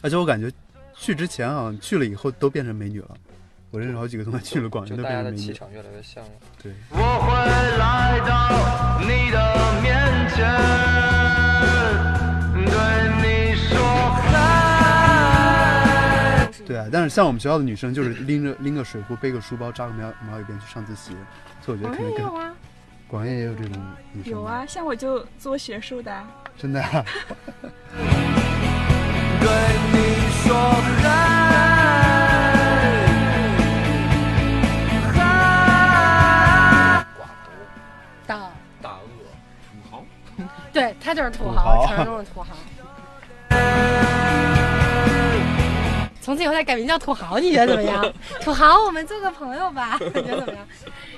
[SPEAKER 5] 而且我感觉去之前好像去了以后都变成美女了。我认识好几个同学去了广
[SPEAKER 4] 就
[SPEAKER 5] 院都
[SPEAKER 4] 大
[SPEAKER 5] 变
[SPEAKER 4] 家
[SPEAKER 5] 成
[SPEAKER 4] 的
[SPEAKER 5] 美
[SPEAKER 4] 气
[SPEAKER 5] 女。
[SPEAKER 4] 场越来越像了。
[SPEAKER 5] 对，
[SPEAKER 10] 我会来到你的面前，对你说嗨。
[SPEAKER 5] 对啊，但是像我们学校的女生就是拎着拎个水壶，背个书包，扎个马马尾辫去上自习，所以我觉得可能跟
[SPEAKER 7] 啊，
[SPEAKER 5] 广院也有这种女生。
[SPEAKER 7] 有，啊，像我就做学术的啊，
[SPEAKER 5] 真的 啊。
[SPEAKER 10] 对你说嗨，嗨。
[SPEAKER 3] 到，
[SPEAKER 4] 大鳄，
[SPEAKER 3] 对他就是土
[SPEAKER 5] 土
[SPEAKER 3] 豪，
[SPEAKER 5] 豪
[SPEAKER 3] 传说中的土豪。从此以后他改名叫土豪，你觉得怎么 样？土豪，我们做个朋友吧，你觉得怎么样？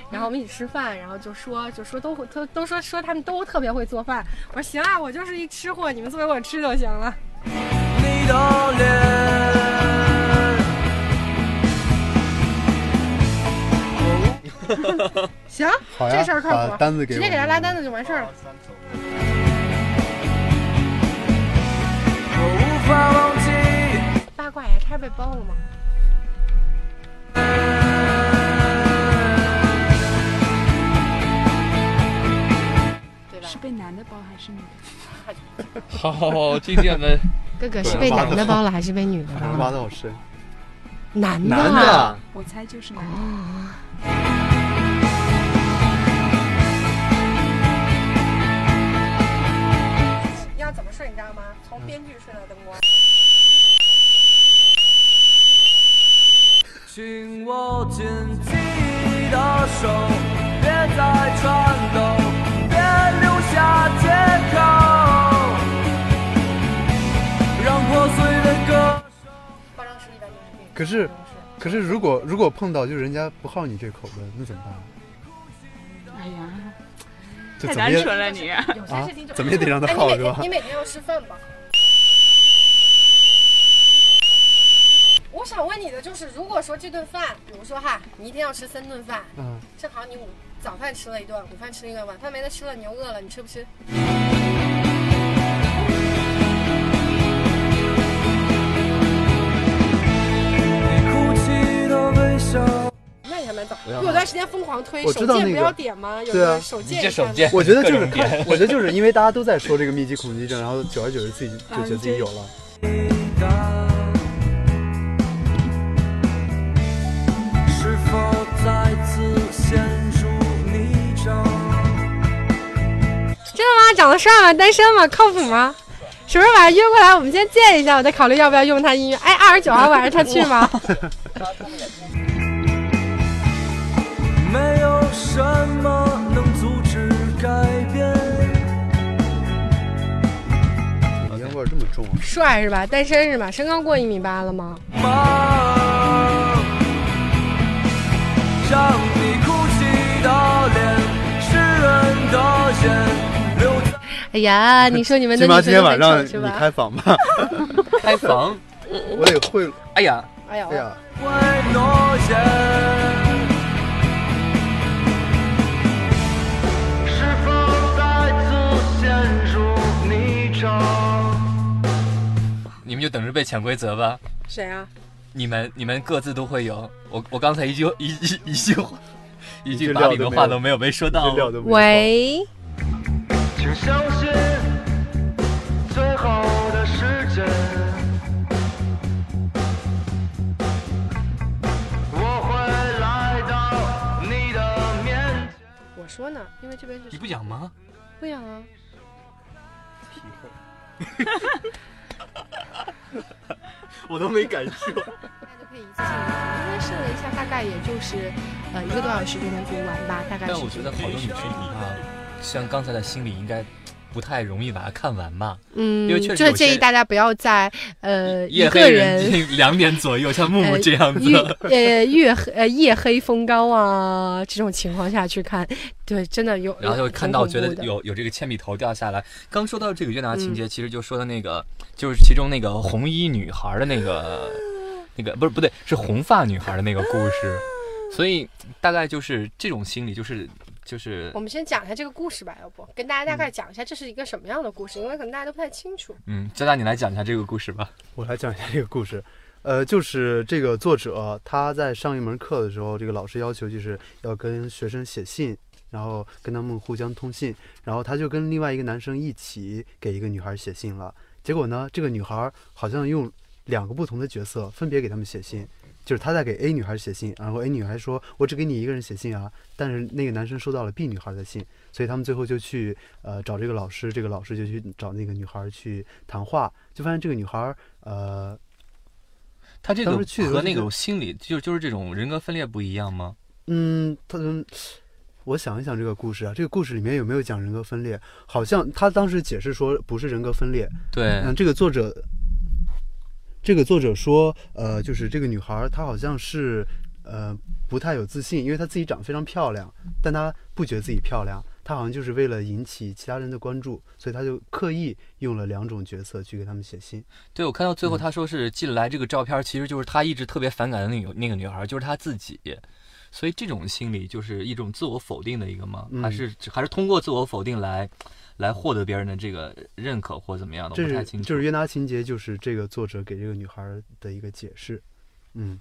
[SPEAKER 3] 然后我们一起吃饭，然后就说就说都会都都说说他们都特别会做饭。我说行啊，我就是一吃货，你们做给我吃就 行了。
[SPEAKER 10] 你的脸，
[SPEAKER 3] 行，
[SPEAKER 5] 好呀
[SPEAKER 3] 这事儿靠
[SPEAKER 5] 把
[SPEAKER 3] 谱，
[SPEAKER 5] 单子给
[SPEAKER 3] 直接
[SPEAKER 5] 我
[SPEAKER 3] 给他
[SPEAKER 5] 们
[SPEAKER 3] 拉单子就完事儿了。
[SPEAKER 10] 我无法忘记。
[SPEAKER 3] 八卦呀，差点被包了吗？对吧
[SPEAKER 7] 是？被男的包还是女的？
[SPEAKER 4] 好，哦这点的
[SPEAKER 3] 哥哥是被男 的包了还是被女的包
[SPEAKER 5] 挖
[SPEAKER 3] 了？
[SPEAKER 5] 的好深，
[SPEAKER 3] 男的啊，
[SPEAKER 4] 男的，
[SPEAKER 7] 我猜就是男的。
[SPEAKER 3] 要怎么睡你知道吗？从编剧睡到灯光。
[SPEAKER 10] 请握紧自己的手，别再颤抖，别留下借口，让破碎的歌。
[SPEAKER 3] 化妆师一般就是这样
[SPEAKER 5] 可是可是如果如果碰到就是人家不好你这口的，那怎么办？啊
[SPEAKER 7] 哎呀，
[SPEAKER 5] 就怎
[SPEAKER 7] 太
[SPEAKER 5] 么
[SPEAKER 7] 单
[SPEAKER 5] 也
[SPEAKER 7] 纯了你。
[SPEAKER 3] 有
[SPEAKER 5] 啊
[SPEAKER 3] 些事情就，
[SPEAKER 5] 怎么也得让他
[SPEAKER 3] 哎，
[SPEAKER 5] 好
[SPEAKER 3] 你
[SPEAKER 5] 是
[SPEAKER 3] 每
[SPEAKER 5] 吧
[SPEAKER 3] 天你？每天要吃饭吧？我想问你的就是，如果说这顿饭，比如说哈，你一天要吃三顿饭，
[SPEAKER 5] 嗯，
[SPEAKER 3] 正好你午早饭吃了一顿，午饭吃了一顿，晚饭没得吃了，你又饿了，你吃不吃？
[SPEAKER 10] 你哭泣的微笑，
[SPEAKER 3] 那你还蛮早，
[SPEAKER 4] 我要
[SPEAKER 3] 有段时间疯狂推
[SPEAKER 5] 我
[SPEAKER 3] 手
[SPEAKER 5] 知道
[SPEAKER 3] 贱
[SPEAKER 5] 那
[SPEAKER 3] 不
[SPEAKER 5] 个
[SPEAKER 3] 要点吗？有
[SPEAKER 5] 对啊
[SPEAKER 3] 个手
[SPEAKER 4] 你
[SPEAKER 3] 贱
[SPEAKER 4] 这
[SPEAKER 3] 一下
[SPEAKER 4] 手
[SPEAKER 3] 子
[SPEAKER 4] 贱，
[SPEAKER 5] 我觉得就
[SPEAKER 4] 各
[SPEAKER 5] 是
[SPEAKER 4] 种
[SPEAKER 5] 看
[SPEAKER 4] 点，
[SPEAKER 5] 我觉得就是因为大家都在说这个密集恐惧症，然后久而久之自己
[SPEAKER 9] 啊
[SPEAKER 5] 就觉得自己有了。
[SPEAKER 10] 是否再次陷入泥沼？
[SPEAKER 3] 真的吗？长得帅吗？单身吗？靠谱吗？什么时候把他约过来，我们先见一下，我再考虑要不要用他音乐。哎，二十九号晚上他去吗？
[SPEAKER 10] 没有什么能阻止
[SPEAKER 5] 味儿这么重啊？
[SPEAKER 3] 帅是吧？单身是吧？身高过一米八了吗？
[SPEAKER 10] 让你哭泣的脸，湿润的眼，留在
[SPEAKER 9] 哎 呀，你说你们的
[SPEAKER 5] 金
[SPEAKER 9] 女
[SPEAKER 5] 妈
[SPEAKER 9] 生
[SPEAKER 5] 今天
[SPEAKER 9] 都
[SPEAKER 5] 晚
[SPEAKER 9] 很
[SPEAKER 5] 上
[SPEAKER 9] 丑是
[SPEAKER 5] 你
[SPEAKER 9] 吧？
[SPEAKER 5] 开房吧，
[SPEAKER 4] 开房，
[SPEAKER 5] 我得会。
[SPEAKER 4] 哎呀，
[SPEAKER 3] 哎呀
[SPEAKER 5] 哎，呀，
[SPEAKER 10] 怀诺言。是否再次陷入泥沼？
[SPEAKER 4] 你们就等着被潜规则吧。
[SPEAKER 3] 谁啊？
[SPEAKER 4] 你们你们各自都会有。我我刚才一句一一一句话，一
[SPEAKER 5] 一句
[SPEAKER 4] 句
[SPEAKER 5] 料
[SPEAKER 4] 把你
[SPEAKER 5] 都
[SPEAKER 4] 们
[SPEAKER 5] 没
[SPEAKER 4] 话
[SPEAKER 5] 有
[SPEAKER 4] 都没有被说
[SPEAKER 5] 这
[SPEAKER 4] 到。
[SPEAKER 5] 料都没有。
[SPEAKER 9] 喂，
[SPEAKER 10] 请相信，最好的时间，我会来到你的面前。
[SPEAKER 3] 我说呢，因为这边
[SPEAKER 4] 你
[SPEAKER 3] 是
[SPEAKER 4] 不讲吗？
[SPEAKER 3] 不痒 啊。
[SPEAKER 5] 我都没敢说。
[SPEAKER 3] 那就可以一次性的，因为设了一下，大概也就是呃一个多小时就能读完吧，大概是。
[SPEAKER 4] 但我觉得好多女生恐怕，像刚才的心理应该不太容易把它看完吧。
[SPEAKER 9] 嗯
[SPEAKER 4] 因为确，实
[SPEAKER 9] 就是
[SPEAKER 4] 有些
[SPEAKER 9] 建议大家不要在呃一
[SPEAKER 4] 夜
[SPEAKER 9] 个
[SPEAKER 4] 黑
[SPEAKER 9] 人。
[SPEAKER 4] 人两点左右，像木木这样
[SPEAKER 9] 月
[SPEAKER 4] 子。
[SPEAKER 9] 呃月黑呃夜黑风高啊，这种情况下去看，对，真的有。
[SPEAKER 4] 然后就
[SPEAKER 9] 挺
[SPEAKER 4] 看到
[SPEAKER 9] 恐
[SPEAKER 4] 觉
[SPEAKER 9] 怖
[SPEAKER 4] 得
[SPEAKER 9] 的嗯
[SPEAKER 4] 有有这个铅笔头掉下来。刚说到这个约拿情节，其实就说的那个，就是其中那个红衣女孩的那个， 那个不是不对，是红发女孩的那个故事。所以大概就是这种心理，就是就是
[SPEAKER 3] 我们先讲一下这个故事吧，要不跟大家大概讲一下这是一个什么样的故事，因为可能大家都不太清楚。
[SPEAKER 4] 嗯，佳佳你来讲一下这个故事吧。
[SPEAKER 5] 我来讲一下这个故事。 呃，就是这个作者他在上一门课的时候，这个老师要求就是要跟学生写信，然后跟他们互相通信，然后他就跟另外一个男生一起给一个女孩写信了。结果呢，这个女孩好像用两个不同的角色分别给他们写信，就是他在给 A 女孩写信，然后 A 女孩说：“我只给你一个人写信啊。”但是那个男生收到了 B 女孩的信，所以他们最后就去呃找这个老师，这个老师就去找那个女孩去谈话，就发现这个女孩呃
[SPEAKER 4] 他这
[SPEAKER 5] 当
[SPEAKER 4] 个
[SPEAKER 5] 时去的时候
[SPEAKER 4] 和那
[SPEAKER 5] 就
[SPEAKER 4] 种心理，就就是这种人格分裂不一样吗？
[SPEAKER 5] 嗯，他嗯我想一想这个故事啊，这个故事里面有没有讲人格分裂？好像他当时解释说不是人格分裂，
[SPEAKER 4] 对，
[SPEAKER 5] 嗯，这个作者，这个作者说，呃，就是这个女孩儿她好像是呃不太有自信，因为她自己长得非常漂亮，但她不觉得自己漂亮，她好像就是为了引起其他人的关注，所以她就刻意用了两种角色去给他们写信。
[SPEAKER 4] 对我看到最
[SPEAKER 5] 嗯
[SPEAKER 4] 后他说是寄来这个照片，其实就是他一直特别反感的那个那个女孩，就是他自己。所以这种心理就是一种自我否定的一个吗？
[SPEAKER 5] 嗯
[SPEAKER 4] 还是还是通过自我否定来来获得别人的这个认可或怎么样的？我
[SPEAKER 5] 这
[SPEAKER 4] 不太
[SPEAKER 5] 是
[SPEAKER 4] 清楚。
[SPEAKER 5] 就是约拿情节，就是这个作者给这个女孩儿的一个解释。嗯，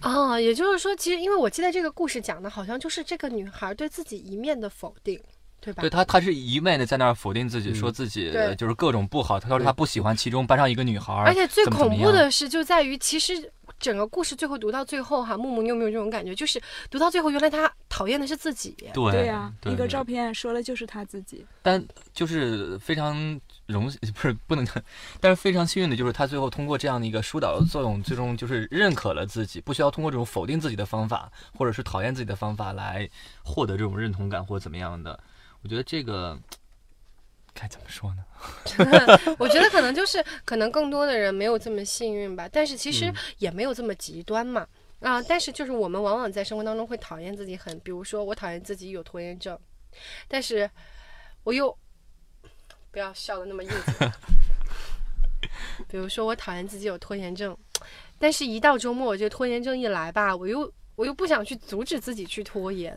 [SPEAKER 3] 啊，也就是说，其实因为我记得这个故事讲的好像就是这个女孩对自己一面的否定，对吧？
[SPEAKER 4] 对他，他是一味的在那儿否定自己，
[SPEAKER 5] 嗯
[SPEAKER 4] 说自己
[SPEAKER 3] 对
[SPEAKER 4] 就是各种不好。他说他不喜欢其中班上一个女孩，
[SPEAKER 3] 而且最
[SPEAKER 4] 怎么怎么
[SPEAKER 3] 恐怖
[SPEAKER 4] 样
[SPEAKER 3] 的是，就在于其实整个故事最后读到最后哈，木木，你有没有这种感觉？就是读到最后，原来她讨厌的是自己。
[SPEAKER 4] 对
[SPEAKER 7] 对呀、
[SPEAKER 4] 对
[SPEAKER 7] 一个
[SPEAKER 4] 对
[SPEAKER 7] 照片说的就是他自己。
[SPEAKER 4] 但就是非常荣幸，不是不能， 但是非常幸运的就是他最后通过这样的一个疏导的作用，最终就是认可了自己，不需要通过这种否定自己的方法，或者是讨厌自己的方法来获得这种认同感或怎么样的。我觉得这个该怎么说呢？
[SPEAKER 3] 我觉得可能就是可能更多的人没有这么幸运吧，但是其实也没有这么极端嘛。啊，但是就是我们往往在生活当中会讨厌自己很，比如说我讨厌自己有拖延症，但是我又不要笑的那么硬气。 比如说我讨厌自己有拖延症，但是一到周末，我这拖延症一来吧，我又我又不想去阻止自己去拖延，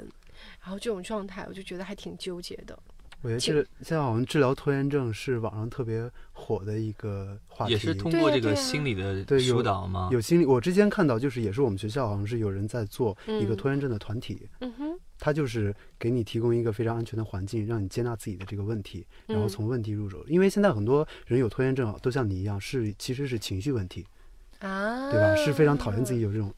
[SPEAKER 3] 然后这种状态我就觉得还挺纠结的。
[SPEAKER 5] 我觉得
[SPEAKER 3] 其
[SPEAKER 5] 这个现在好像治疗拖延症是网上特别火的一个话题，
[SPEAKER 4] 也是通
[SPEAKER 3] 对
[SPEAKER 4] 过
[SPEAKER 3] 呀
[SPEAKER 4] 这个
[SPEAKER 3] 对呀啊
[SPEAKER 4] 心理的
[SPEAKER 5] 对有
[SPEAKER 4] 疏导吗？
[SPEAKER 5] 有心理，我之前看到就是也是我们学校好像是有人在做一个
[SPEAKER 3] 嗯
[SPEAKER 5] 拖延症的团体，
[SPEAKER 3] 嗯哼，
[SPEAKER 5] 他就是给你提供一个非常安全的环境，让你接纳自己的这个问题，然后
[SPEAKER 3] 嗯
[SPEAKER 5] 从问题入手。因为现在很多人有拖延症啊，都像你一样，是其实是情绪问题，
[SPEAKER 3] 啊，
[SPEAKER 5] 对吧？是非常讨厌自己有这种，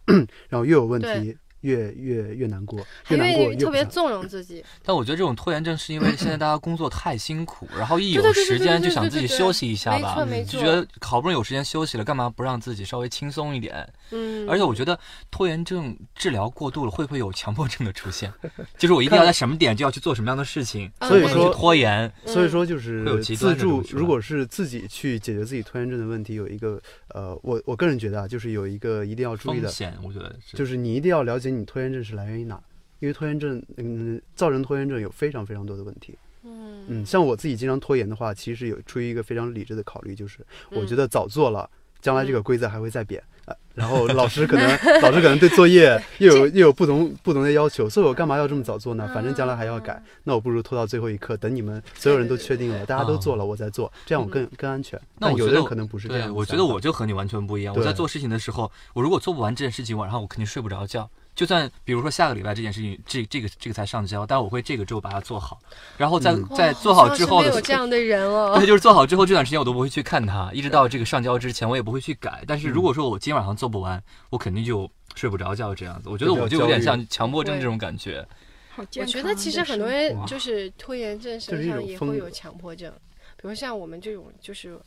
[SPEAKER 5] 然后越有问
[SPEAKER 3] 嗯对
[SPEAKER 5] 题越越越难过，
[SPEAKER 3] 还
[SPEAKER 5] 越难过
[SPEAKER 3] 愿
[SPEAKER 5] 越
[SPEAKER 3] 意
[SPEAKER 5] 不
[SPEAKER 3] 特别
[SPEAKER 5] 想
[SPEAKER 3] 纵容自己，
[SPEAKER 4] 但我觉得这种拖延症是因为现在大家工作太 辛苦，然后
[SPEAKER 3] 对
[SPEAKER 4] 一有
[SPEAKER 3] 对对
[SPEAKER 4] 时
[SPEAKER 3] 对对
[SPEAKER 4] 间就
[SPEAKER 3] 对
[SPEAKER 4] 想
[SPEAKER 3] 对
[SPEAKER 4] 自
[SPEAKER 3] 对
[SPEAKER 4] 己
[SPEAKER 3] 对
[SPEAKER 4] 休息一下
[SPEAKER 3] 没
[SPEAKER 4] 吧
[SPEAKER 3] 错，没
[SPEAKER 4] 就
[SPEAKER 3] 错
[SPEAKER 4] 觉，得好不容易有时间休息了，干嘛不让自己稍微轻松一点？
[SPEAKER 3] 嗯，
[SPEAKER 4] 而且我觉得拖延症治疗过度了，会不会有强迫症的出现？ 就是我一定要在什么点就要去做什么样的事情，
[SPEAKER 3] 嗯
[SPEAKER 5] 所以
[SPEAKER 4] 不
[SPEAKER 3] 我
[SPEAKER 4] 能
[SPEAKER 5] 说
[SPEAKER 4] 去拖延。
[SPEAKER 5] 所以
[SPEAKER 3] 嗯
[SPEAKER 5] 说就是
[SPEAKER 4] 会有极端
[SPEAKER 5] 自
[SPEAKER 4] 这种
[SPEAKER 5] 助，
[SPEAKER 4] 是吧
[SPEAKER 5] 如果是自己去解决自己拖延症的问题，有一个呃，我我个人觉得啊，就是有一个一定要注意
[SPEAKER 4] 风
[SPEAKER 5] 的，
[SPEAKER 4] 险，我觉得是。
[SPEAKER 5] 就是你一定要了解你拖延症是来源于哪，因为拖延症，嗯，造成拖延症有非常非常多的问题。
[SPEAKER 3] 嗯
[SPEAKER 5] 嗯，像我自己经常拖延的话，其实有出于一个非常理智的考虑，就是我
[SPEAKER 3] 嗯
[SPEAKER 5] 觉得早做了，将来这个规则还会再变。呃然 后老师可能老师可能对作业又有又有不同不同的要求，所以我干嘛要这么早做呢？反正将来还要
[SPEAKER 3] 嗯
[SPEAKER 5] 改，那我不如拖到最后一刻，等你们所有人都确定了，大家都做了，我再做，这样我
[SPEAKER 3] 嗯
[SPEAKER 5] 更更安全。
[SPEAKER 4] 哦那
[SPEAKER 5] 但
[SPEAKER 4] 我
[SPEAKER 5] 有的
[SPEAKER 4] 觉得
[SPEAKER 5] 人
[SPEAKER 4] 我
[SPEAKER 5] 可能不是这
[SPEAKER 4] 对，
[SPEAKER 5] 样。
[SPEAKER 4] 我觉得我，就和你完全不一样。我
[SPEAKER 5] 对
[SPEAKER 4] 在做事情的时候，我如果做不完这件事情，我然后我肯定睡不着觉。就算比如说下个礼拜这件事情，这这个这个才上交，但我会这个周把它做好，然后在
[SPEAKER 5] 嗯
[SPEAKER 4] 在
[SPEAKER 3] 哇
[SPEAKER 4] 做
[SPEAKER 3] 好
[SPEAKER 4] 好
[SPEAKER 3] 像
[SPEAKER 4] 之
[SPEAKER 3] 身
[SPEAKER 4] 后
[SPEAKER 3] 边
[SPEAKER 4] 的
[SPEAKER 3] 有这样的人哦
[SPEAKER 4] 对，，就是做好之后这段时间我都不会去看它，一直到这个上交之前我也不会去改。但
[SPEAKER 3] 嗯
[SPEAKER 4] 是如果说我今天晚上做不完，我肯定就睡不着觉这样子。我觉得我就有点像强迫症这种感觉。
[SPEAKER 7] 好健
[SPEAKER 3] 我觉
[SPEAKER 7] 康
[SPEAKER 3] 得其
[SPEAKER 7] 的
[SPEAKER 3] 实很
[SPEAKER 7] 生
[SPEAKER 3] 多
[SPEAKER 7] 活
[SPEAKER 3] 人啊就是拖延症
[SPEAKER 5] 就是
[SPEAKER 3] 身
[SPEAKER 5] 一
[SPEAKER 3] 上
[SPEAKER 5] 种
[SPEAKER 3] 也
[SPEAKER 5] 风
[SPEAKER 3] 会有
[SPEAKER 5] 格
[SPEAKER 3] 强迫症，比如像我们这种就是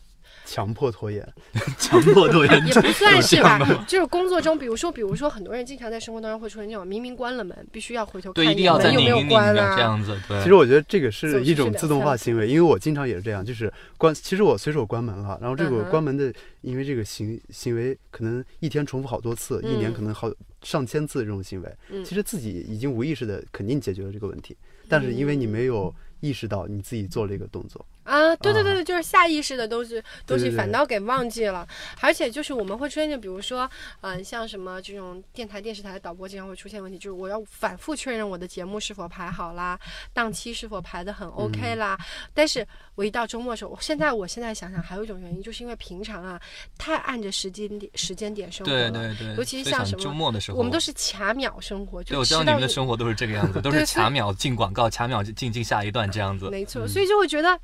[SPEAKER 5] 强迫拖延，
[SPEAKER 4] 强迫拖延
[SPEAKER 3] 也
[SPEAKER 4] 症
[SPEAKER 3] 不 算是吧
[SPEAKER 4] 有这样的，
[SPEAKER 3] 就是工作中，比如说，比如说，很多人经常在生活当中会出现这种，明明关了门，必须要回头看
[SPEAKER 4] 对，一
[SPEAKER 3] 眼
[SPEAKER 4] 定要
[SPEAKER 3] 门
[SPEAKER 4] 在
[SPEAKER 3] 有
[SPEAKER 4] 拧
[SPEAKER 3] 没有
[SPEAKER 4] 一拧
[SPEAKER 3] 关
[SPEAKER 4] 的
[SPEAKER 3] 啊
[SPEAKER 4] 这。样子。对，
[SPEAKER 5] 其实我觉得这个
[SPEAKER 3] 走
[SPEAKER 5] 是
[SPEAKER 3] 出
[SPEAKER 5] 一
[SPEAKER 3] 去
[SPEAKER 5] 种
[SPEAKER 3] 两
[SPEAKER 5] 自动化
[SPEAKER 3] 三
[SPEAKER 5] 行为，因为我经常也是这样，就是关，其实我随手关门了，然后这个
[SPEAKER 3] 嗯哼
[SPEAKER 5] 关门的，因为这个行行为可能一天重复好多次，一年
[SPEAKER 3] 嗯
[SPEAKER 5] 可能好上千次这种行为，
[SPEAKER 3] 嗯
[SPEAKER 5] 其实自己已经无意识的肯定解决了这个问题，但是因为你没有意识到你自己做了一个动
[SPEAKER 4] 嗯
[SPEAKER 5] 作，
[SPEAKER 3] 啊，对对
[SPEAKER 5] 啊
[SPEAKER 3] 对对，就是下意识的东西东
[SPEAKER 5] 对
[SPEAKER 3] 西
[SPEAKER 5] 对
[SPEAKER 3] 反
[SPEAKER 5] 对
[SPEAKER 3] 倒给忘记了，而且就是我们会出现，比如说，嗯、像什么这种电台、电视台的导播经常会出现问题，就是我要反复确认我的节目是否排好啦，档期是否排的很
[SPEAKER 4] 嗯
[SPEAKER 3] OK 啦。但是我一到周末的时候，我现在我现在想想，还有一种原因，就是因为平常啊太按着时间点时间点生活了，
[SPEAKER 4] 对对对，
[SPEAKER 3] 啊尤其是
[SPEAKER 4] 所以
[SPEAKER 3] 像
[SPEAKER 4] 想
[SPEAKER 3] 什么
[SPEAKER 4] 周末的时候，
[SPEAKER 3] 我们都是卡秒生活，
[SPEAKER 4] 对，
[SPEAKER 3] 就
[SPEAKER 4] 我知
[SPEAKER 3] 吃
[SPEAKER 4] 道
[SPEAKER 3] 到
[SPEAKER 4] 你们的生活都是这个样 子，都是
[SPEAKER 3] 对
[SPEAKER 4] 卡秒进广告，卡秒进进下一段这样子。
[SPEAKER 3] 没
[SPEAKER 5] 嗯
[SPEAKER 3] 错，所以就会觉得，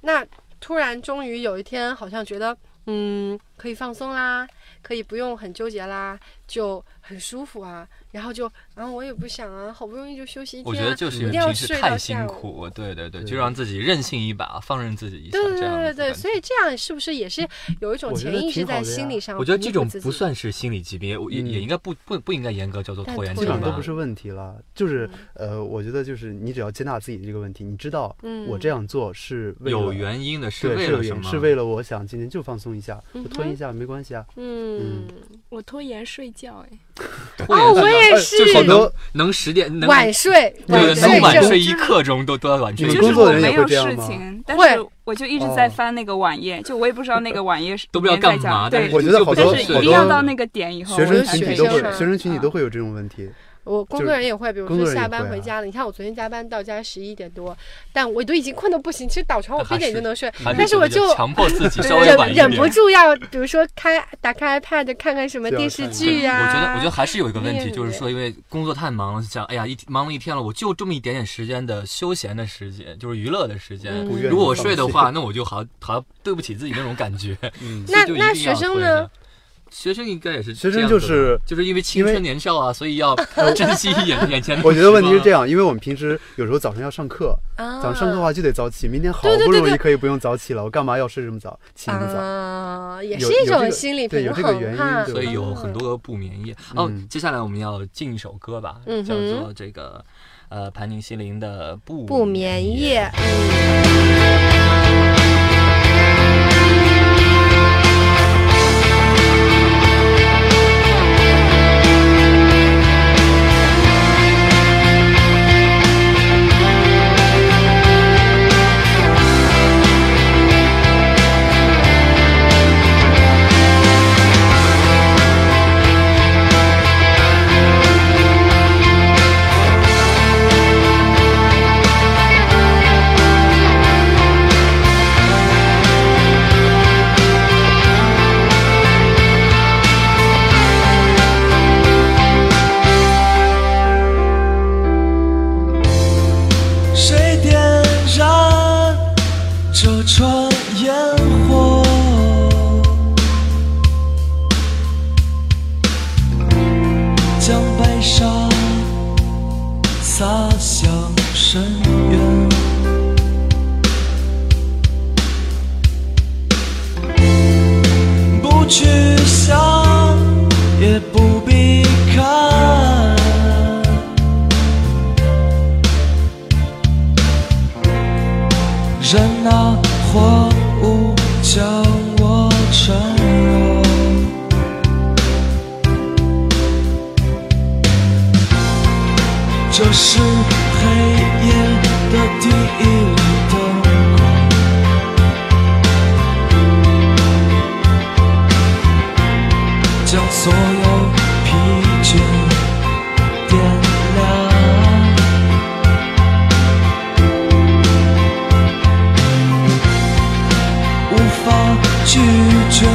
[SPEAKER 3] 那突然终于有一天，好像觉得，嗯，可以放松啦，可以不用很纠结啦，就很舒服啊。然后就，然后我也不想啊，好不容易就休息一
[SPEAKER 4] 我觉
[SPEAKER 3] 天、
[SPEAKER 4] 得
[SPEAKER 3] 啊，
[SPEAKER 4] 就是
[SPEAKER 3] 一
[SPEAKER 4] 因为
[SPEAKER 3] 定要
[SPEAKER 4] 平时
[SPEAKER 3] 睡
[SPEAKER 4] 太
[SPEAKER 3] 到
[SPEAKER 4] 辛
[SPEAKER 3] 下午。
[SPEAKER 4] 苦，对对对，
[SPEAKER 5] 对
[SPEAKER 4] 就让自己任性一把，放任自己一下，
[SPEAKER 3] 对对
[SPEAKER 4] 这样
[SPEAKER 3] 对
[SPEAKER 4] 子
[SPEAKER 3] 对，
[SPEAKER 4] 感觉
[SPEAKER 3] 所以这样是不是也是有一种
[SPEAKER 5] 我觉
[SPEAKER 3] 潜
[SPEAKER 5] 得
[SPEAKER 3] 意识
[SPEAKER 5] 挺好
[SPEAKER 3] 在
[SPEAKER 5] 的呀
[SPEAKER 3] 心理上？
[SPEAKER 4] 我觉得这种不，算是心理疾病，也也
[SPEAKER 5] 嗯
[SPEAKER 4] 也应该不不不应该严格叫做拖延
[SPEAKER 3] 但
[SPEAKER 5] 基本
[SPEAKER 3] 拖
[SPEAKER 4] 症
[SPEAKER 5] 上
[SPEAKER 3] 延
[SPEAKER 5] 都
[SPEAKER 4] 吧
[SPEAKER 5] 不。是问题了，就是
[SPEAKER 3] 嗯
[SPEAKER 5] 呃，我觉得就是你只要接纳自己这个问题，你知道
[SPEAKER 3] 嗯，
[SPEAKER 5] 我这样做是为了
[SPEAKER 4] 有。原因的，是
[SPEAKER 5] 对，
[SPEAKER 4] 为
[SPEAKER 5] 是有
[SPEAKER 4] 了什
[SPEAKER 5] 原因，
[SPEAKER 4] 么？
[SPEAKER 5] 是为了我想今天就放松一下，
[SPEAKER 3] 嗯
[SPEAKER 5] 我拖
[SPEAKER 3] 哼
[SPEAKER 5] 延一下没关系啊。
[SPEAKER 3] 嗯，
[SPEAKER 7] 我拖延睡觉，哎，
[SPEAKER 4] 拖延
[SPEAKER 3] 哦，
[SPEAKER 4] 症
[SPEAKER 3] 我
[SPEAKER 4] 啊
[SPEAKER 3] 也
[SPEAKER 5] 哎
[SPEAKER 3] 是
[SPEAKER 5] 就，是
[SPEAKER 4] 能能十点能
[SPEAKER 3] 晚睡，
[SPEAKER 4] 对
[SPEAKER 3] 晚
[SPEAKER 5] 对
[SPEAKER 4] 能
[SPEAKER 3] 睡
[SPEAKER 4] 晚
[SPEAKER 3] 症
[SPEAKER 4] 睡一刻钟都都要晚
[SPEAKER 5] 你
[SPEAKER 4] 睡
[SPEAKER 5] 们
[SPEAKER 4] 一
[SPEAKER 7] 就
[SPEAKER 5] 工
[SPEAKER 7] 是
[SPEAKER 4] 刻钟，
[SPEAKER 5] 作
[SPEAKER 7] 我
[SPEAKER 5] 人也
[SPEAKER 7] 没
[SPEAKER 5] 会
[SPEAKER 7] 有
[SPEAKER 5] 这样
[SPEAKER 7] 事
[SPEAKER 5] 吗
[SPEAKER 7] 情，但
[SPEAKER 3] 会
[SPEAKER 7] 是我就一直在
[SPEAKER 5] 哦
[SPEAKER 7] 翻那个网页，就我也不知道那个网页是
[SPEAKER 4] 都不知道干
[SPEAKER 7] 里面在
[SPEAKER 4] 嘛。
[SPEAKER 7] 讲对
[SPEAKER 4] 是，
[SPEAKER 5] 我觉得
[SPEAKER 4] 就
[SPEAKER 5] 好
[SPEAKER 4] 不知道
[SPEAKER 5] 多
[SPEAKER 7] 但是
[SPEAKER 4] 是
[SPEAKER 5] 好
[SPEAKER 7] 一定
[SPEAKER 5] 多
[SPEAKER 7] 要到那个点以后，
[SPEAKER 5] 学生
[SPEAKER 7] 我才
[SPEAKER 5] 群
[SPEAKER 3] 学
[SPEAKER 5] 体
[SPEAKER 7] 可以
[SPEAKER 5] 都
[SPEAKER 3] 生
[SPEAKER 5] 会，
[SPEAKER 3] 啊
[SPEAKER 5] 学生群体都会有这种问题。
[SPEAKER 3] 我工
[SPEAKER 5] 就
[SPEAKER 3] 作
[SPEAKER 5] 是
[SPEAKER 3] 人也会，比如
[SPEAKER 5] 工作
[SPEAKER 3] 说
[SPEAKER 5] 人也
[SPEAKER 3] 下班
[SPEAKER 5] 会
[SPEAKER 3] 回
[SPEAKER 5] 啊
[SPEAKER 3] 家了，你看我昨天加班到家十一点多，但我都已经困得不行，其实倒床我
[SPEAKER 4] 还
[SPEAKER 3] 闭着眼就能睡，
[SPEAKER 4] 还
[SPEAKER 3] 但是我就
[SPEAKER 4] 强迫自己稍微晚
[SPEAKER 3] 忍
[SPEAKER 4] 一
[SPEAKER 3] 忍不
[SPEAKER 4] 点。
[SPEAKER 3] 住要，比如说开打开 iPad 看看什么
[SPEAKER 5] 就要
[SPEAKER 3] 电视
[SPEAKER 5] 看一下
[SPEAKER 3] 剧啊呀、
[SPEAKER 4] 我觉得，我觉得还是有一个问
[SPEAKER 3] 那
[SPEAKER 4] 题，
[SPEAKER 3] 个
[SPEAKER 4] 就是说，因为工作太忙了，想，哎呀，一忙了一天了，我就这么一点点时间的休闲的时间，就是娱乐的时间。
[SPEAKER 3] 嗯
[SPEAKER 5] 不愿意
[SPEAKER 4] 如果我睡的
[SPEAKER 5] 放弃
[SPEAKER 4] 话，，那我就好好像对不起自己那种感觉。
[SPEAKER 5] 嗯，
[SPEAKER 4] 所以
[SPEAKER 3] 那
[SPEAKER 4] 就一
[SPEAKER 3] 那
[SPEAKER 4] 定
[SPEAKER 3] 学
[SPEAKER 4] 要
[SPEAKER 3] 生
[SPEAKER 4] 推一
[SPEAKER 3] 呢
[SPEAKER 4] 下？学生应该也是
[SPEAKER 5] 学
[SPEAKER 4] 这
[SPEAKER 5] 生
[SPEAKER 4] 样
[SPEAKER 5] 就
[SPEAKER 4] 子
[SPEAKER 5] 是
[SPEAKER 4] 吧就是因为青
[SPEAKER 5] 因为
[SPEAKER 4] 春年少啊，所 以要珍惜眼眼前的。啊
[SPEAKER 5] 我觉得问题是这
[SPEAKER 4] 样，
[SPEAKER 5] 样，因为我们平时有时候早上要上课，
[SPEAKER 3] 啊，
[SPEAKER 5] 早上上课的话就得早起，明天好
[SPEAKER 3] 对对
[SPEAKER 5] 不
[SPEAKER 3] 对
[SPEAKER 5] 容易
[SPEAKER 3] 对
[SPEAKER 5] 可以不用早起了，我干嘛要睡这么早，起那么早？
[SPEAKER 3] 啊，也
[SPEAKER 5] 有
[SPEAKER 3] 是一
[SPEAKER 5] 有这
[SPEAKER 3] 种
[SPEAKER 5] 个
[SPEAKER 3] 心理
[SPEAKER 5] 对
[SPEAKER 3] 平
[SPEAKER 5] 有这个
[SPEAKER 3] 衡
[SPEAKER 5] 原
[SPEAKER 3] 哈
[SPEAKER 5] 因。对
[SPEAKER 4] 所以有
[SPEAKER 3] 嗯
[SPEAKER 4] 很多个不眠夜。哦
[SPEAKER 5] 嗯，
[SPEAKER 4] 接下来我们要进一首歌吧，
[SPEAKER 3] 嗯
[SPEAKER 4] 叫
[SPEAKER 3] 哼
[SPEAKER 4] 做这个呃盘尼西林的不
[SPEAKER 3] 不眠
[SPEAKER 4] 眠。
[SPEAKER 3] 夜，
[SPEAKER 4] 不
[SPEAKER 10] 人啊，或物，将我承诺。这是黑夜的第一缕灯。将所有疲倦点亮。无法拒绝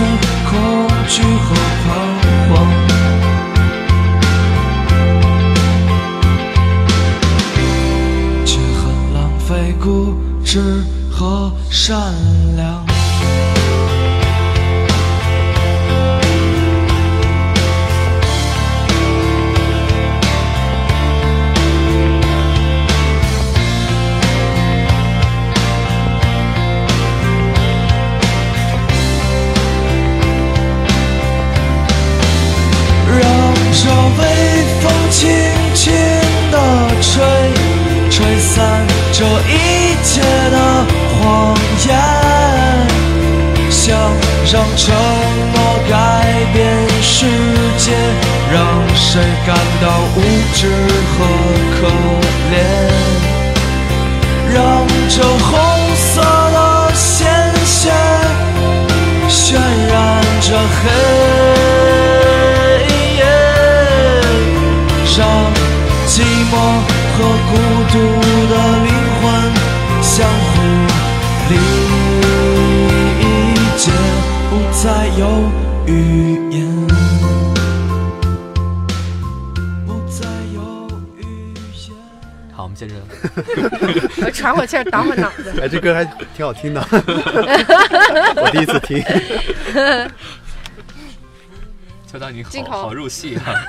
[SPEAKER 10] 恐惧和彷徨。却很浪费固执和善良。让这微风轻轻地吹，吹散这一切的谎言，想让承诺改变世界，让谁感到无知和可怜。让这红色的鲜血渲染着黑夜，让寂寞和孤独的灵魂相互理解，不再有语言，不再有语言。
[SPEAKER 4] 好，我们接着
[SPEAKER 3] 我喘会气儿，挡会脑 子。
[SPEAKER 5] 哎，这歌还挺好 听的，我第一次听。
[SPEAKER 4] 秋刀，你好
[SPEAKER 3] 进口
[SPEAKER 4] 好入戏啊！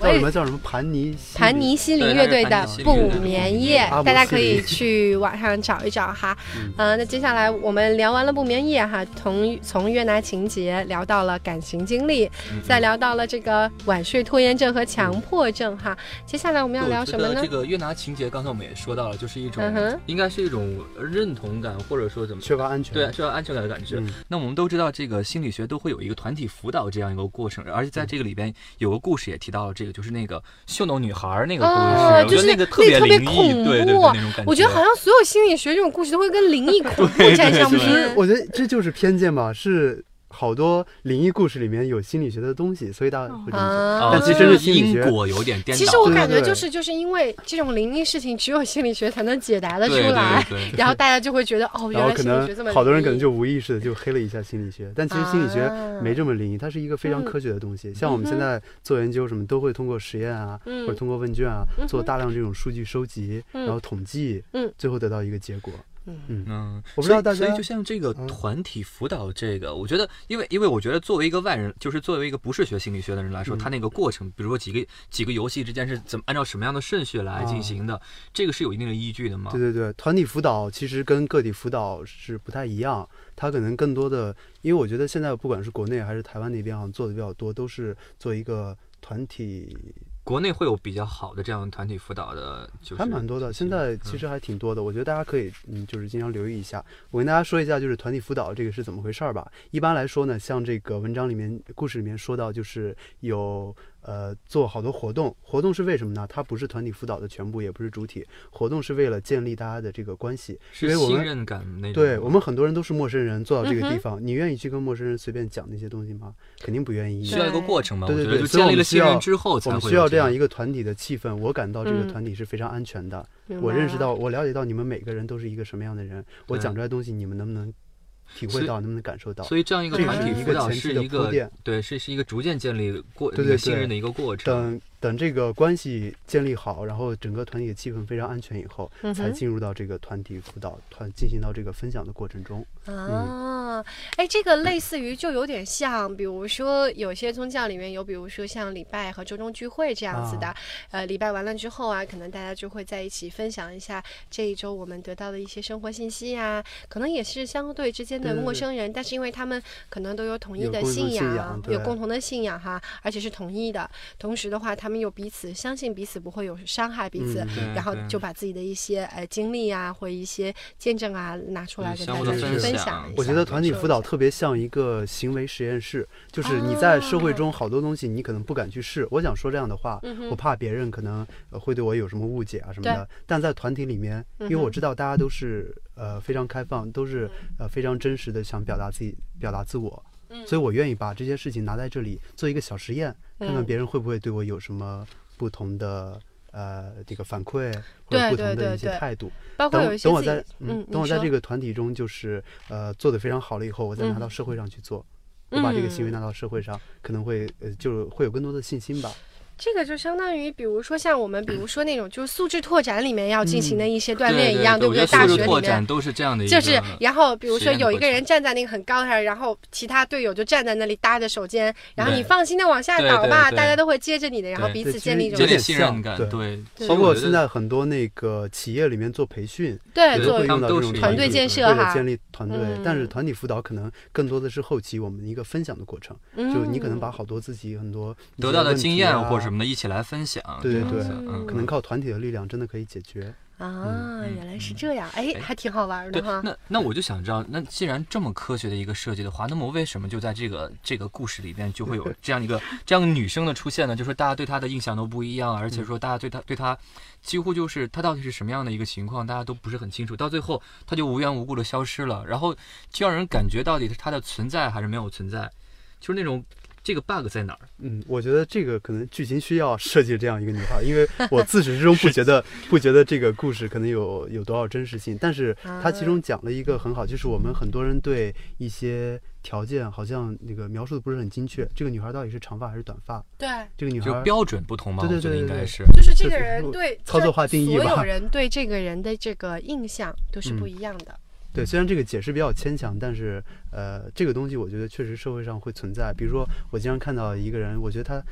[SPEAKER 5] 叫什么叫什么盘尼西
[SPEAKER 3] 盘尼西林乐队的《不眠夜》，大家可以去网上找一找哈。嗯、那接下来我们聊完了《不眠夜》哈，从从约拿情节聊到了感情经历，再聊到了这个晚睡拖延症和强迫症哈。接下来我们 要聊
[SPEAKER 4] 我觉
[SPEAKER 3] 什么
[SPEAKER 4] 得
[SPEAKER 3] 呢
[SPEAKER 4] 这？个越南情节，刚才我们也说到了，就是一种
[SPEAKER 3] 嗯哼
[SPEAKER 4] 应该是一种认同感，或者说怎么
[SPEAKER 5] 缺乏安全。
[SPEAKER 4] 对，，是要安全感的感知。
[SPEAKER 5] 嗯
[SPEAKER 4] 那我们都知道，这个心理学都会有一个团体辅导这样一个过程，而
[SPEAKER 5] 嗯
[SPEAKER 4] 且在这个里边有个故事也提到了这个，就是那个秀逗女孩儿那个故事，
[SPEAKER 3] 哦
[SPEAKER 4] 我觉
[SPEAKER 3] 就是
[SPEAKER 4] 得那个特
[SPEAKER 3] 那特别
[SPEAKER 4] 灵异，
[SPEAKER 3] 恐
[SPEAKER 4] 对对对，
[SPEAKER 3] 怖
[SPEAKER 4] 那种感
[SPEAKER 3] 我觉得好像所有心理学这种故事都会跟灵异、恐怖沾上
[SPEAKER 4] 对
[SPEAKER 3] 边
[SPEAKER 4] 对对。
[SPEAKER 5] 我觉得这就是偏见吧，是好多灵异故事里面有心理学的东西，所以大家会这么说。
[SPEAKER 3] 啊，
[SPEAKER 4] 啊，
[SPEAKER 5] 但其实是心理
[SPEAKER 4] 因
[SPEAKER 5] 学
[SPEAKER 4] 果有点颠倒。
[SPEAKER 3] 其实我
[SPEAKER 5] 对
[SPEAKER 3] 感觉
[SPEAKER 5] 对
[SPEAKER 3] 就是就是因为这种灵异事情，只有心理学才能解答的出
[SPEAKER 4] 对对
[SPEAKER 3] 来，
[SPEAKER 4] 对
[SPEAKER 3] 然后大家就会觉得哦，
[SPEAKER 5] 然
[SPEAKER 3] 原
[SPEAKER 5] 后
[SPEAKER 3] 来
[SPEAKER 5] 可
[SPEAKER 3] 心理学这么
[SPEAKER 5] 能好多人可
[SPEAKER 3] 灵
[SPEAKER 5] 能
[SPEAKER 3] 异
[SPEAKER 5] 就无意识的就黑了一下心理学，但其实心理学没这么灵异，它是一个非常
[SPEAKER 3] 嗯
[SPEAKER 5] 科学的东西。像我们
[SPEAKER 3] 嗯
[SPEAKER 5] 现
[SPEAKER 3] 哼
[SPEAKER 5] 在做研究什么，都会通过实验啊，
[SPEAKER 3] 嗯
[SPEAKER 5] 或者通过问卷啊，做
[SPEAKER 3] 嗯哼
[SPEAKER 5] 大量这种数据收集，
[SPEAKER 3] 嗯
[SPEAKER 5] 然后统计，
[SPEAKER 3] 嗯
[SPEAKER 5] 最后得到一个结果。
[SPEAKER 4] 嗯，
[SPEAKER 5] 我不知道大
[SPEAKER 4] 所以所
[SPEAKER 5] 家
[SPEAKER 4] 以就像这个
[SPEAKER 5] 嗯
[SPEAKER 4] 团体辅导这个，我觉得，因为因为我觉得作为一个外人，就是作为一个不是学心理学的人来说，
[SPEAKER 5] 嗯
[SPEAKER 4] 他那个过程，比如说几个几个游戏之间是怎么按照什么样的顺序
[SPEAKER 5] 哦
[SPEAKER 4] 来进行的，这个是有一定的依据的吗？
[SPEAKER 5] 对对对，团体辅导其实跟个体辅导是不太一样，它可能更多的，因为我觉得现在不管是国内还是台湾那边，好像做的比较多，都是做一个团体，
[SPEAKER 4] 国内会有比较好的这样团体辅导的，就是嗯
[SPEAKER 5] 还蛮多的。现在其实还挺多的，我觉得大家可以，嗯，就是经常留意一下。我跟大家说一下，就是团体辅导这个是怎么回事儿吧。一般来说呢，像这个文章里面、故事里面说到，就是有。呃，做好多活动，活动是为什么呢？它不是团体辅导的全部，也不是主体，活动是为了建立大家的这个关系，因
[SPEAKER 4] 是
[SPEAKER 5] 为我
[SPEAKER 4] 信
[SPEAKER 5] 们
[SPEAKER 4] 任感那种。
[SPEAKER 5] 对我们很多人都是陌生人，坐到这个地方，你愿意去跟陌生人随便讲那些东西吗？肯定不愿意
[SPEAKER 4] 需。要一个过程嘛，
[SPEAKER 5] 对对
[SPEAKER 4] 我觉得
[SPEAKER 5] 对
[SPEAKER 4] 就
[SPEAKER 5] 所以我
[SPEAKER 4] 建立
[SPEAKER 5] 们
[SPEAKER 4] 了
[SPEAKER 5] 需
[SPEAKER 4] 信任
[SPEAKER 5] 要
[SPEAKER 4] 之后才
[SPEAKER 5] 我
[SPEAKER 4] 会
[SPEAKER 5] 们需要这样一个
[SPEAKER 4] 个。
[SPEAKER 5] 团体的气氛，我感到这个团体是非常安全的。
[SPEAKER 3] 明
[SPEAKER 5] 我
[SPEAKER 3] 白
[SPEAKER 5] 认识
[SPEAKER 3] 了
[SPEAKER 5] 到，我了解到你们每个人都是一个什么样的人，我
[SPEAKER 4] 对
[SPEAKER 5] 讲出来的东西，你们能不能体
[SPEAKER 4] 所
[SPEAKER 5] 会
[SPEAKER 4] 以
[SPEAKER 5] 到，能不能感受到？
[SPEAKER 4] 所以这样一个
[SPEAKER 5] 这
[SPEAKER 4] 团
[SPEAKER 5] 是
[SPEAKER 4] 体
[SPEAKER 5] 一
[SPEAKER 4] 辅
[SPEAKER 5] 个
[SPEAKER 4] 导
[SPEAKER 5] 前期
[SPEAKER 4] 是
[SPEAKER 5] 的
[SPEAKER 4] 一
[SPEAKER 5] 铺
[SPEAKER 4] 个
[SPEAKER 5] 垫
[SPEAKER 4] 对，是是一个逐渐建立过
[SPEAKER 5] 对
[SPEAKER 4] 一个
[SPEAKER 5] 对
[SPEAKER 4] 信
[SPEAKER 5] 对
[SPEAKER 4] 任的一个过程。
[SPEAKER 5] 等等这个关系建立好，然后整个团体的气氛非常安全以后，
[SPEAKER 3] 嗯
[SPEAKER 5] 才
[SPEAKER 3] 哼
[SPEAKER 5] 进入到这个团体辅导团进行到这个分享的过程中。嗯
[SPEAKER 3] 啊，哎，这个类似于就有点像，比如说有些宗教里面有，比如说像礼拜和周中聚会这样子的，
[SPEAKER 5] 啊
[SPEAKER 3] 呃，礼拜完了之后啊，可能大家就会在一起分享一下这一周我们得到的一些生活信息呀、可能也是相对之间的
[SPEAKER 5] 对对
[SPEAKER 3] 陌
[SPEAKER 5] 对
[SPEAKER 3] 生人，但是因为他们可能都有统一
[SPEAKER 5] 有
[SPEAKER 3] 的
[SPEAKER 5] 共同
[SPEAKER 3] 信
[SPEAKER 5] 信
[SPEAKER 3] 仰，
[SPEAKER 5] 仰
[SPEAKER 3] 有
[SPEAKER 5] 对
[SPEAKER 3] 共同的信仰哈，而且是统一的。同时的话，他们有彼此相信彼此不会有伤害彼此，
[SPEAKER 5] 嗯对
[SPEAKER 3] 然后
[SPEAKER 13] 对
[SPEAKER 3] 就把自己的一些呃经历啊或一些见证啊拿出来跟大
[SPEAKER 13] 相互
[SPEAKER 3] 家
[SPEAKER 13] 的
[SPEAKER 3] 去
[SPEAKER 13] 分
[SPEAKER 3] 分
[SPEAKER 13] 享
[SPEAKER 3] 享一下。
[SPEAKER 5] 我觉得团体辅导
[SPEAKER 3] 感受一下
[SPEAKER 5] 特别像一个行为实验室，就是你在社会中好多东西你可能不敢去试。我想说这样的话
[SPEAKER 3] 哦嗯，哼
[SPEAKER 5] 我怕别人可能呃会对我有什么误解啊什么的
[SPEAKER 3] 对。
[SPEAKER 5] 但在团体里面，
[SPEAKER 3] 嗯
[SPEAKER 5] 因
[SPEAKER 3] 哼
[SPEAKER 5] 为我知道大家都是呃非常开放，都是呃非常真实的想表达自己、表达自我，
[SPEAKER 3] 嗯
[SPEAKER 5] 所以我愿意把这些事情拿在这里做一个小实验，
[SPEAKER 3] 嗯
[SPEAKER 5] 看看别人会不会对我有什么不同的。呃，这个反馈或
[SPEAKER 3] 对
[SPEAKER 5] 者不
[SPEAKER 3] 对
[SPEAKER 5] 同的
[SPEAKER 3] 对
[SPEAKER 5] 一些
[SPEAKER 3] 对
[SPEAKER 5] 态度，
[SPEAKER 3] 包括
[SPEAKER 5] 等
[SPEAKER 3] 有一些
[SPEAKER 5] 等我
[SPEAKER 3] 自己
[SPEAKER 5] 在
[SPEAKER 3] 嗯
[SPEAKER 5] 等
[SPEAKER 3] 你
[SPEAKER 5] 我在
[SPEAKER 3] 说
[SPEAKER 5] 这个团体中，就是呃做的非常好了以后，我再拿到
[SPEAKER 3] 嗯
[SPEAKER 5] 社会上去做，我把这个行为
[SPEAKER 3] 嗯
[SPEAKER 5] 拿到社会上，可能会呃就是会有更多的信心吧。
[SPEAKER 3] 这个就相当于，比如说像我们，比如说那种就是素质拓展里面要进行
[SPEAKER 5] 嗯
[SPEAKER 3] 的一些锻炼一样，
[SPEAKER 4] 对
[SPEAKER 3] 不
[SPEAKER 4] 对
[SPEAKER 3] 对？
[SPEAKER 4] 对
[SPEAKER 3] 大
[SPEAKER 4] 我觉得
[SPEAKER 3] 学
[SPEAKER 4] 素质
[SPEAKER 3] 里
[SPEAKER 4] 拓
[SPEAKER 3] 面
[SPEAKER 4] 展都是这样的一个，
[SPEAKER 3] 就是，然后比如
[SPEAKER 4] 实
[SPEAKER 3] 说
[SPEAKER 4] 验的
[SPEAKER 3] 有一
[SPEAKER 4] 过
[SPEAKER 3] 个人站在那个很高上，然后其他队友就站在那里搭着手肩，然后你
[SPEAKER 4] 对
[SPEAKER 3] 放心的往下
[SPEAKER 4] 对
[SPEAKER 3] 倒
[SPEAKER 4] 对
[SPEAKER 3] 吧，
[SPEAKER 4] 对
[SPEAKER 3] 大家都会接着你的，然后
[SPEAKER 4] 对
[SPEAKER 3] 彼
[SPEAKER 5] 对
[SPEAKER 3] 此
[SPEAKER 5] 其
[SPEAKER 3] 建
[SPEAKER 5] 实
[SPEAKER 3] 立一
[SPEAKER 5] 有
[SPEAKER 3] 种
[SPEAKER 4] 建立
[SPEAKER 5] 点
[SPEAKER 4] 信
[SPEAKER 5] 像
[SPEAKER 4] 任感对其实
[SPEAKER 5] 包
[SPEAKER 4] 我
[SPEAKER 5] 括
[SPEAKER 4] 觉
[SPEAKER 5] 现
[SPEAKER 4] 得
[SPEAKER 5] 在很多那个企业里面做培训，
[SPEAKER 3] 对
[SPEAKER 5] 也
[SPEAKER 3] 做
[SPEAKER 5] 会
[SPEAKER 3] 他
[SPEAKER 5] 用
[SPEAKER 3] 们
[SPEAKER 5] 到
[SPEAKER 3] 都
[SPEAKER 5] 这
[SPEAKER 3] 是
[SPEAKER 5] 种
[SPEAKER 3] 团
[SPEAKER 5] 团
[SPEAKER 3] 队
[SPEAKER 5] 体
[SPEAKER 3] 建
[SPEAKER 5] 对
[SPEAKER 3] 设
[SPEAKER 5] 为了
[SPEAKER 3] 哈
[SPEAKER 5] 建立团队。但是
[SPEAKER 3] 嗯
[SPEAKER 5] 团体辅导可能更多的是后期我们一个分享的过程，
[SPEAKER 3] 嗯
[SPEAKER 5] 就你可能
[SPEAKER 3] 啊
[SPEAKER 5] 把好多自己很多一
[SPEAKER 4] 得
[SPEAKER 5] 些
[SPEAKER 4] 到的
[SPEAKER 5] 问
[SPEAKER 4] 经
[SPEAKER 5] 题
[SPEAKER 4] 验
[SPEAKER 5] 啊
[SPEAKER 4] 或者什么的一起来分享。
[SPEAKER 5] 对对
[SPEAKER 4] 这
[SPEAKER 5] 对
[SPEAKER 4] 样子，嗯
[SPEAKER 5] 可能靠团体的力量真的可以解决。嗯
[SPEAKER 3] 啊，原来是这样，哎，还挺好玩的
[SPEAKER 4] 对，
[SPEAKER 3] 哈。
[SPEAKER 4] 那那我就想知道，那既然这么科学的一个设计的话，那么为什么就在这个这个故事里边就会有这样一个这样的女生的出现呢？就是大家对她的印象都不一样，而
[SPEAKER 5] 嗯
[SPEAKER 4] 且说大家对她对她几乎就是她到底是什么样的一个情况，大家都不是很清楚。到最后，她就无缘无故的消失了，然后就让人感觉到底是她的存在还是没有存在，就是那种这个 bug 在哪儿？
[SPEAKER 5] 嗯，我觉得这个可能剧情需要设计这样一个女孩，因为我自始至终不觉得不觉得这个故事可能有有多少真实性，但是它其中讲了一个很好，就是我们很多人对一些条件好像那个描述的不是很精确，这个女孩到底是长发还是短发？
[SPEAKER 3] 对
[SPEAKER 5] 这个女
[SPEAKER 4] 就
[SPEAKER 5] 孩
[SPEAKER 4] 标准不同嘛
[SPEAKER 5] 啊对对
[SPEAKER 4] 我觉得
[SPEAKER 5] 对
[SPEAKER 4] 应
[SPEAKER 5] 对
[SPEAKER 4] 该
[SPEAKER 5] 对
[SPEAKER 4] 是
[SPEAKER 3] 就是这个人对
[SPEAKER 5] 操作化
[SPEAKER 3] 这
[SPEAKER 5] 定义
[SPEAKER 3] 所有
[SPEAKER 5] 吧。
[SPEAKER 3] 人对这个人的这个印象都是不
[SPEAKER 5] 嗯
[SPEAKER 3] 一样 的。
[SPEAKER 5] 对，虽然这个解释比较牵强，但是呃，这个东西我觉得确实社会上会存在。比如说，我经常看到一个人，我觉得他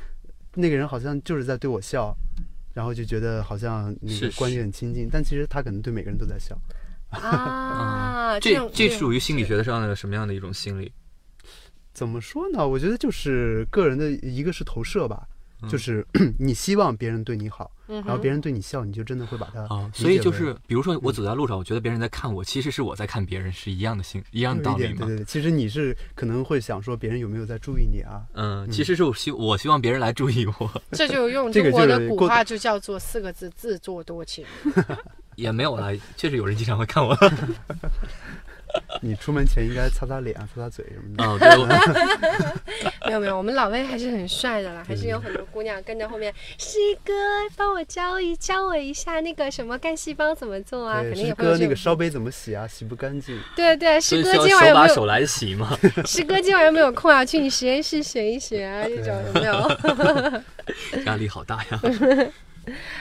[SPEAKER 5] 那个人好像就是在对我笑，然后就觉得好像那个
[SPEAKER 4] 是
[SPEAKER 5] 关系很亲近，但其实他可能对每个人都在笑。
[SPEAKER 3] 啊，
[SPEAKER 4] 这
[SPEAKER 3] 种
[SPEAKER 4] 这
[SPEAKER 3] 种
[SPEAKER 4] 属于心理学上的什么样的一种心理？
[SPEAKER 5] 怎么说呢？我觉得就是个人的一个是投射吧，
[SPEAKER 4] 嗯
[SPEAKER 5] 就是 你希望别人对你好，
[SPEAKER 3] 嗯哼
[SPEAKER 5] 然后别人对你笑，你就真的会把他
[SPEAKER 4] 啊，
[SPEAKER 5] 理
[SPEAKER 4] 所以
[SPEAKER 5] 解嗯
[SPEAKER 4] 就
[SPEAKER 5] 为
[SPEAKER 4] 是，比如说我走在路上，我觉得别人在看我，其实是我在看别人，是一样的心，一样的
[SPEAKER 5] 有
[SPEAKER 4] 道
[SPEAKER 5] 一
[SPEAKER 4] 理
[SPEAKER 5] 点对
[SPEAKER 4] 嘛。
[SPEAKER 5] 对对，其实你是可能会想说别人有没有在注意你啊？
[SPEAKER 4] 嗯，其实是我希我希望别人来注意我，
[SPEAKER 3] 这就用
[SPEAKER 5] 这
[SPEAKER 3] 中
[SPEAKER 5] 个
[SPEAKER 3] 国
[SPEAKER 5] 就
[SPEAKER 3] 的
[SPEAKER 5] 是
[SPEAKER 3] 古
[SPEAKER 5] 过
[SPEAKER 3] 话就叫做四个字：自作多情。
[SPEAKER 4] 也没有啦，确实有人经常会看我。
[SPEAKER 5] 你出门前应该擦擦脸、擦擦嘴什么的。
[SPEAKER 4] 啊，对， 我
[SPEAKER 3] 没有没有，我们老魏还是很帅的啦，还是
[SPEAKER 5] 嗯
[SPEAKER 3] 有很多姑娘跟在后面。师哥，帮我教一教我一下那个什么干细胞怎么做啊？肯
[SPEAKER 5] 对，
[SPEAKER 3] 定
[SPEAKER 5] 师
[SPEAKER 3] 也会有
[SPEAKER 5] 哥
[SPEAKER 3] 这
[SPEAKER 5] 那个
[SPEAKER 3] 种。
[SPEAKER 5] 烧杯怎么洗啊？洗不干净。
[SPEAKER 3] 对对，师
[SPEAKER 4] 所以
[SPEAKER 3] 哥
[SPEAKER 4] 需要
[SPEAKER 3] 今晚
[SPEAKER 4] 手
[SPEAKER 3] 有
[SPEAKER 4] 把
[SPEAKER 3] 没
[SPEAKER 4] 手
[SPEAKER 3] 有？
[SPEAKER 4] 来洗嘛。
[SPEAKER 3] 师哥今晚有没有空啊？去你实验室学一学啊，这种有没有？
[SPEAKER 4] 压力好大呀。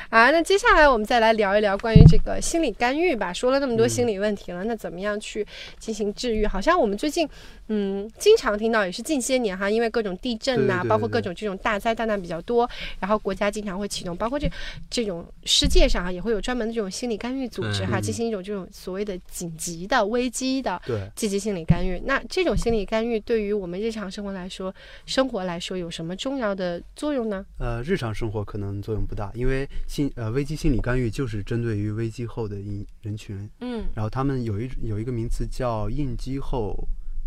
[SPEAKER 3] 啊，那接下来我们再来聊一聊关于这个心理干预吧。说了那么多
[SPEAKER 5] 嗯
[SPEAKER 3] 心理问题了，那怎么样去进行治愈？好像我们最近，嗯，经常听到，也是近些年哈，因为各种地震呐、
[SPEAKER 5] 对对对
[SPEAKER 3] 包括
[SPEAKER 5] 对
[SPEAKER 3] 各种这种大灾大难比较多，然后国家经常会启动，包括这这种世界上啊也会有专门的这种心理干预组织哈，
[SPEAKER 5] 嗯
[SPEAKER 3] 进行一种这种所谓的紧急的危机的
[SPEAKER 5] 对
[SPEAKER 3] 积极心理干预。那这种心理干预对于我们日常生活来说，生活来说有什么重要的作用呢？
[SPEAKER 5] 呃，日常生活可能作用不大，因为心呃危机心理干预就是针对于危机后的一人群，
[SPEAKER 3] 嗯
[SPEAKER 5] 然后他们有一有一个名词叫应激后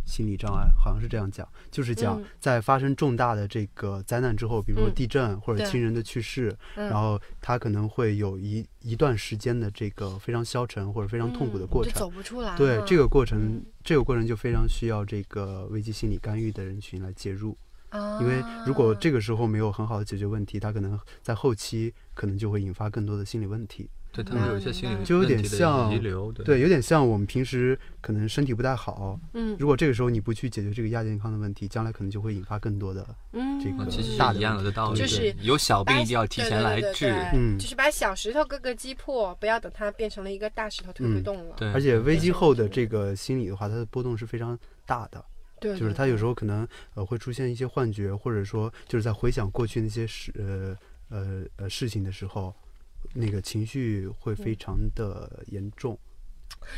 [SPEAKER 5] 心理障碍，好像是这样讲，就是讲
[SPEAKER 3] 嗯
[SPEAKER 5] 在发生重大的这个灾难之后，比如说
[SPEAKER 3] 嗯
[SPEAKER 5] 地震或者
[SPEAKER 3] 对
[SPEAKER 5] 亲人的去世，
[SPEAKER 3] 嗯
[SPEAKER 5] 然后他可能会有一一段时间的这个非常消沉或者非常痛苦的过
[SPEAKER 3] 嗯就走嗯
[SPEAKER 5] 程。
[SPEAKER 3] 不出来。
[SPEAKER 5] 对
[SPEAKER 3] 哈
[SPEAKER 5] 这个过程，这个过程就非常需要这个危机心理干预的人群来介入。
[SPEAKER 3] 啊
[SPEAKER 5] 因为如果这个时候没有很好的解决问题，它可能在后期可能就会引发更多的心理问题，
[SPEAKER 4] 对他们有一些心
[SPEAKER 3] 嗯
[SPEAKER 4] 理
[SPEAKER 5] 就有
[SPEAKER 4] 问
[SPEAKER 5] 点
[SPEAKER 4] 题的
[SPEAKER 5] 像
[SPEAKER 4] 遗留，对
[SPEAKER 5] 有点像我们平时可能身体不太好，
[SPEAKER 3] 嗯
[SPEAKER 5] 如果这个时候你不去解决这个亚健康的问题，将来可能就会引发更多的这
[SPEAKER 3] 嗯
[SPEAKER 5] 个
[SPEAKER 4] 啊其实
[SPEAKER 5] 大
[SPEAKER 4] 是
[SPEAKER 5] 的
[SPEAKER 4] 一样
[SPEAKER 5] 问
[SPEAKER 4] 的
[SPEAKER 5] 题
[SPEAKER 4] 道理，
[SPEAKER 5] 对
[SPEAKER 3] 就是
[SPEAKER 4] 对有小病一定要提
[SPEAKER 3] 对
[SPEAKER 4] 前
[SPEAKER 3] 对
[SPEAKER 4] 来
[SPEAKER 3] 对
[SPEAKER 4] 治
[SPEAKER 3] 对。
[SPEAKER 5] 嗯
[SPEAKER 3] 就是把小石头各个击破，不要等它变成了一个大石头推不
[SPEAKER 5] 嗯
[SPEAKER 3] 动了。
[SPEAKER 4] 对，
[SPEAKER 5] 而且危机后的这个心理的话，它的波动是非常大的，
[SPEAKER 3] 对，
[SPEAKER 5] 就是它有时候可能呃会出现一些幻觉，或者说就是在回想过去那些事呃呃呃事情的时候，那个情绪会非常的严重。
[SPEAKER 3] 嗯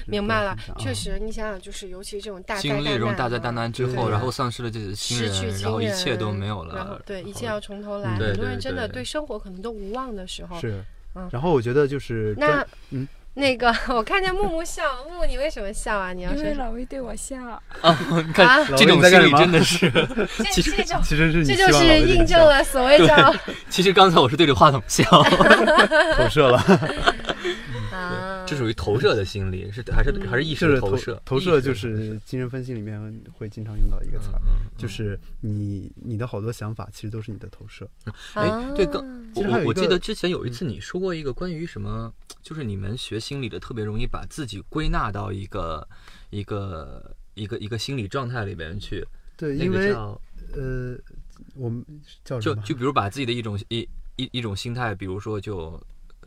[SPEAKER 3] 明白了
[SPEAKER 4] 不要，紧张
[SPEAKER 5] 嗯
[SPEAKER 3] 确实，你想想，就是尤其这种大灾
[SPEAKER 4] 经历这种大灾大难之
[SPEAKER 3] 对
[SPEAKER 4] 后，然后丧失了自己的亲
[SPEAKER 3] 失去
[SPEAKER 4] 人，
[SPEAKER 3] 亲
[SPEAKER 4] 然后一切
[SPEAKER 3] 人
[SPEAKER 4] 都没有
[SPEAKER 3] 然后
[SPEAKER 4] 了。
[SPEAKER 3] 对，一切要从头来。
[SPEAKER 4] 嗯对
[SPEAKER 3] 很多
[SPEAKER 4] 对
[SPEAKER 3] 人真的
[SPEAKER 4] 对
[SPEAKER 3] 对生活可能都无望的时候，
[SPEAKER 5] 啊是
[SPEAKER 3] 嗯。
[SPEAKER 5] 然后我觉得就是真
[SPEAKER 3] 那
[SPEAKER 5] 嗯，
[SPEAKER 3] 那个，我看见木木笑，木木你为什么笑啊？你要
[SPEAKER 7] 因
[SPEAKER 3] 说
[SPEAKER 7] 为老魏对我笑，
[SPEAKER 4] 啊， 你看
[SPEAKER 3] 啊
[SPEAKER 4] 这种心理真 的是，其实
[SPEAKER 3] 这种，
[SPEAKER 5] 其实是你
[SPEAKER 3] 这
[SPEAKER 5] 希
[SPEAKER 3] 就
[SPEAKER 5] 望老
[SPEAKER 3] 是
[SPEAKER 5] 魏对
[SPEAKER 3] 印
[SPEAKER 5] 你
[SPEAKER 3] 证
[SPEAKER 5] 笑
[SPEAKER 3] 了所谓 叫
[SPEAKER 4] 其实刚才我是对着话筒笑，
[SPEAKER 5] 投射了，
[SPEAKER 3] 啊
[SPEAKER 4] 这属于投射的心理，是还是还是意
[SPEAKER 5] 就
[SPEAKER 4] 识的
[SPEAKER 5] 是
[SPEAKER 4] 投
[SPEAKER 5] 投
[SPEAKER 4] 射？
[SPEAKER 5] 投
[SPEAKER 4] 意
[SPEAKER 5] 射嗯就
[SPEAKER 4] 识的投射
[SPEAKER 5] 是精神分析里面会经常用到一个词儿，就是你你的好多想法其实都是你的投射。
[SPEAKER 4] 哎，对，刚
[SPEAKER 5] 其
[SPEAKER 4] 我
[SPEAKER 5] 实还
[SPEAKER 4] 我
[SPEAKER 5] 有
[SPEAKER 4] 我
[SPEAKER 5] 一
[SPEAKER 4] 记
[SPEAKER 5] 个
[SPEAKER 4] 得之前有一次你说过一个关于什么，就是你们学心理的特别容易把自己归纳到一个一个一个一个心理状态里边去，
[SPEAKER 5] 对，
[SPEAKER 4] 那
[SPEAKER 5] 因
[SPEAKER 4] 个
[SPEAKER 5] 为
[SPEAKER 4] 叫
[SPEAKER 5] 呃，我们叫什
[SPEAKER 4] 就
[SPEAKER 5] 么？
[SPEAKER 4] 就比如把自己的一种一一一种心态，比如说就。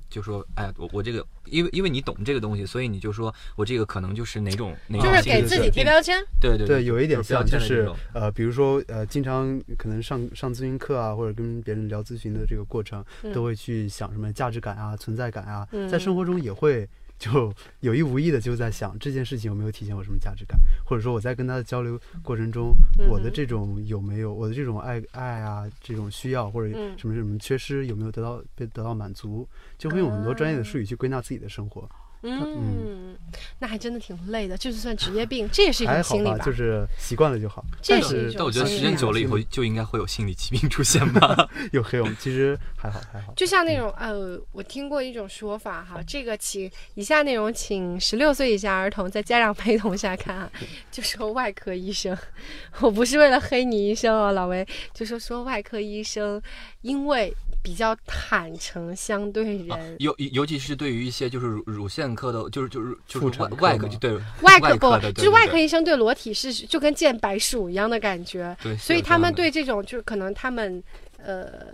[SPEAKER 4] 就说，哎，我我这个，因为因为你懂这个东西，所以你就说我这个可能就是哪种哪
[SPEAKER 3] 就
[SPEAKER 4] 种
[SPEAKER 3] 是
[SPEAKER 4] 心
[SPEAKER 3] 给
[SPEAKER 4] 理
[SPEAKER 3] 自
[SPEAKER 4] 状
[SPEAKER 3] 己
[SPEAKER 4] 态
[SPEAKER 3] 贴标签，
[SPEAKER 4] 对对
[SPEAKER 5] 对，有一点像，
[SPEAKER 4] 标签
[SPEAKER 5] 就
[SPEAKER 4] 的这
[SPEAKER 5] 是
[SPEAKER 4] 种
[SPEAKER 5] 呃，比如说呃，经常可能上上咨询课啊，或者跟别人聊咨询的这个过程，都会去想什么价值感啊、存在感啊，在生活中也会就有意无意的就在想这件事情有没有体现我什么价值感，或者说我在跟他的交流过程中，我的这种有没有我的这种爱爱啊，这种需要或者
[SPEAKER 3] 嗯
[SPEAKER 5] 什么什么缺失有没有得到被得到满足，就会用很多专业的术语去归纳自己的生活。
[SPEAKER 3] 嗯，那还真的挺累的，就是算职业病，这也是一
[SPEAKER 5] 还
[SPEAKER 3] 种
[SPEAKER 5] 好
[SPEAKER 3] 心理
[SPEAKER 5] 吧，就是习惯了就好。
[SPEAKER 3] 这
[SPEAKER 5] 但
[SPEAKER 3] 是一
[SPEAKER 5] 是
[SPEAKER 3] 种
[SPEAKER 4] 但我觉得
[SPEAKER 3] 心
[SPEAKER 4] 时
[SPEAKER 3] 理
[SPEAKER 4] 间
[SPEAKER 3] 啊
[SPEAKER 4] 久了以后，就应该会有心理疾病出现吧。
[SPEAKER 5] 有黑我们其实还好还好。
[SPEAKER 3] 就像那种呃，我听过一种说法哈，这个请以下内容请十六岁以下儿童在家长陪同下看啊，就说外科医生， 我不是为了黑你医生哦，老维，就说说外科医生，因为比较坦诚相对人，
[SPEAKER 4] 啊尤尤其是对于一些就是乳乳腺科的，就是就是就
[SPEAKER 5] 妇
[SPEAKER 4] 是外
[SPEAKER 5] 产科
[SPEAKER 4] 外科
[SPEAKER 5] 吗
[SPEAKER 4] 就对
[SPEAKER 3] 外科
[SPEAKER 4] 科
[SPEAKER 3] 不
[SPEAKER 4] 的，对
[SPEAKER 3] 就是外科
[SPEAKER 4] 对
[SPEAKER 3] 医生对裸体是就跟见白鼠一样的感觉，
[SPEAKER 4] 对，
[SPEAKER 3] 所以
[SPEAKER 4] 他
[SPEAKER 3] 他们对这种就是可能他们呃，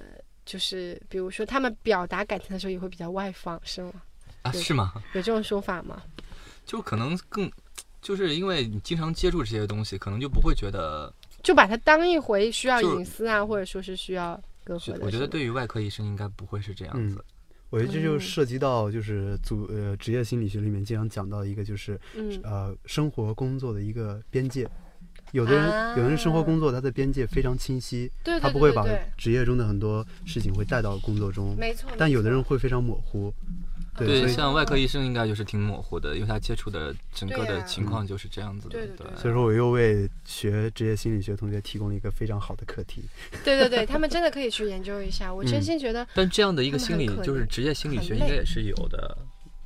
[SPEAKER 3] 就是比如说他们表达感情的时候也会比较外放，是吗？
[SPEAKER 4] 啊是吗？
[SPEAKER 3] 有这种说法吗？
[SPEAKER 4] 就可能更就是因为你经常接触这些东西，可能就不会觉得。
[SPEAKER 3] 就把它当一回需要
[SPEAKER 4] 就
[SPEAKER 3] 隐私啊，或者说是需要隔阂
[SPEAKER 4] 就
[SPEAKER 3] 的。
[SPEAKER 4] 我觉
[SPEAKER 3] 是
[SPEAKER 4] 得
[SPEAKER 3] 吗，
[SPEAKER 4] 对于外科医生应该不会是这样
[SPEAKER 5] 嗯
[SPEAKER 4] 子。
[SPEAKER 5] 我觉得这就
[SPEAKER 3] 嗯
[SPEAKER 5] 涉及到就是组呃职业心理学里面经常讲到一个就是
[SPEAKER 3] 嗯
[SPEAKER 5] 呃生活工作的一个边界。有的人、有的人生活
[SPEAKER 3] 啊
[SPEAKER 5] 工作他的边界非常清晰，
[SPEAKER 3] 对对
[SPEAKER 5] 他
[SPEAKER 3] 对
[SPEAKER 5] 不会
[SPEAKER 3] 对
[SPEAKER 5] 把
[SPEAKER 3] 对
[SPEAKER 5] 职业中的很多事情会带到工作中，
[SPEAKER 3] 没错。
[SPEAKER 5] 但
[SPEAKER 3] 没
[SPEAKER 5] 有的
[SPEAKER 3] 错嗯
[SPEAKER 5] 人会非常模糊。对，
[SPEAKER 4] 对，
[SPEAKER 5] 所以
[SPEAKER 4] 像外科医生应该就是挺模糊的，因为他接触的整个
[SPEAKER 3] 对
[SPEAKER 4] 的
[SPEAKER 3] 啊
[SPEAKER 4] 情况就是这样子的。
[SPEAKER 3] 对对对
[SPEAKER 5] 所以说我又为学职业心理学同学提供了一个非常好的课题。
[SPEAKER 3] 对对对，他们真的可以去研究一下。我真
[SPEAKER 5] 嗯
[SPEAKER 3] 心觉得，
[SPEAKER 4] 但这样的一个
[SPEAKER 3] 他
[SPEAKER 4] 心
[SPEAKER 3] 们
[SPEAKER 4] 理
[SPEAKER 3] 很可，
[SPEAKER 4] 就是
[SPEAKER 3] 怜
[SPEAKER 4] 职业心理
[SPEAKER 3] 很
[SPEAKER 4] 学应该
[SPEAKER 3] 累
[SPEAKER 4] 也是有的，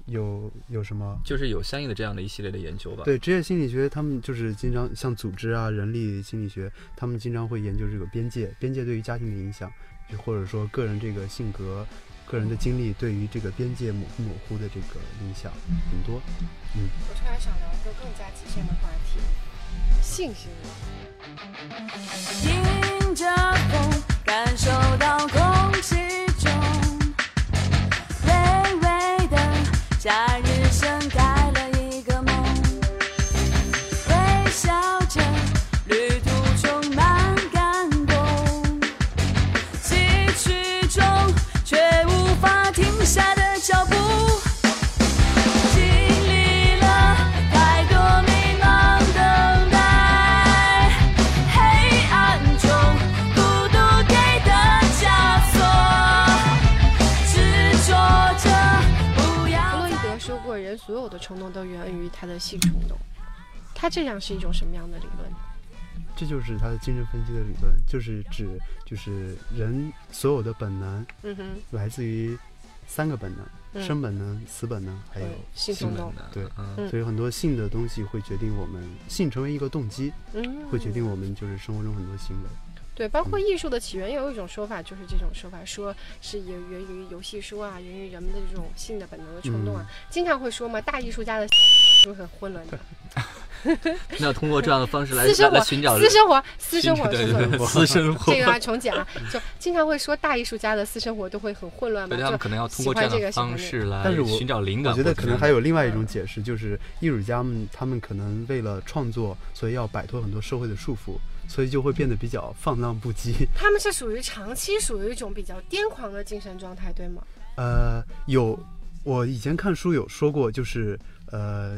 [SPEAKER 5] 有有什么？
[SPEAKER 4] 就是有相应的这样的一系列的研究吧。
[SPEAKER 5] 对职业心理学，他们就是经常像组织啊、人力心理学，他们经常会研究这个边界，边界对于家庭的影响，就或者说个人这个性格、个人的经历对于这个边界模模糊的这个影响很多。
[SPEAKER 3] 我突然想聊一个更加极限的话题，性行为。
[SPEAKER 11] 迎着风，感受到空气中微微的夏日盛开了一个梦，微笑着，旅途充满感动，崎岖中却无法停下的脚步。经历了太多迷茫等待，黑暗中孤独给的枷锁，执着着不要
[SPEAKER 3] 弗洛伊
[SPEAKER 11] 再
[SPEAKER 3] 德说过，人所有的冲动都源于他的性冲动。他这样是一种什么样的理论？
[SPEAKER 5] 这就是他的精神分析的理论，就是指就是人所有的本能
[SPEAKER 3] 嗯哼，
[SPEAKER 5] 来自于三个本能：
[SPEAKER 3] 嗯
[SPEAKER 5] 生本能、死本能，还有
[SPEAKER 3] 嗯性
[SPEAKER 4] 呃性
[SPEAKER 3] 冲
[SPEAKER 4] 本
[SPEAKER 3] 动。
[SPEAKER 4] 能，
[SPEAKER 5] 对
[SPEAKER 4] 嗯，
[SPEAKER 3] 嗯
[SPEAKER 5] 所以很多性的东西会决定我们性成为一个动机，
[SPEAKER 3] 嗯，
[SPEAKER 5] 会决定我们就是生活中很多行为。
[SPEAKER 3] 对，包括艺术的起源，有一种说法就是这种说法，说是也源于游戏书啊，源于人们的这种性的本能的冲动啊。
[SPEAKER 4] 嗯
[SPEAKER 3] 经常会说嘛，大艺术家的 是不是很混乱的？
[SPEAKER 4] 那通过这样的方式来
[SPEAKER 3] 私生
[SPEAKER 4] 来
[SPEAKER 3] 活
[SPEAKER 4] 来寻找
[SPEAKER 3] 私生活，私 生活，
[SPEAKER 4] 对
[SPEAKER 3] 私
[SPEAKER 4] 对
[SPEAKER 3] 生活。
[SPEAKER 4] 对，私生活
[SPEAKER 3] 这个啊，重讲啊，就经常会说大艺术家的私生活都会很混乱嘛，
[SPEAKER 4] 对他们
[SPEAKER 3] 就
[SPEAKER 4] 可能要通
[SPEAKER 3] 喜
[SPEAKER 4] 过这
[SPEAKER 3] 欢
[SPEAKER 4] 样
[SPEAKER 3] 这
[SPEAKER 4] 的
[SPEAKER 3] 个喜欢
[SPEAKER 4] 方
[SPEAKER 3] 那个
[SPEAKER 4] 式来
[SPEAKER 5] 但是我
[SPEAKER 4] 寻找灵
[SPEAKER 5] 我
[SPEAKER 4] 感或
[SPEAKER 5] 觉
[SPEAKER 4] 者
[SPEAKER 5] 得
[SPEAKER 4] 是
[SPEAKER 5] 可
[SPEAKER 4] 呃什么样的。
[SPEAKER 5] 能还有另外一种解释，就是艺术家们他们可能为了创作，所以要摆脱很多社会的束缚，所以就会变得比较放浪不羁。
[SPEAKER 3] 他们是属于长期属于一种比较癫狂的精神状态，对吗？
[SPEAKER 5] 呃，有我以前看书有说过，就是呃，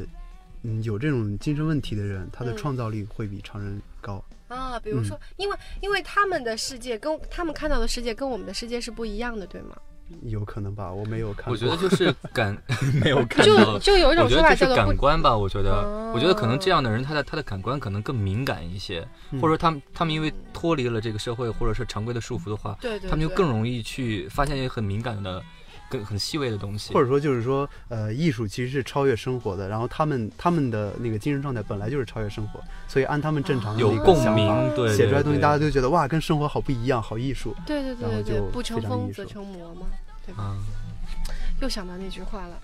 [SPEAKER 5] 嗯有这种精神问题的人，他的
[SPEAKER 3] 嗯
[SPEAKER 5] 创造力会比常人高。
[SPEAKER 3] 啊，比如
[SPEAKER 4] 嗯
[SPEAKER 3] 说，因为因为他们的世界跟他们看到的世界跟我们的世界是不一样的，对吗？
[SPEAKER 5] 有可能吧，我没有看过。
[SPEAKER 4] 我觉得就是 感 没有看
[SPEAKER 3] 就
[SPEAKER 4] 到，
[SPEAKER 3] 就有一种
[SPEAKER 4] 我觉
[SPEAKER 3] 说法
[SPEAKER 4] 得就
[SPEAKER 3] 叫
[SPEAKER 4] 是
[SPEAKER 3] 做不
[SPEAKER 4] 感官吧。我觉得，
[SPEAKER 3] 哦
[SPEAKER 4] 我觉得可能这样的人，他的他的感官可能更敏感一些，
[SPEAKER 5] 嗯
[SPEAKER 4] 或者说他们他们因为脱离了这个社会或者是常规的束缚的话，
[SPEAKER 3] 对对
[SPEAKER 4] 他们就
[SPEAKER 3] 对
[SPEAKER 4] 更容易去发现一些很敏感的、更很细微的东西。
[SPEAKER 5] 或者说就是说，呃，艺术其实是超越生活的，然后他们他们的那个精神状态本来就是超越生活，所以按他们正常的
[SPEAKER 4] 有
[SPEAKER 5] 那个
[SPEAKER 4] 共
[SPEAKER 5] 想法
[SPEAKER 4] 鸣对
[SPEAKER 5] 写出来
[SPEAKER 4] 对
[SPEAKER 5] 的东西
[SPEAKER 4] 对
[SPEAKER 5] 大家都觉得哇，跟生活好不一样，好艺术。
[SPEAKER 3] 对对
[SPEAKER 5] 然后
[SPEAKER 3] 对对
[SPEAKER 5] 就
[SPEAKER 3] 对，不成
[SPEAKER 5] 非常
[SPEAKER 3] 风
[SPEAKER 5] 艺
[SPEAKER 3] 则
[SPEAKER 5] 术
[SPEAKER 3] 成魔嘛，对吧？
[SPEAKER 4] 啊，
[SPEAKER 3] 又想到那句话了，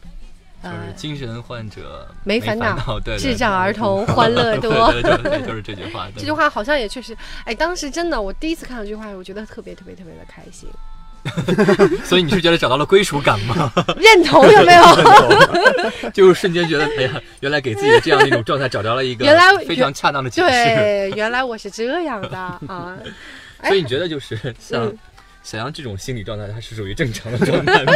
[SPEAKER 4] 就是
[SPEAKER 3] 呃，
[SPEAKER 4] 精神患者
[SPEAKER 3] 没
[SPEAKER 4] 烦
[SPEAKER 3] 烦恼
[SPEAKER 4] 对，对
[SPEAKER 3] 智
[SPEAKER 4] 对
[SPEAKER 3] 障儿 童欢乐
[SPEAKER 4] 对
[SPEAKER 3] 多
[SPEAKER 4] 对对对对就是这句话。对
[SPEAKER 3] 这句话好像也确实，哎，当时真的，我第一次看到这句话，我觉得特别特别特别的开 心，
[SPEAKER 4] 所以你是觉得找到了归属感 吗？
[SPEAKER 3] 认同有没 有？
[SPEAKER 4] 就是瞬间觉得，哎呀，原来给自己的这样的一种状态找着了一个
[SPEAKER 3] 原来
[SPEAKER 4] 非常恰当的解释。
[SPEAKER 3] 对，哎原来我是这样的 啊，
[SPEAKER 4] 所以你觉得就是像
[SPEAKER 3] 嗯
[SPEAKER 4] 小杨这种心理状态，它是属于正常的状态吗？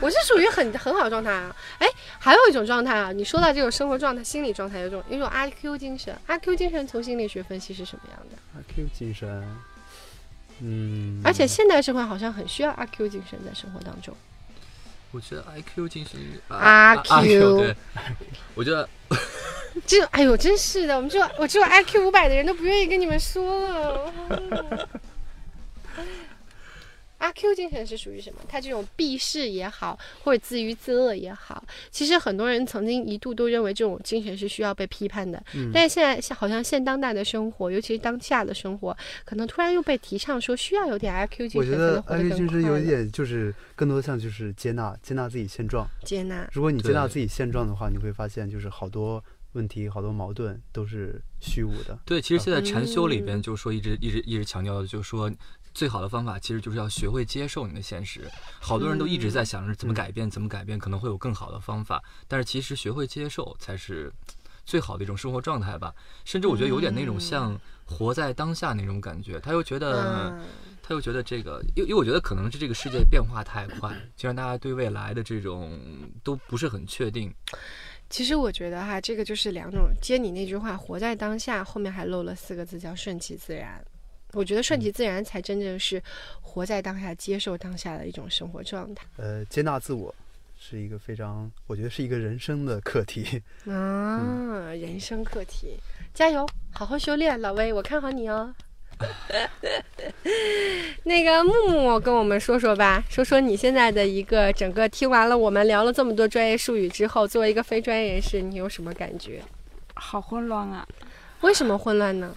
[SPEAKER 3] 我是属于很很好的状态啊。哎，还有一种状态啊，你说到这种生活状态、心理状态，有一种有一种阿 Q 精神。阿 Q 精神从心理学分析是什么样的？
[SPEAKER 5] 阿 Q 精神，嗯，
[SPEAKER 3] 而且现代社会好像很需要阿 Q 精神在生活当中。
[SPEAKER 4] 我觉得 IQ 精神
[SPEAKER 3] 阿 Q
[SPEAKER 4] 对，我觉得
[SPEAKER 3] 这种哎呦，真是的，我们这种我这种 IQ 五百的人都不愿意跟你们说了。阿 Q 精神是属于什么？他这种避世也好，或者自娱自乐也好，其实很多人曾经一度都认为这种精神是需要被批判的。
[SPEAKER 5] 嗯
[SPEAKER 3] 但是现在像好像现当代的生活，尤其是当下的生活，可能突然又被提倡说需要有点阿 Q 精
[SPEAKER 5] 我
[SPEAKER 3] 神
[SPEAKER 5] 觉
[SPEAKER 3] 才
[SPEAKER 5] 得
[SPEAKER 3] 能活
[SPEAKER 5] 阿
[SPEAKER 3] 得
[SPEAKER 5] Q
[SPEAKER 3] 更
[SPEAKER 5] 精神
[SPEAKER 3] 快
[SPEAKER 5] 有一
[SPEAKER 3] 乐
[SPEAKER 5] 点就是更多像就是接纳接纳自己现状。
[SPEAKER 3] 接纳。
[SPEAKER 5] 如果你接纳
[SPEAKER 4] 对
[SPEAKER 5] 自己现状的话，你会发现就是好多问题、好多矛盾都是虚无的。
[SPEAKER 4] 对，其实现在禅修里边就说一直一直一直强调的，就是说最好的方法其实就是要学会接受你的现实。好多人都一直在想着怎么改变，怎么改变，可能会有更好的方法，但是其实学会接受才是最好的一种生活状态吧。甚至我觉得有点那种像活在当下那种感觉，他又觉得。
[SPEAKER 3] 嗯
[SPEAKER 4] 他又觉得这个，因为因为我觉得可能是这个世界变化太快，就让大家对未来的这种都不是很确定。
[SPEAKER 3] 其实我觉得哈，这个就是两种。接你那句话，活在当下，后面还漏了四个字，叫顺其自然。我觉得顺其自然才真正是活在当下、接受当下的一种生活状态
[SPEAKER 5] 呃，接纳自我是一个非常，我觉得是一个人生的课题。
[SPEAKER 3] 啊，人生课题。加油，好好修炼，老威，我看好你哦。那个木木跟我们说说吧，说说你现在的一个整个听完了我们聊了这么多专业术语之后，作为一个非专业人士，你有什么感觉？
[SPEAKER 7] 好混乱啊！
[SPEAKER 3] 为什么混乱呢？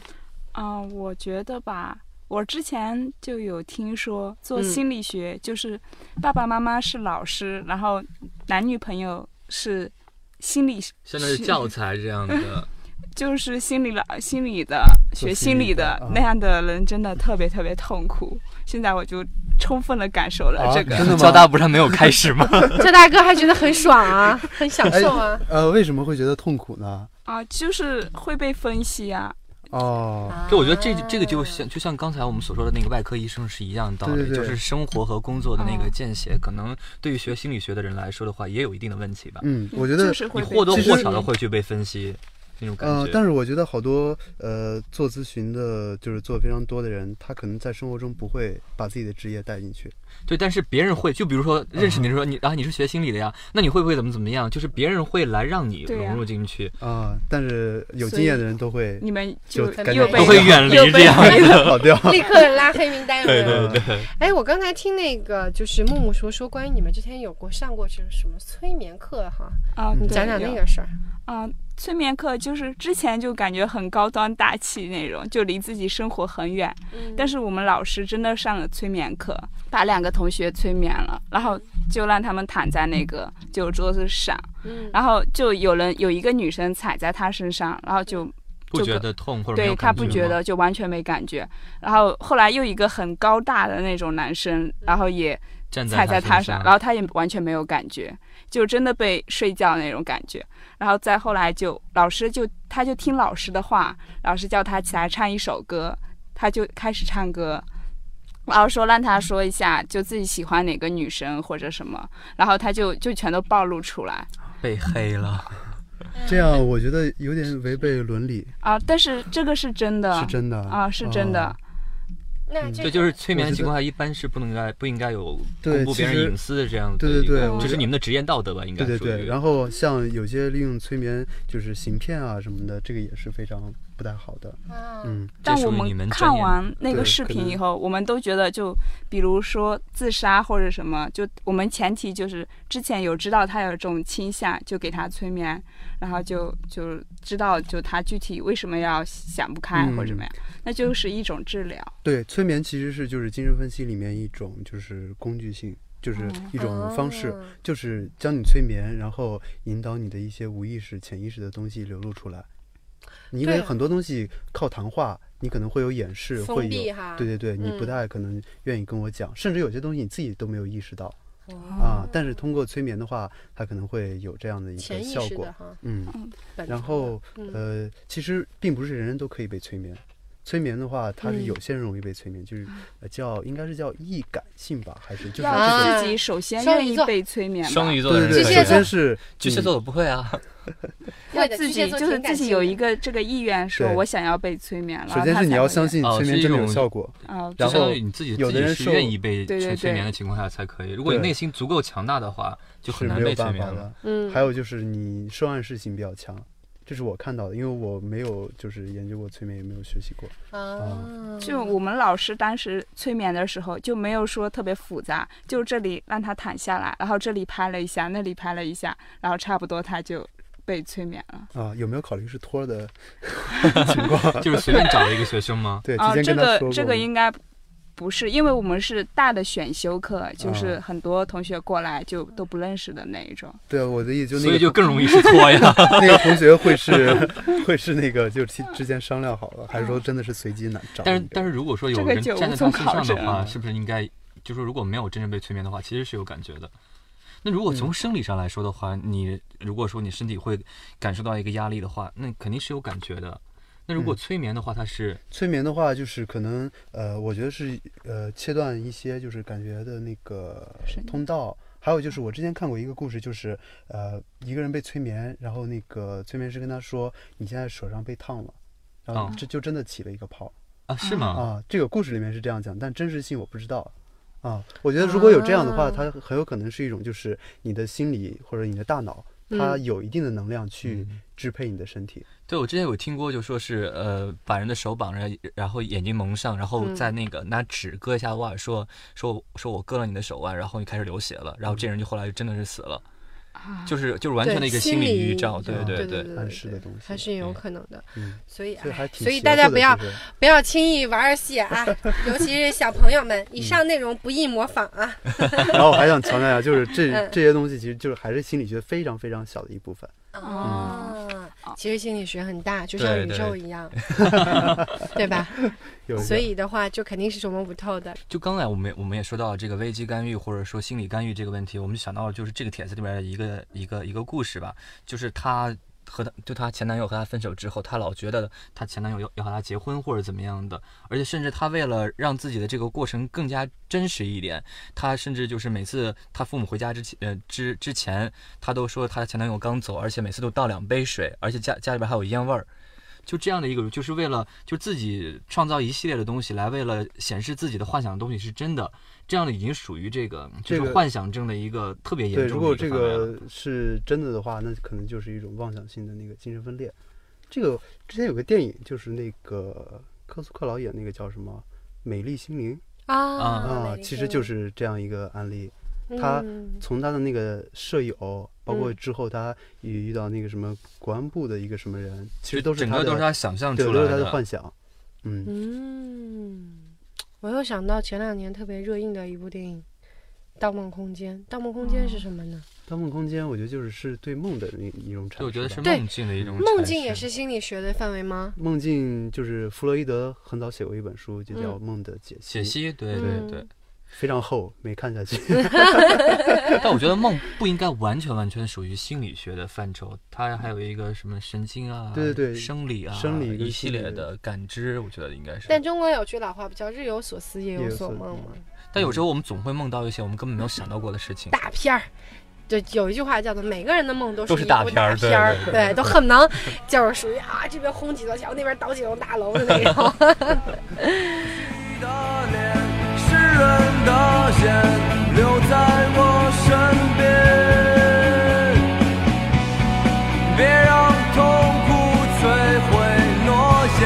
[SPEAKER 7] 啊、我觉得吧，我之前就有听说做
[SPEAKER 3] 嗯
[SPEAKER 7] 心理学，就是爸爸妈妈是老师，然后男女朋友是心理，
[SPEAKER 4] 现在
[SPEAKER 7] 是
[SPEAKER 4] 是教材这 样的，
[SPEAKER 7] 就是心理老心理的
[SPEAKER 5] 做
[SPEAKER 7] 学
[SPEAKER 5] 心
[SPEAKER 7] 心
[SPEAKER 5] 理
[SPEAKER 7] 理
[SPEAKER 5] 的
[SPEAKER 7] 的、
[SPEAKER 5] 啊
[SPEAKER 7] 那样的人，真的特别特别痛苦。现在我就充分的感受了
[SPEAKER 4] 哎
[SPEAKER 5] 啊
[SPEAKER 7] 这个。
[SPEAKER 5] 真的吗
[SPEAKER 4] 交大不是还没有开始吗？
[SPEAKER 3] 这大哥还觉得很爽啊，很享受啊。
[SPEAKER 5] 呃，为什么会觉得痛苦呢？
[SPEAKER 7] 啊，就是会被分析啊，
[SPEAKER 5] 哦，
[SPEAKER 3] 啊
[SPEAKER 4] 就我觉得这这个就像就像刚才我们所说的那个外科医生是一样的道理，
[SPEAKER 5] 对对对
[SPEAKER 4] 就是生活和工作的那
[SPEAKER 7] 嗯
[SPEAKER 4] 个间歇，可能对于学心理学的人来说的话，也有一定的问题吧。
[SPEAKER 5] 嗯，我觉得
[SPEAKER 7] 就是会
[SPEAKER 4] 你
[SPEAKER 7] 被
[SPEAKER 4] 或多
[SPEAKER 5] 其实
[SPEAKER 7] 分
[SPEAKER 4] 或
[SPEAKER 7] 析
[SPEAKER 4] 少的会去被分析那种感
[SPEAKER 5] 呃，
[SPEAKER 4] 觉。
[SPEAKER 5] 但是我觉得好多呃做咨询的，就是做得非常多的人，他可能在生活中不会把自己的职业带进去。
[SPEAKER 4] 对，但是别人会，就比如说认识你的时候，你啊你是学心理的呀，那你会不会怎么怎么样？就是别人会来让你
[SPEAKER 7] 对呀
[SPEAKER 4] 融入进去，
[SPEAKER 5] 啊、但是有经验的人都会
[SPEAKER 7] 你们
[SPEAKER 5] 就
[SPEAKER 7] 就
[SPEAKER 5] 感
[SPEAKER 7] 又
[SPEAKER 5] 觉
[SPEAKER 7] 被
[SPEAKER 4] 都会远离
[SPEAKER 7] 哎又被
[SPEAKER 4] 这样 的。
[SPEAKER 5] 跑掉。
[SPEAKER 3] 立刻拉黑名单有没有？
[SPEAKER 5] 对
[SPEAKER 4] 对，
[SPEAKER 3] 哎，我刚才听那个就是木木说说关于你们之前有过上过这种什么催眠课哈，
[SPEAKER 7] 啊，
[SPEAKER 3] 你
[SPEAKER 7] 对
[SPEAKER 3] 讲讲
[SPEAKER 7] 有
[SPEAKER 3] 那个事儿。
[SPEAKER 7] 啊，催眠课就是之前就感觉很高端大气那种，就离自己生活很远。
[SPEAKER 3] 嗯
[SPEAKER 7] 但是我们老师真的上了催眠课，把两个同学催眠了，然后就让他们躺在那个就桌子上，
[SPEAKER 3] 嗯
[SPEAKER 7] 然后就有人有一个女生踩在她身上，然后就
[SPEAKER 4] 不觉得痛或者没
[SPEAKER 7] 对
[SPEAKER 4] 有
[SPEAKER 7] 他
[SPEAKER 4] 感
[SPEAKER 7] 不
[SPEAKER 4] 吗
[SPEAKER 7] 觉得，就完全没感觉。然后后来又一个很高大的那种男生，然后也
[SPEAKER 4] 站
[SPEAKER 7] 踩在
[SPEAKER 4] 他
[SPEAKER 7] 他
[SPEAKER 4] 身
[SPEAKER 7] 上，然啊后他也完全没有感觉，就真的被睡觉那种感觉。然后再后来就老师就他就听老师的话，老师叫他起来唱一首歌，他就开始唱歌。然后说让他说一下，就自己喜欢哪个女生或者什么，然后他就就全都暴露出来。
[SPEAKER 4] 被黑了。
[SPEAKER 5] 这样我觉得有点违背伦理，
[SPEAKER 7] 啊，但是这个是真的，
[SPEAKER 5] 是真的
[SPEAKER 7] 啊，是真的。
[SPEAKER 5] 啊
[SPEAKER 3] 那这
[SPEAKER 4] 对，
[SPEAKER 3] 个
[SPEAKER 4] 就是催眠
[SPEAKER 5] 我觉得
[SPEAKER 4] 情况下一般是不能该不应该有
[SPEAKER 5] 对
[SPEAKER 4] 公布别
[SPEAKER 5] 其
[SPEAKER 4] 人
[SPEAKER 5] 实
[SPEAKER 4] 隐私的这样的
[SPEAKER 5] 对对
[SPEAKER 4] 一个
[SPEAKER 5] 对我
[SPEAKER 4] 这
[SPEAKER 5] 觉
[SPEAKER 4] 是
[SPEAKER 5] 得
[SPEAKER 4] 你们的职业道德吧？应该
[SPEAKER 5] 对对
[SPEAKER 4] 属于
[SPEAKER 5] 对。然后像有些利用催眠就是行骗啊什么的，这个也是非常不太好的。
[SPEAKER 7] 啊
[SPEAKER 5] 嗯，
[SPEAKER 4] 这
[SPEAKER 7] 但
[SPEAKER 4] 属
[SPEAKER 7] 我
[SPEAKER 4] 于你们
[SPEAKER 7] 看
[SPEAKER 4] 专业
[SPEAKER 7] 完那个
[SPEAKER 5] 对
[SPEAKER 7] 视
[SPEAKER 5] 可
[SPEAKER 7] 频
[SPEAKER 5] 能
[SPEAKER 7] 以后，我们都觉得，就比如说自杀或者什么，就我们前提就是之前有知道他有这种倾向，就给他催眠，然后就就知道就他具体为什么要想不开或者怎
[SPEAKER 5] 嗯
[SPEAKER 7] 么样，那就是一种治疗。
[SPEAKER 5] 对，催眠其实是就是精神分析里面一种就是工具性，就是
[SPEAKER 7] 嗯
[SPEAKER 5] 一种方式，
[SPEAKER 3] 哦
[SPEAKER 5] 就是将你催眠，然后引导你的一些无意识、潜意识的东西流露出来。你因为
[SPEAKER 3] 对
[SPEAKER 5] 很多东西靠谈话，你可能会有掩饰，
[SPEAKER 3] 封
[SPEAKER 5] 会
[SPEAKER 3] 闭
[SPEAKER 5] 有
[SPEAKER 3] 哈
[SPEAKER 5] 对对对，你不
[SPEAKER 3] 嗯
[SPEAKER 5] 太可能愿意跟我讲，甚至有些东西你自己都没有意识到。
[SPEAKER 3] 哦
[SPEAKER 5] 啊，但是通过催眠的话，它可能会有这样的一个
[SPEAKER 3] 潜意
[SPEAKER 5] 效
[SPEAKER 3] 识
[SPEAKER 5] 果
[SPEAKER 3] 的。哈，
[SPEAKER 5] 嗯，
[SPEAKER 3] 本
[SPEAKER 5] 然
[SPEAKER 3] 能
[SPEAKER 5] 后
[SPEAKER 3] 嗯
[SPEAKER 5] 呃，其实并不是人人都可以被催眠。催眠的话，
[SPEAKER 3] 嗯
[SPEAKER 5] 它是有些人容易被催眠，就是呃叫应该是叫易感性吧，还是就是这
[SPEAKER 3] 啊
[SPEAKER 5] 个
[SPEAKER 7] 要自己首先
[SPEAKER 3] 双
[SPEAKER 7] 愿
[SPEAKER 3] 鱼
[SPEAKER 7] 意
[SPEAKER 3] 座
[SPEAKER 7] 被催眠吧，
[SPEAKER 4] 双鱼座的
[SPEAKER 5] 对
[SPEAKER 4] 人
[SPEAKER 5] 对
[SPEAKER 3] 巨
[SPEAKER 4] 会
[SPEAKER 3] 蟹
[SPEAKER 5] 对，首嗯
[SPEAKER 4] 这样
[SPEAKER 5] 先是
[SPEAKER 4] 巨蟹座我不会啊，
[SPEAKER 7] 要
[SPEAKER 3] 对的
[SPEAKER 7] 自
[SPEAKER 3] 巨蟹
[SPEAKER 7] 己
[SPEAKER 3] 座
[SPEAKER 7] 就是
[SPEAKER 3] 挺感
[SPEAKER 7] 自己
[SPEAKER 3] 性
[SPEAKER 7] 有
[SPEAKER 3] 的
[SPEAKER 7] 一个这个意愿，说
[SPEAKER 5] 对
[SPEAKER 7] 我想要被催眠了。
[SPEAKER 5] 首先
[SPEAKER 7] 他
[SPEAKER 5] 是你
[SPEAKER 7] 才
[SPEAKER 5] 要
[SPEAKER 7] 会
[SPEAKER 5] 相信
[SPEAKER 4] 哦
[SPEAKER 5] 催
[SPEAKER 4] 是
[SPEAKER 5] 眠
[SPEAKER 4] 一
[SPEAKER 5] 真的有
[SPEAKER 4] 种
[SPEAKER 5] 效果，
[SPEAKER 7] 啊，
[SPEAKER 4] 就
[SPEAKER 5] 然
[SPEAKER 4] 相
[SPEAKER 5] 后
[SPEAKER 4] 当于你自己
[SPEAKER 5] 有
[SPEAKER 4] 自
[SPEAKER 5] 的
[SPEAKER 4] 己
[SPEAKER 5] 人
[SPEAKER 4] 是
[SPEAKER 5] 受
[SPEAKER 4] 愿意被
[SPEAKER 7] 对对
[SPEAKER 4] 催催
[SPEAKER 7] 对
[SPEAKER 4] 眠的情况下才可以。如果你
[SPEAKER 5] 对
[SPEAKER 4] 内心足够强大的话，就
[SPEAKER 5] 是
[SPEAKER 4] 很难
[SPEAKER 5] 没有
[SPEAKER 4] 被催
[SPEAKER 5] 办
[SPEAKER 4] 眠
[SPEAKER 5] 法
[SPEAKER 4] 了
[SPEAKER 5] 的。。
[SPEAKER 3] 嗯，
[SPEAKER 5] 还有就是你受暗示性比较强，这是我看到的，因为我没有就是研究过催眠，也没有学习过。
[SPEAKER 3] 啊，
[SPEAKER 7] 就
[SPEAKER 5] 嗯
[SPEAKER 7] 我们老师当时催眠的时候，就没有说特别复杂，就这里让他躺下来，然后这里拍了一下，那里拍了一下，然后差不多他就被催眠了。
[SPEAKER 5] 啊，有没有考虑是托儿的 情况？
[SPEAKER 4] 就是随便找了一个学生吗？
[SPEAKER 5] 对，
[SPEAKER 7] 啊，
[SPEAKER 5] 提前
[SPEAKER 7] 这
[SPEAKER 5] 跟他
[SPEAKER 7] 个
[SPEAKER 5] 说过。
[SPEAKER 7] 这个应该不是，因为我们是大的选修课，就是
[SPEAKER 5] 啊
[SPEAKER 7] 很多同学过来就都不认识的那一种。
[SPEAKER 5] 对，我的意 思就
[SPEAKER 4] 所
[SPEAKER 5] 那
[SPEAKER 4] 以就
[SPEAKER 5] 个
[SPEAKER 4] 更容易是拖呀。
[SPEAKER 5] 那个同学会是会是那个，就是提之前商量好了，还是说真的是随机拿找你
[SPEAKER 4] 但
[SPEAKER 5] 的？
[SPEAKER 4] 是但是如果说有
[SPEAKER 7] 这个
[SPEAKER 4] 人
[SPEAKER 7] 就
[SPEAKER 4] 站在
[SPEAKER 7] 无
[SPEAKER 4] 他
[SPEAKER 7] 从
[SPEAKER 4] 身
[SPEAKER 7] 考
[SPEAKER 4] 上
[SPEAKER 7] 证
[SPEAKER 4] 的话，
[SPEAKER 5] 了
[SPEAKER 4] 是不是应该就是如果没有真正被催眠的话，其实是有感觉的。那如果从生理上来说的话，你如果说你身体会感受到一个压力的话，那肯定是有感觉的。那如果
[SPEAKER 5] 嗯
[SPEAKER 4] 催眠的话，它是
[SPEAKER 5] 催眠的话，就是可能呃，我觉得是呃切断一些就是感觉的那个
[SPEAKER 7] 神经
[SPEAKER 5] 通道。还有就是我之前看过一个故事，就是呃一个人被催眠，然后那个催眠师跟他说你现在手上被烫了，然后
[SPEAKER 4] 哦
[SPEAKER 5] 这就真的起了一个泡
[SPEAKER 4] 啊是
[SPEAKER 3] 哦
[SPEAKER 4] 吗？
[SPEAKER 5] 啊。这个故事里面是这样讲，但真实性我不知道。啊，我觉得如果有这样的话，
[SPEAKER 3] 啊
[SPEAKER 5] 它很有可能是一种就是你的心理或者你的大脑，它
[SPEAKER 3] 嗯
[SPEAKER 5] 有一定的能量去支配你的身体。
[SPEAKER 4] 对，我之前有听过，就说是呃，把人的手绑着，然后眼睛蒙上，然后再那个拿纸割一下腕，说说说我割了你的手腕，然后你开始流血了，然后这人就后来真的是死了，就是就是完全的一个
[SPEAKER 3] 对
[SPEAKER 4] 心
[SPEAKER 3] 心
[SPEAKER 4] 理
[SPEAKER 3] 理
[SPEAKER 4] 预兆，对
[SPEAKER 5] 啊
[SPEAKER 4] 对
[SPEAKER 3] 对
[SPEAKER 4] 对
[SPEAKER 3] 对，
[SPEAKER 5] 暗示的东西
[SPEAKER 3] 还是有可能的。
[SPEAKER 5] 嗯，
[SPEAKER 3] 所以，
[SPEAKER 5] 所以
[SPEAKER 3] 哎
[SPEAKER 5] 还挺
[SPEAKER 3] 所以
[SPEAKER 5] 邪
[SPEAKER 3] 大家
[SPEAKER 5] 乎的
[SPEAKER 3] 不要
[SPEAKER 5] 其实
[SPEAKER 3] 不要轻易玩儿戏啊， 尤其是小朋友们，
[SPEAKER 5] 嗯
[SPEAKER 3] 以上内容不宜模仿啊。
[SPEAKER 5] 然后我还想强调一下，就是这
[SPEAKER 3] 嗯
[SPEAKER 5] 这些东西其实就是还是心理学非常非常小的一部分。
[SPEAKER 7] 哦嗯
[SPEAKER 3] 啊，其实心理学很大，就像
[SPEAKER 4] 对
[SPEAKER 3] 宇
[SPEAKER 4] 对
[SPEAKER 3] 宙 一样，对吧？
[SPEAKER 5] 有一个
[SPEAKER 3] 所以的话，就肯定是琢磨不透的。
[SPEAKER 4] 就刚才我们我们也说到这个危机干预或者说心理干预这个问题，我们就想到了就是这个帖子里边的一个一个一个故事吧，就是她和她就她前男友和她分手之后，她老觉得她前男友要要和她结婚或者怎么样的，而且甚至她为了让自己的这个过程更加真实一点，她甚至就是每次她父母回家之前呃之之前，她都说她的前男友刚走，而且每次都倒两杯水，而且家家里边还有烟味儿。就这样的一个，就是为了就自己创造一系列的东西来，为了显示自己的幻想的东西是真的，这样的已经属于这个
[SPEAKER 5] 这
[SPEAKER 4] 就是
[SPEAKER 5] 个
[SPEAKER 4] 幻想症的一个特别
[SPEAKER 5] 对，
[SPEAKER 4] 严
[SPEAKER 5] 如
[SPEAKER 4] 重
[SPEAKER 5] 果
[SPEAKER 4] 的
[SPEAKER 5] 这
[SPEAKER 4] 一个范围了。
[SPEAKER 5] 个是真的的话，那可能就是一种妄想性的那个精神分裂。这个之前有个电影，就是那个科苏克劳演那个叫什么《美丽心灵》
[SPEAKER 3] 啊
[SPEAKER 5] 啊，其实就是这样一个案例。他从他的那个舍友，包括
[SPEAKER 3] 嗯
[SPEAKER 5] 之后他也遇到那个什么国安部的一个什么人，其
[SPEAKER 4] 就
[SPEAKER 5] 实都是
[SPEAKER 4] 整
[SPEAKER 5] 他
[SPEAKER 4] 个
[SPEAKER 5] 的，
[SPEAKER 4] 都是他想象
[SPEAKER 5] 对，
[SPEAKER 4] 出
[SPEAKER 5] 都
[SPEAKER 4] 来
[SPEAKER 5] 是他的幻想。嗯，
[SPEAKER 3] 嗯，我又想到前两年特别热映的一部电影《盗梦空间》。《盗梦空间》是什么呢？
[SPEAKER 5] 《盗梦空间》，我觉得就是是对梦的那一种阐释吧。
[SPEAKER 4] 对，我觉得是
[SPEAKER 3] 对
[SPEAKER 4] 梦境的一
[SPEAKER 5] 嗯
[SPEAKER 4] 种
[SPEAKER 3] 梦
[SPEAKER 4] 阐
[SPEAKER 3] 境也
[SPEAKER 4] 释
[SPEAKER 3] 是心理学的范围吗？
[SPEAKER 5] 梦境就是弗洛伊德很早写过一本书，就叫
[SPEAKER 3] 嗯
[SPEAKER 5] 《梦的解析》，
[SPEAKER 4] 解析，对对
[SPEAKER 3] 嗯
[SPEAKER 4] 对。
[SPEAKER 5] 非常厚，没看下 去。
[SPEAKER 4] 但我觉得梦不应该完全完全属于心理学的范畴，它还有一个什么神经啊，
[SPEAKER 5] 对对对
[SPEAKER 4] 生理啊，
[SPEAKER 5] 生理跟
[SPEAKER 4] 一系
[SPEAKER 5] 心理
[SPEAKER 4] 列
[SPEAKER 5] 的
[SPEAKER 4] 的感知，我觉得应该是。
[SPEAKER 3] 但中国有句老话，不叫“日有所思，夜
[SPEAKER 5] 夜
[SPEAKER 3] 有
[SPEAKER 5] 有
[SPEAKER 3] 所
[SPEAKER 5] 所
[SPEAKER 3] 梦”吗
[SPEAKER 5] 梦？
[SPEAKER 4] 但有时候我们总会梦到一些我们根本没有想到过的事情。
[SPEAKER 3] 大片儿，就有一句话叫做“每个人的梦都
[SPEAKER 4] 都
[SPEAKER 3] 是
[SPEAKER 4] 是
[SPEAKER 3] 一
[SPEAKER 4] 大
[SPEAKER 3] 部
[SPEAKER 4] 片儿对
[SPEAKER 3] 片儿
[SPEAKER 4] 对
[SPEAKER 3] 对，都恨不能就是属于啊这边轰几座桥，那边倒几栋大楼的那 种。
[SPEAKER 10] 世人的线留在我身边，别让痛苦摧毁诺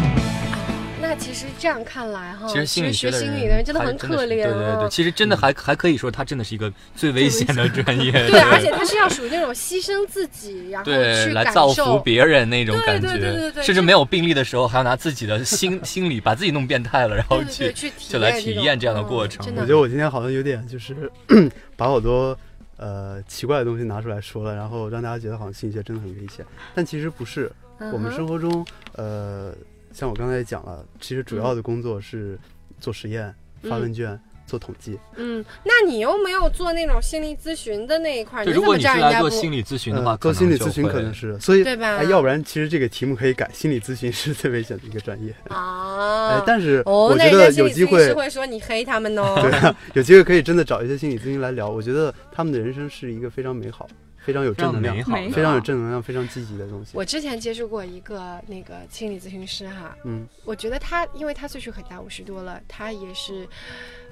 [SPEAKER 10] 言。
[SPEAKER 3] 那其实这样看来哈，
[SPEAKER 4] 其实心理学
[SPEAKER 3] 嗯学
[SPEAKER 4] 的
[SPEAKER 3] 心
[SPEAKER 4] 人
[SPEAKER 3] 理的人真的
[SPEAKER 4] 还
[SPEAKER 3] 很可
[SPEAKER 4] 是
[SPEAKER 3] 怜
[SPEAKER 4] 对对
[SPEAKER 3] 啊
[SPEAKER 4] 对，。其实
[SPEAKER 5] 嗯
[SPEAKER 4] 真的还还可以说，它真的是一个最危险的专业。
[SPEAKER 3] 对，啊而且他是要属于那种牺牲自己，然后
[SPEAKER 4] 对
[SPEAKER 3] 去
[SPEAKER 4] 来
[SPEAKER 3] 感
[SPEAKER 4] 造福
[SPEAKER 3] 受。
[SPEAKER 4] 别人那种
[SPEAKER 3] 对
[SPEAKER 4] 感觉，
[SPEAKER 3] 对对对对这
[SPEAKER 4] 甚至没有病例的时候，还要拿自己的心心理把自己弄变态了，然后
[SPEAKER 3] 对对
[SPEAKER 4] 去
[SPEAKER 3] 对去体
[SPEAKER 4] 就来
[SPEAKER 3] 验这
[SPEAKER 4] 体
[SPEAKER 3] 种
[SPEAKER 4] 验这样的
[SPEAKER 3] 嗯
[SPEAKER 4] 过程。
[SPEAKER 3] 真
[SPEAKER 5] 我
[SPEAKER 3] 的
[SPEAKER 5] 觉得我今天好像有点就是 把好多呃奇怪的东西拿出来说了，然后让大家觉得好像心理学真的很危险，但其实不是。
[SPEAKER 3] 嗯哼
[SPEAKER 5] 我们生活中，呃，像我刚才讲了，其实主要的工作是做实验、发问卷、做统计。
[SPEAKER 3] 嗯，那你又没有做那种心理咨询的那一块儿，
[SPEAKER 4] 对，
[SPEAKER 3] 怎
[SPEAKER 4] 如果
[SPEAKER 3] 么
[SPEAKER 4] 你
[SPEAKER 3] 知
[SPEAKER 4] 是
[SPEAKER 3] 道人
[SPEAKER 4] 来
[SPEAKER 3] 家
[SPEAKER 4] 做
[SPEAKER 3] 不？
[SPEAKER 4] 心理咨询的话，
[SPEAKER 5] 呃做心理咨询可能是，所以
[SPEAKER 3] 对吧
[SPEAKER 5] 哎要不然其实这个题目可以改，心理咨询是最危险的一个专业。
[SPEAKER 3] 啊
[SPEAKER 5] 哎，，但是
[SPEAKER 3] 哦，
[SPEAKER 5] 我
[SPEAKER 3] 那
[SPEAKER 5] 觉
[SPEAKER 3] 人家
[SPEAKER 5] 得
[SPEAKER 3] 心
[SPEAKER 5] 有
[SPEAKER 3] 理
[SPEAKER 5] 机
[SPEAKER 3] 咨询
[SPEAKER 5] 会
[SPEAKER 3] 师，会说你黑他们 哦。
[SPEAKER 5] 对啊，有机会可以真的找一些心理咨询来聊。我觉得他们的人生是一个非常美好、非常有
[SPEAKER 4] 非常
[SPEAKER 5] 正能量
[SPEAKER 4] 美、好的，
[SPEAKER 5] 非常有正能量、非常积极的东西
[SPEAKER 3] 我。之前接触过一个那个心理咨询师哈，
[SPEAKER 5] 嗯，
[SPEAKER 3] 我觉得他，因为他岁数很大，五十多了，他也是，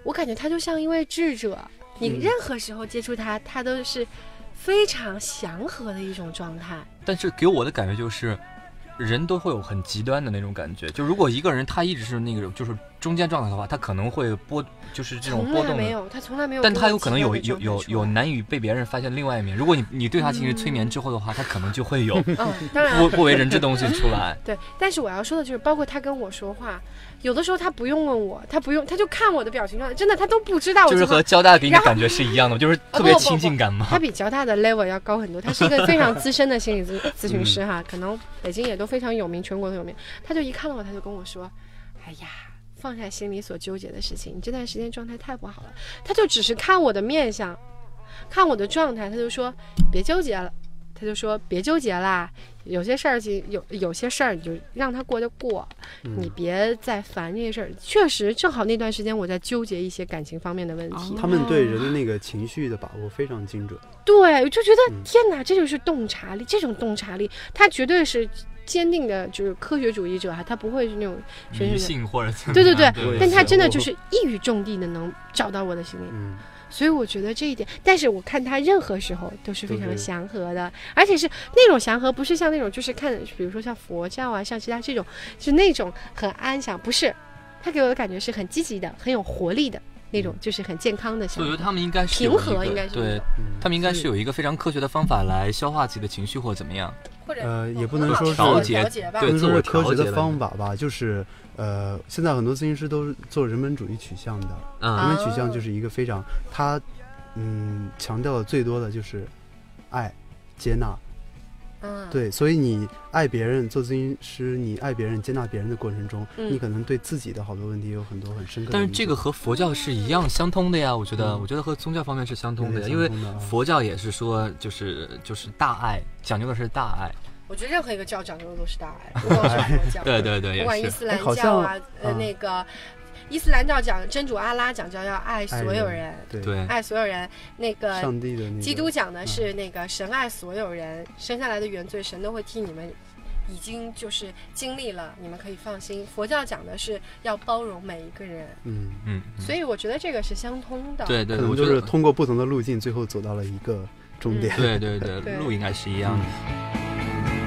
[SPEAKER 3] 我感觉他就像一位智者，你
[SPEAKER 5] 嗯
[SPEAKER 3] 任何时候接触他，他都是非常祥和的一种状态。
[SPEAKER 4] 但是给我的感觉就是，人都会有很极端的那种感觉。就如果一个人他一直是那种就是中间状态的话，他可能会波，就是这种
[SPEAKER 3] 从
[SPEAKER 4] 波
[SPEAKER 3] 来
[SPEAKER 4] 动
[SPEAKER 3] 没
[SPEAKER 4] 的。
[SPEAKER 3] 有，他从来没有过
[SPEAKER 4] 但
[SPEAKER 3] 这种极端的状态出来。
[SPEAKER 4] 他有可能有有有有
[SPEAKER 5] 嗯
[SPEAKER 4] 难以被别人发现另外一面。如果你你对他进行催眠之后的话，他可能就会有
[SPEAKER 3] 嗯， 当然
[SPEAKER 4] 不不为人知东西出来。
[SPEAKER 3] 对，但是我要说的就是，包括他跟我说话，有的时候他不用问我，他不用，他就看我的表情状态，真的他都不知道我
[SPEAKER 4] 就是
[SPEAKER 3] 今晚
[SPEAKER 4] 和交大给你
[SPEAKER 3] 然
[SPEAKER 4] 的
[SPEAKER 3] 后哦
[SPEAKER 4] 感觉是一样的，就是特别亲近感嘛。
[SPEAKER 3] 他比交大的 level 要高很多，他是一个非常资深的心理咨 嗯咨询师哈，可能北京也都非常有名，全国都有名。他就一看到我，他就跟我说：“哎呀，放下心里所纠结的事情，你这段时间状态太不好了。”他就只是看我的面相，看我的状态，他就说：“别纠结了。”哎他就说：“别纠结啦，有些事儿就有有些事儿你就让它过就过，你别再烦这些事儿。”确实，正好那段时间我在纠结一些感情方面的问题。
[SPEAKER 5] 他们对人的那个情绪的把握非常精准。
[SPEAKER 3] 对，我就觉得
[SPEAKER 5] 嗯
[SPEAKER 3] 天哪，这就是洞察力，这种洞察力，他绝对是坚定的，就是科学主义者哈，他不会是那种玄学
[SPEAKER 4] 迷
[SPEAKER 3] 者。
[SPEAKER 4] 信或者怎么
[SPEAKER 3] 对对
[SPEAKER 4] 样
[SPEAKER 3] 对
[SPEAKER 5] 我也，
[SPEAKER 3] 但
[SPEAKER 5] 是
[SPEAKER 3] 他真的就
[SPEAKER 5] 我
[SPEAKER 3] 是一语中的的能找到我的心里，
[SPEAKER 5] 嗯，
[SPEAKER 3] 所以我觉得这一点，但是我看他任何时候都是非
[SPEAKER 5] 对
[SPEAKER 3] 常
[SPEAKER 5] 对
[SPEAKER 3] 祥和的，而且是那种祥和，不是像那种就是看，比如说像佛教啊，像其他这种，是那种很安详，不是，他给我的感觉是很积极的，很有活力的那种，就是很健康的
[SPEAKER 4] 所
[SPEAKER 3] 祥和
[SPEAKER 4] 以我觉得。他们应该是
[SPEAKER 3] 平
[SPEAKER 4] 有一
[SPEAKER 3] 和
[SPEAKER 4] 个
[SPEAKER 3] 应该是
[SPEAKER 4] 对
[SPEAKER 5] 嗯
[SPEAKER 4] 他们应该是有一个非常科学的方法来消化自己的情绪或者怎么样。
[SPEAKER 3] 或者
[SPEAKER 5] 呃也不能
[SPEAKER 3] 很
[SPEAKER 5] 说是
[SPEAKER 3] 好调
[SPEAKER 4] 调节
[SPEAKER 3] 节吧
[SPEAKER 4] 对
[SPEAKER 5] 不能
[SPEAKER 4] 自
[SPEAKER 5] 说
[SPEAKER 4] 我
[SPEAKER 5] 是科
[SPEAKER 4] 调
[SPEAKER 5] 学
[SPEAKER 4] 节
[SPEAKER 5] 的
[SPEAKER 4] 的
[SPEAKER 5] 方法吧，就是呃，现在很多咨询师都是做人本主义取向的，人
[SPEAKER 4] 嗯，
[SPEAKER 5] 本
[SPEAKER 3] 哦
[SPEAKER 5] 取向就是一个非常他嗯强调的最多的就是爱、接纳。
[SPEAKER 3] 嗯，
[SPEAKER 5] 对，所以你爱别人，做咨询师，你爱别人、接纳别人的过程中，
[SPEAKER 3] 嗯
[SPEAKER 5] 你可能对自己的好多问题有很多很深刻的
[SPEAKER 4] 但
[SPEAKER 5] 理解。
[SPEAKER 4] 是这个和佛教是一样相通的呀，我觉得，
[SPEAKER 5] 嗯
[SPEAKER 4] 我觉得和宗教方面是相通的呀，
[SPEAKER 5] 有点
[SPEAKER 4] 因为
[SPEAKER 5] 相通的啊
[SPEAKER 4] 佛教也是说，就是就是大爱，讲究的是大爱。
[SPEAKER 3] 我觉得任何一个教讲究的都是大爱， 不管是什么教，
[SPEAKER 4] 对对对，
[SPEAKER 3] 不管
[SPEAKER 4] 也
[SPEAKER 3] 伊
[SPEAKER 4] 是。
[SPEAKER 3] 斯兰
[SPEAKER 5] 哎好
[SPEAKER 3] 教
[SPEAKER 5] 像
[SPEAKER 3] 啊，呃，
[SPEAKER 5] 嗯
[SPEAKER 3] 那个伊斯兰教讲真主阿拉讲究要爱
[SPEAKER 5] 爱
[SPEAKER 3] 所有人，
[SPEAKER 5] 对
[SPEAKER 4] 对，
[SPEAKER 3] 爱所有人，那个
[SPEAKER 5] 上帝的嗯那个
[SPEAKER 3] 基督讲的是那个神爱所有人，生下来的原罪神都会替你们。已经就是经历了，你们可以放心。佛教讲的是要包容每一个人，
[SPEAKER 5] 嗯，
[SPEAKER 4] 嗯，嗯
[SPEAKER 3] 所以我觉得这个是相通的。，
[SPEAKER 4] 对对，
[SPEAKER 5] 可
[SPEAKER 4] 对
[SPEAKER 5] 能
[SPEAKER 4] 我
[SPEAKER 5] 就
[SPEAKER 4] 觉
[SPEAKER 5] 是
[SPEAKER 4] 得
[SPEAKER 5] 通过不同的路径，最后走到了一个终点。
[SPEAKER 3] 嗯
[SPEAKER 4] 对对对
[SPEAKER 3] 对，
[SPEAKER 4] 路应该是一样的。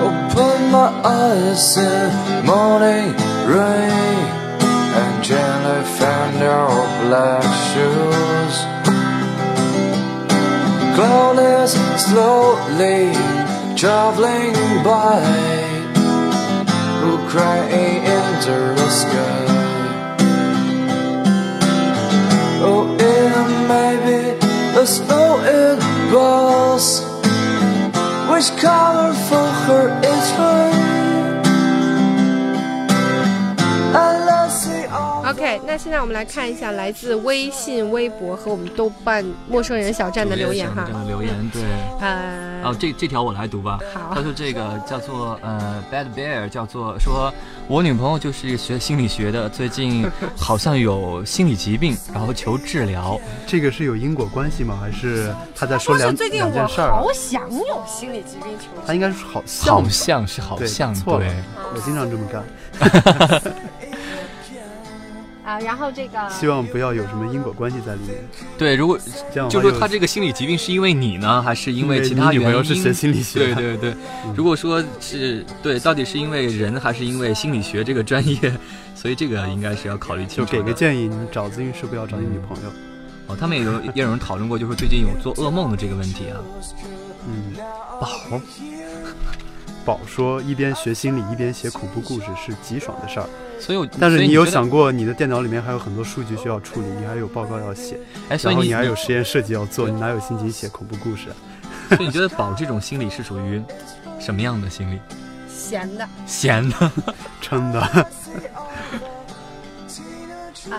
[SPEAKER 10] Open my eyes in morning rain and gently find your black shoes. Cloudless
[SPEAKER 13] slowly traveling by who cry into the sky oh it may be a snow in balls which color for her is red unless it all
[SPEAKER 9] OK，那现在我们来看一下来自微信、微博和我们豆瓣陌生人小站的留言哈
[SPEAKER 4] 这。个留言对。
[SPEAKER 9] 呃，
[SPEAKER 4] 哦，这这条我来读吧。
[SPEAKER 9] 好
[SPEAKER 4] 他说这个叫做呃 Bad Bear，叫做说，我女朋友就是学心理学的，最近好像有心理疾病，然后求治 疗。
[SPEAKER 5] 这个是有因果关系吗？还是他在说
[SPEAKER 3] 说嗯是
[SPEAKER 5] 两
[SPEAKER 3] 最近
[SPEAKER 5] 两
[SPEAKER 3] 我
[SPEAKER 5] 件事儿？啊
[SPEAKER 3] 好想有心理疾病求
[SPEAKER 5] 他应该是好像
[SPEAKER 4] 好
[SPEAKER 5] 吧
[SPEAKER 4] 像是好
[SPEAKER 5] 对
[SPEAKER 4] 像
[SPEAKER 5] 错了
[SPEAKER 4] 对，
[SPEAKER 5] 我经常这么干，
[SPEAKER 9] 啊，然后这个
[SPEAKER 5] 希望不要有什么因果关系在里面。
[SPEAKER 4] 对，如果
[SPEAKER 5] 这样
[SPEAKER 4] 就
[SPEAKER 5] 网
[SPEAKER 4] 说
[SPEAKER 5] 友
[SPEAKER 4] 他这个心理疾病是因为你呢，还是因为
[SPEAKER 5] 因为
[SPEAKER 4] 其他
[SPEAKER 5] 你女朋
[SPEAKER 4] 原因？
[SPEAKER 5] 友是学心理学的
[SPEAKER 4] 对对对，如果说是对，到底是因为人还是因为心理学这个专业？所以这个应该是要考虑
[SPEAKER 5] 就
[SPEAKER 4] 清楚的。
[SPEAKER 5] 给个建议，你找咨询师不要找你女朋友。
[SPEAKER 4] 哦，他们也有也有人讨论过，就是最近有做噩梦的这个问题 啊。
[SPEAKER 5] 嗯，
[SPEAKER 4] 宝，
[SPEAKER 5] 宝说一边学心理一边写恐怖故事是极爽的事儿，
[SPEAKER 4] 所以我
[SPEAKER 5] 但是
[SPEAKER 4] 嗯所以
[SPEAKER 5] 你有
[SPEAKER 4] 觉得
[SPEAKER 5] 想过你的电脑里面还有很多数据需要处理，你还有报告要写，
[SPEAKER 4] 哎，所
[SPEAKER 5] 然
[SPEAKER 4] 以
[SPEAKER 5] 后
[SPEAKER 4] 你
[SPEAKER 5] 你还
[SPEAKER 4] 你
[SPEAKER 5] 有实验设计要做，你哪有心情写恐怖故事啊？
[SPEAKER 4] 所以你觉得宝这种心理是属于什么样的心理？
[SPEAKER 3] 闲的
[SPEAKER 4] 闲的，
[SPEAKER 5] 真 的，
[SPEAKER 9] 啊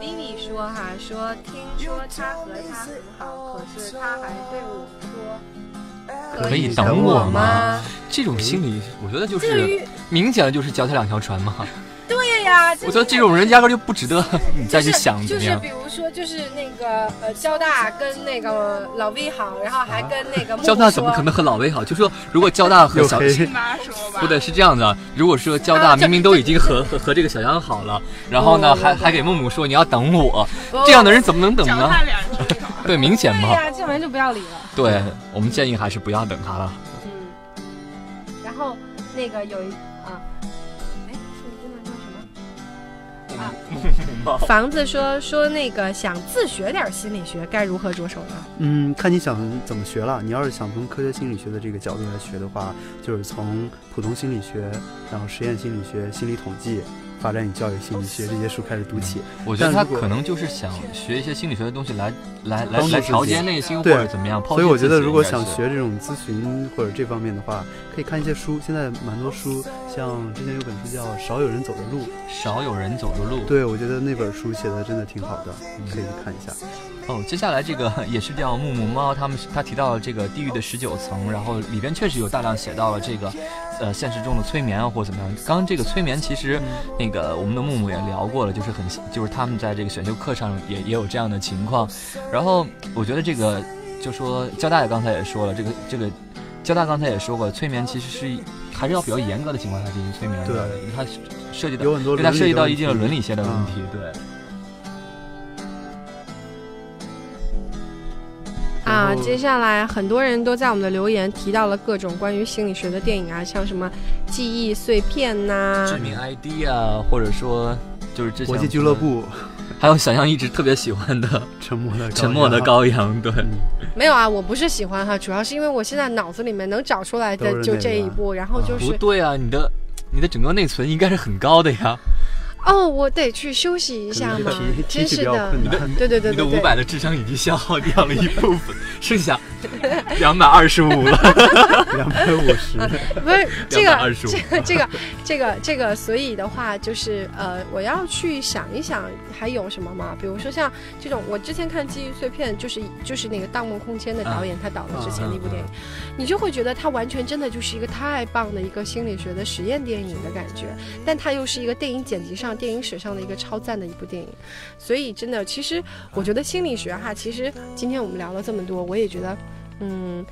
[SPEAKER 9] ，Vivi 说哈，说听说他和他很好，可是他还对我说
[SPEAKER 4] 可以
[SPEAKER 9] 等
[SPEAKER 4] 等
[SPEAKER 9] 我
[SPEAKER 4] 我
[SPEAKER 9] 吗
[SPEAKER 4] 吗？这种心理，我觉得就
[SPEAKER 3] 这个
[SPEAKER 4] 是明显的就是脚踩两条船嘛。
[SPEAKER 3] 对呀、
[SPEAKER 4] 我觉得这种人压根儿就不值得你再去想
[SPEAKER 3] 就是就
[SPEAKER 4] 怎么
[SPEAKER 3] 是
[SPEAKER 4] 样
[SPEAKER 3] 比。如说就是那个呃交大跟那个老 V 好，然后还跟那个木
[SPEAKER 4] 交大
[SPEAKER 3] 说
[SPEAKER 4] 怎么可能和老魏好？就说如果交大和
[SPEAKER 5] 又
[SPEAKER 4] 小
[SPEAKER 5] 黑，
[SPEAKER 7] 妈说吧
[SPEAKER 4] 不，对，是这样的啊。如果说交
[SPEAKER 3] 啊哦
[SPEAKER 4] 大
[SPEAKER 3] 这
[SPEAKER 4] 明明都已经和和和这个小杨好了，然后呢
[SPEAKER 3] 不
[SPEAKER 4] 还
[SPEAKER 3] 不
[SPEAKER 4] 还给木木说你要等我，
[SPEAKER 3] 不
[SPEAKER 4] 这样的人怎么能等
[SPEAKER 7] 脚
[SPEAKER 3] 哦
[SPEAKER 4] 呢？
[SPEAKER 7] 踏两只船。
[SPEAKER 4] 对，明显
[SPEAKER 3] 对
[SPEAKER 4] 嘛。
[SPEAKER 3] 哦哎呀、这种人就不要理了。
[SPEAKER 4] 对我们建议还是不要等他了。
[SPEAKER 9] 嗯，然后那个有一啊，哎，说英文叫什
[SPEAKER 5] 嗯
[SPEAKER 9] 么？ 啊，房子说说那个想自学点心理学，该如何着手呢？
[SPEAKER 5] 嗯，看你想怎么学了。你要是想从科学心理学的这个角度来学的话，就是从普通心理学，然后实验心理学、心理统计、发展与教育心理学这些书开始读起。
[SPEAKER 4] 我觉得
[SPEAKER 5] 但
[SPEAKER 4] 他
[SPEAKER 5] 如果
[SPEAKER 4] 可能就是想学一些心理学的东西来来来
[SPEAKER 5] 帮助
[SPEAKER 4] 来
[SPEAKER 5] 自
[SPEAKER 4] 调
[SPEAKER 5] 己
[SPEAKER 4] 节内心或
[SPEAKER 5] 对
[SPEAKER 4] 者怎么样。
[SPEAKER 5] 所以我觉得，如果想
[SPEAKER 4] 学。
[SPEAKER 5] 学这种咨询或者这方面的话，可以看一些书。现在蛮多书，像之前有本书叫《少有人走的路》，
[SPEAKER 4] 少有人走的路。
[SPEAKER 5] 对我觉得那本书写的真的挺好的，
[SPEAKER 4] 嗯
[SPEAKER 5] 可以去看一下。
[SPEAKER 4] 哦，接下来这个 也是叫木木猫，他们他提到了这个地狱的十九层，然后里边确实有大量写到了这个，呃，现实中的催眠啊或者怎么样。刚刚这个催眠其实，
[SPEAKER 5] 嗯
[SPEAKER 4] 那个我们的木木也聊过了，就是很就是他们在这个选修课上也也有这样的情况。然后我觉得这个就说交大也刚才也说了，这个这个交大刚才也说过，催眠其实是还是要比较严格的情况下进行催眠的，
[SPEAKER 5] 对
[SPEAKER 4] 它涉及到
[SPEAKER 5] 有很多
[SPEAKER 4] 因为它
[SPEAKER 5] 伦理
[SPEAKER 4] 涉及
[SPEAKER 5] 的
[SPEAKER 4] 到
[SPEAKER 5] 问
[SPEAKER 4] 一定的
[SPEAKER 5] 题
[SPEAKER 4] 伦理些的问
[SPEAKER 5] 嗯
[SPEAKER 4] 题，对。
[SPEAKER 5] 然
[SPEAKER 9] 啊，
[SPEAKER 5] 后
[SPEAKER 9] 接下来很多人都在我们的留言提到了各种关于心理学的电影啊，像什么《记忆碎片》
[SPEAKER 3] 嗯
[SPEAKER 9] 呐、
[SPEAKER 4] 致命 ID 啊，或者说就是之前
[SPEAKER 5] 国际俱乐
[SPEAKER 4] 我们，
[SPEAKER 5] 部，
[SPEAKER 4] 还有小象一直特别喜欢的《
[SPEAKER 5] 沉默的
[SPEAKER 4] 沉默的
[SPEAKER 5] 羔羊。
[SPEAKER 4] 羔羊》，对，
[SPEAKER 5] 嗯
[SPEAKER 3] 没有啊，我不是喜欢哈，主要是因为我现在脑子里面能找出来
[SPEAKER 5] 都
[SPEAKER 3] 的
[SPEAKER 5] 是
[SPEAKER 3] 就
[SPEAKER 5] 那
[SPEAKER 3] 这
[SPEAKER 5] 个
[SPEAKER 3] 一部，然后就
[SPEAKER 4] 不
[SPEAKER 3] 是
[SPEAKER 4] 对啊，你的你的整个内存应该是很高的呀，
[SPEAKER 3] 哦，我得去休息一
[SPEAKER 5] 可能
[SPEAKER 3] 下
[SPEAKER 5] 这个
[SPEAKER 3] 嘛
[SPEAKER 5] 题，题
[SPEAKER 3] 真
[SPEAKER 5] 体
[SPEAKER 3] 是
[SPEAKER 5] 比较
[SPEAKER 3] 的
[SPEAKER 5] 困，难。
[SPEAKER 3] 对对对
[SPEAKER 4] 你的
[SPEAKER 3] 对
[SPEAKER 4] 五
[SPEAKER 3] 对。
[SPEAKER 4] 百的智商已经消耗掉了一部分，剩下两百二十五了。
[SPEAKER 5] 两百五十，
[SPEAKER 3] 不是这个
[SPEAKER 4] 225
[SPEAKER 3] 这个这个这个这个，所以的话就是呃，我要去想一想还有什么嘛，比如说像这种，我之前看《记忆碎片》，就是就是那个《盗梦空间》的导演他导的之前那部电影，你就会觉得它完全真的就是一个太棒的一个心理学的实验电影的感觉，但它又是一个电影剪辑上、电影史上的一个超赞的一部电影，所以真的，其实我觉得心理学哈，其实今天我们聊了这么多，我也觉得，嗯。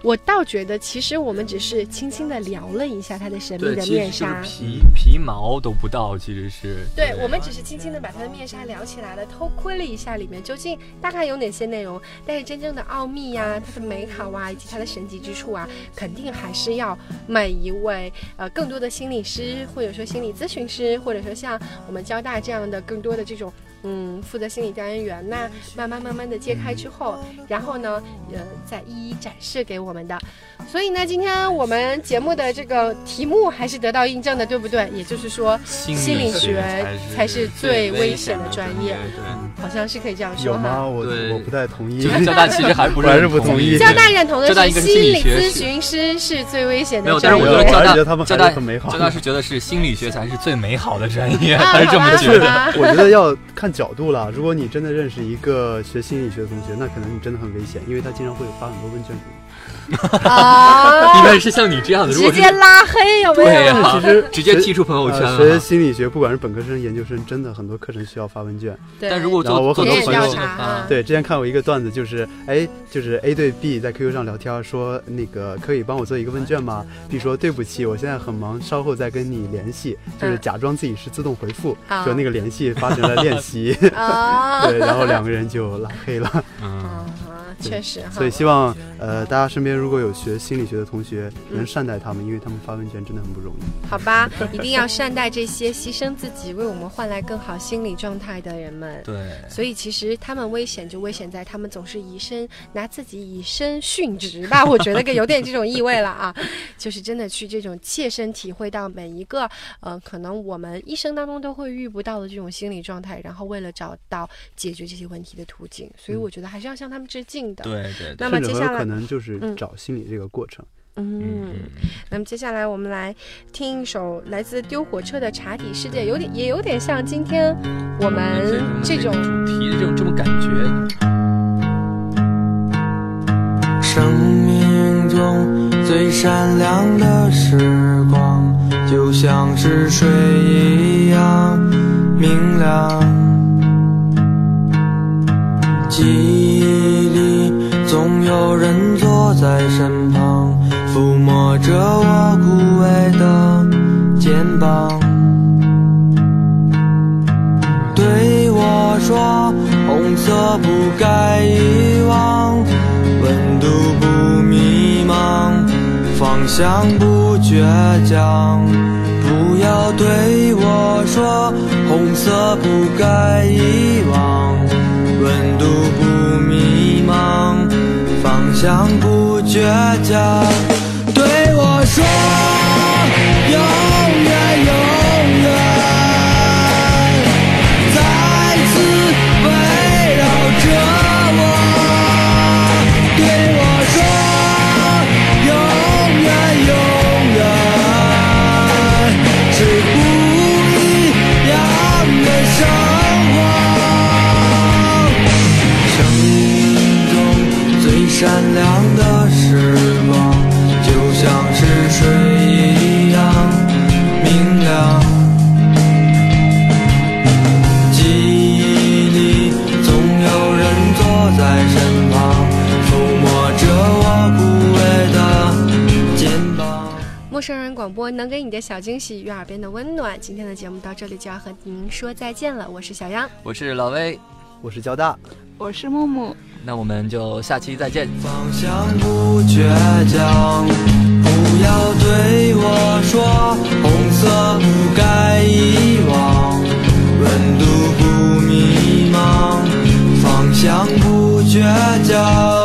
[SPEAKER 3] 我倒觉得，其实我们只是轻轻的聊了一下它的神秘
[SPEAKER 4] 对，
[SPEAKER 3] 的
[SPEAKER 4] 其
[SPEAKER 3] 面
[SPEAKER 4] 实就是
[SPEAKER 3] 纱，
[SPEAKER 4] 皮皮毛都不到，其实是呃
[SPEAKER 3] 对我们只是轻轻的把它的面纱聊起来了，偷窥了一下里面究竟大概有哪些内容，但是真正的奥秘呀、它的美好啊，以及它的神奇之处啊，肯定还是要每一位呃更多的心理师，或者说心理咨询师，或者说像我们交大这样的更多的这种嗯负责心理调研员，那慢慢慢慢的揭开之后，然后呢，呃，再一一展示给我们的。所以呢，今天我们节目的这个题目还是得到印证的，对不对？也就是说，
[SPEAKER 4] 心理
[SPEAKER 3] 理
[SPEAKER 4] 学
[SPEAKER 3] 学
[SPEAKER 4] 才
[SPEAKER 3] 才
[SPEAKER 4] 是
[SPEAKER 3] 是
[SPEAKER 4] 最
[SPEAKER 3] 最
[SPEAKER 4] 危
[SPEAKER 3] 危
[SPEAKER 4] 险
[SPEAKER 3] 险
[SPEAKER 4] 的
[SPEAKER 3] 的专
[SPEAKER 4] 专
[SPEAKER 3] 业
[SPEAKER 4] 业，对
[SPEAKER 3] 好像是可以这样说
[SPEAKER 5] 有
[SPEAKER 3] 哈
[SPEAKER 5] 吗？。我
[SPEAKER 4] 对
[SPEAKER 5] 我不太同意
[SPEAKER 4] 就是。交大 其实还不
[SPEAKER 5] 我还是不
[SPEAKER 4] 同
[SPEAKER 5] 同
[SPEAKER 4] 意
[SPEAKER 5] 意。
[SPEAKER 3] 交大认同的
[SPEAKER 4] 交大
[SPEAKER 3] 是
[SPEAKER 4] 应该是
[SPEAKER 3] 心
[SPEAKER 4] 心理
[SPEAKER 3] 理
[SPEAKER 4] 学
[SPEAKER 3] 咨
[SPEAKER 4] 是
[SPEAKER 3] 询师是最危险
[SPEAKER 4] 没
[SPEAKER 3] 的
[SPEAKER 4] 有，
[SPEAKER 3] 专
[SPEAKER 4] 但是
[SPEAKER 3] 业。
[SPEAKER 4] 我觉得
[SPEAKER 5] 我还
[SPEAKER 4] 交
[SPEAKER 5] 是
[SPEAKER 4] 大
[SPEAKER 5] 觉得他们
[SPEAKER 4] 交
[SPEAKER 5] 还
[SPEAKER 4] 大
[SPEAKER 5] 是很美好
[SPEAKER 4] 交大是觉得是心理学才是最美好的专业，
[SPEAKER 3] 啊
[SPEAKER 4] 他是这么
[SPEAKER 3] 好吧
[SPEAKER 4] 觉
[SPEAKER 5] 是
[SPEAKER 4] 得。
[SPEAKER 3] 啊
[SPEAKER 5] 我觉得要看角度啦。如果你真的认识一个学心理学的同学，那可能你真的很危险，因为他经常会发很多问卷给你。
[SPEAKER 3] 啊
[SPEAKER 4] 一，般是像你这样的，如 果
[SPEAKER 3] 直
[SPEAKER 4] 是
[SPEAKER 3] 接拉黑有没有？
[SPEAKER 4] 对哎呀
[SPEAKER 5] 嗯其实，
[SPEAKER 4] 直接踢出朋友圈
[SPEAKER 5] 呃学。
[SPEAKER 4] 了
[SPEAKER 5] 心理学，不管是本科生、研究生，真的很多课程需要发问 卷。
[SPEAKER 3] 对
[SPEAKER 4] 但如果
[SPEAKER 5] 然后
[SPEAKER 4] 做
[SPEAKER 5] 我
[SPEAKER 4] 做
[SPEAKER 5] 很
[SPEAKER 4] 做
[SPEAKER 5] 多
[SPEAKER 4] 朋
[SPEAKER 5] 朋
[SPEAKER 4] 友
[SPEAKER 5] 友
[SPEAKER 4] 是啊，
[SPEAKER 5] 对，之前看过一个段子，就是哎，就是 A 对 B 在 QQ 上聊天，说那个可以帮我做一个问卷吗？B 说对不起，我现在很忙，稍后再跟你联系，就是
[SPEAKER 3] 嗯
[SPEAKER 5] 假装自己是自动回复，
[SPEAKER 3] 啊
[SPEAKER 5] 就那个联系发成了练 习，
[SPEAKER 3] 啊，
[SPEAKER 5] 对，然后两个人就拉黑了。
[SPEAKER 4] 嗯，
[SPEAKER 3] 啊确实哈
[SPEAKER 5] 所以。希望呃大家身边如果有学心理学的同学，能善待他们，因为他们发问卷真的很不容易。
[SPEAKER 3] 好吧，一定要善待这些牺牲自己为我们换来更好心理状态的人们。
[SPEAKER 4] 对。
[SPEAKER 3] 所以其实他们危险就危险在他们总是以身拿自己以身殉职吧，我觉得个有点这种意味了啊，就是真的去这种切身体会到每一个呃，可能我们一生当中都会遇不到的这种心理状态，然后为了找到解决这些问题的途径，所以我觉得还是要向他们致敬的。
[SPEAKER 4] 对对对，
[SPEAKER 3] 那么
[SPEAKER 5] 甚至
[SPEAKER 3] 接
[SPEAKER 5] 很有
[SPEAKER 3] 下
[SPEAKER 5] 可
[SPEAKER 3] 来，
[SPEAKER 5] 能就是
[SPEAKER 3] 嗯
[SPEAKER 5] 找心理这个过程。
[SPEAKER 3] 嗯。那么接下来我们来听一首来自丢火车的《茶体世界》，有点也有点像今天我们这种
[SPEAKER 4] 主题这种这种感觉，
[SPEAKER 8] 生命中最闪亮的时光，就像是水一样明亮。记忆里总有人坐在身旁，抚摸着我枯萎的肩膀。对我说，红色不该遗忘，温度不迷茫，方向不倔强。不要对我说，红色不该遗忘，温度不迷茫，方向不倔强。对我说，永远，永远。再次围绕着我，对我说，永远永远是不一样的生活。生命中最闪亮的时光，就像是水一样明亮。记忆里总有人坐在身旁，抚摸着我枯萎的肩膀。
[SPEAKER 3] 陌生人广播能给你的小惊喜与耳边的温暖。今天的节目到这里就要和您说再见了，我是小央，
[SPEAKER 4] 我是老威，
[SPEAKER 5] 我是交大，
[SPEAKER 7] 我是木木，
[SPEAKER 4] 那我们就下期再见。
[SPEAKER 8] 方向不倔强，不要对我说红色不该遗忘，温度不迷茫，方向不倔强。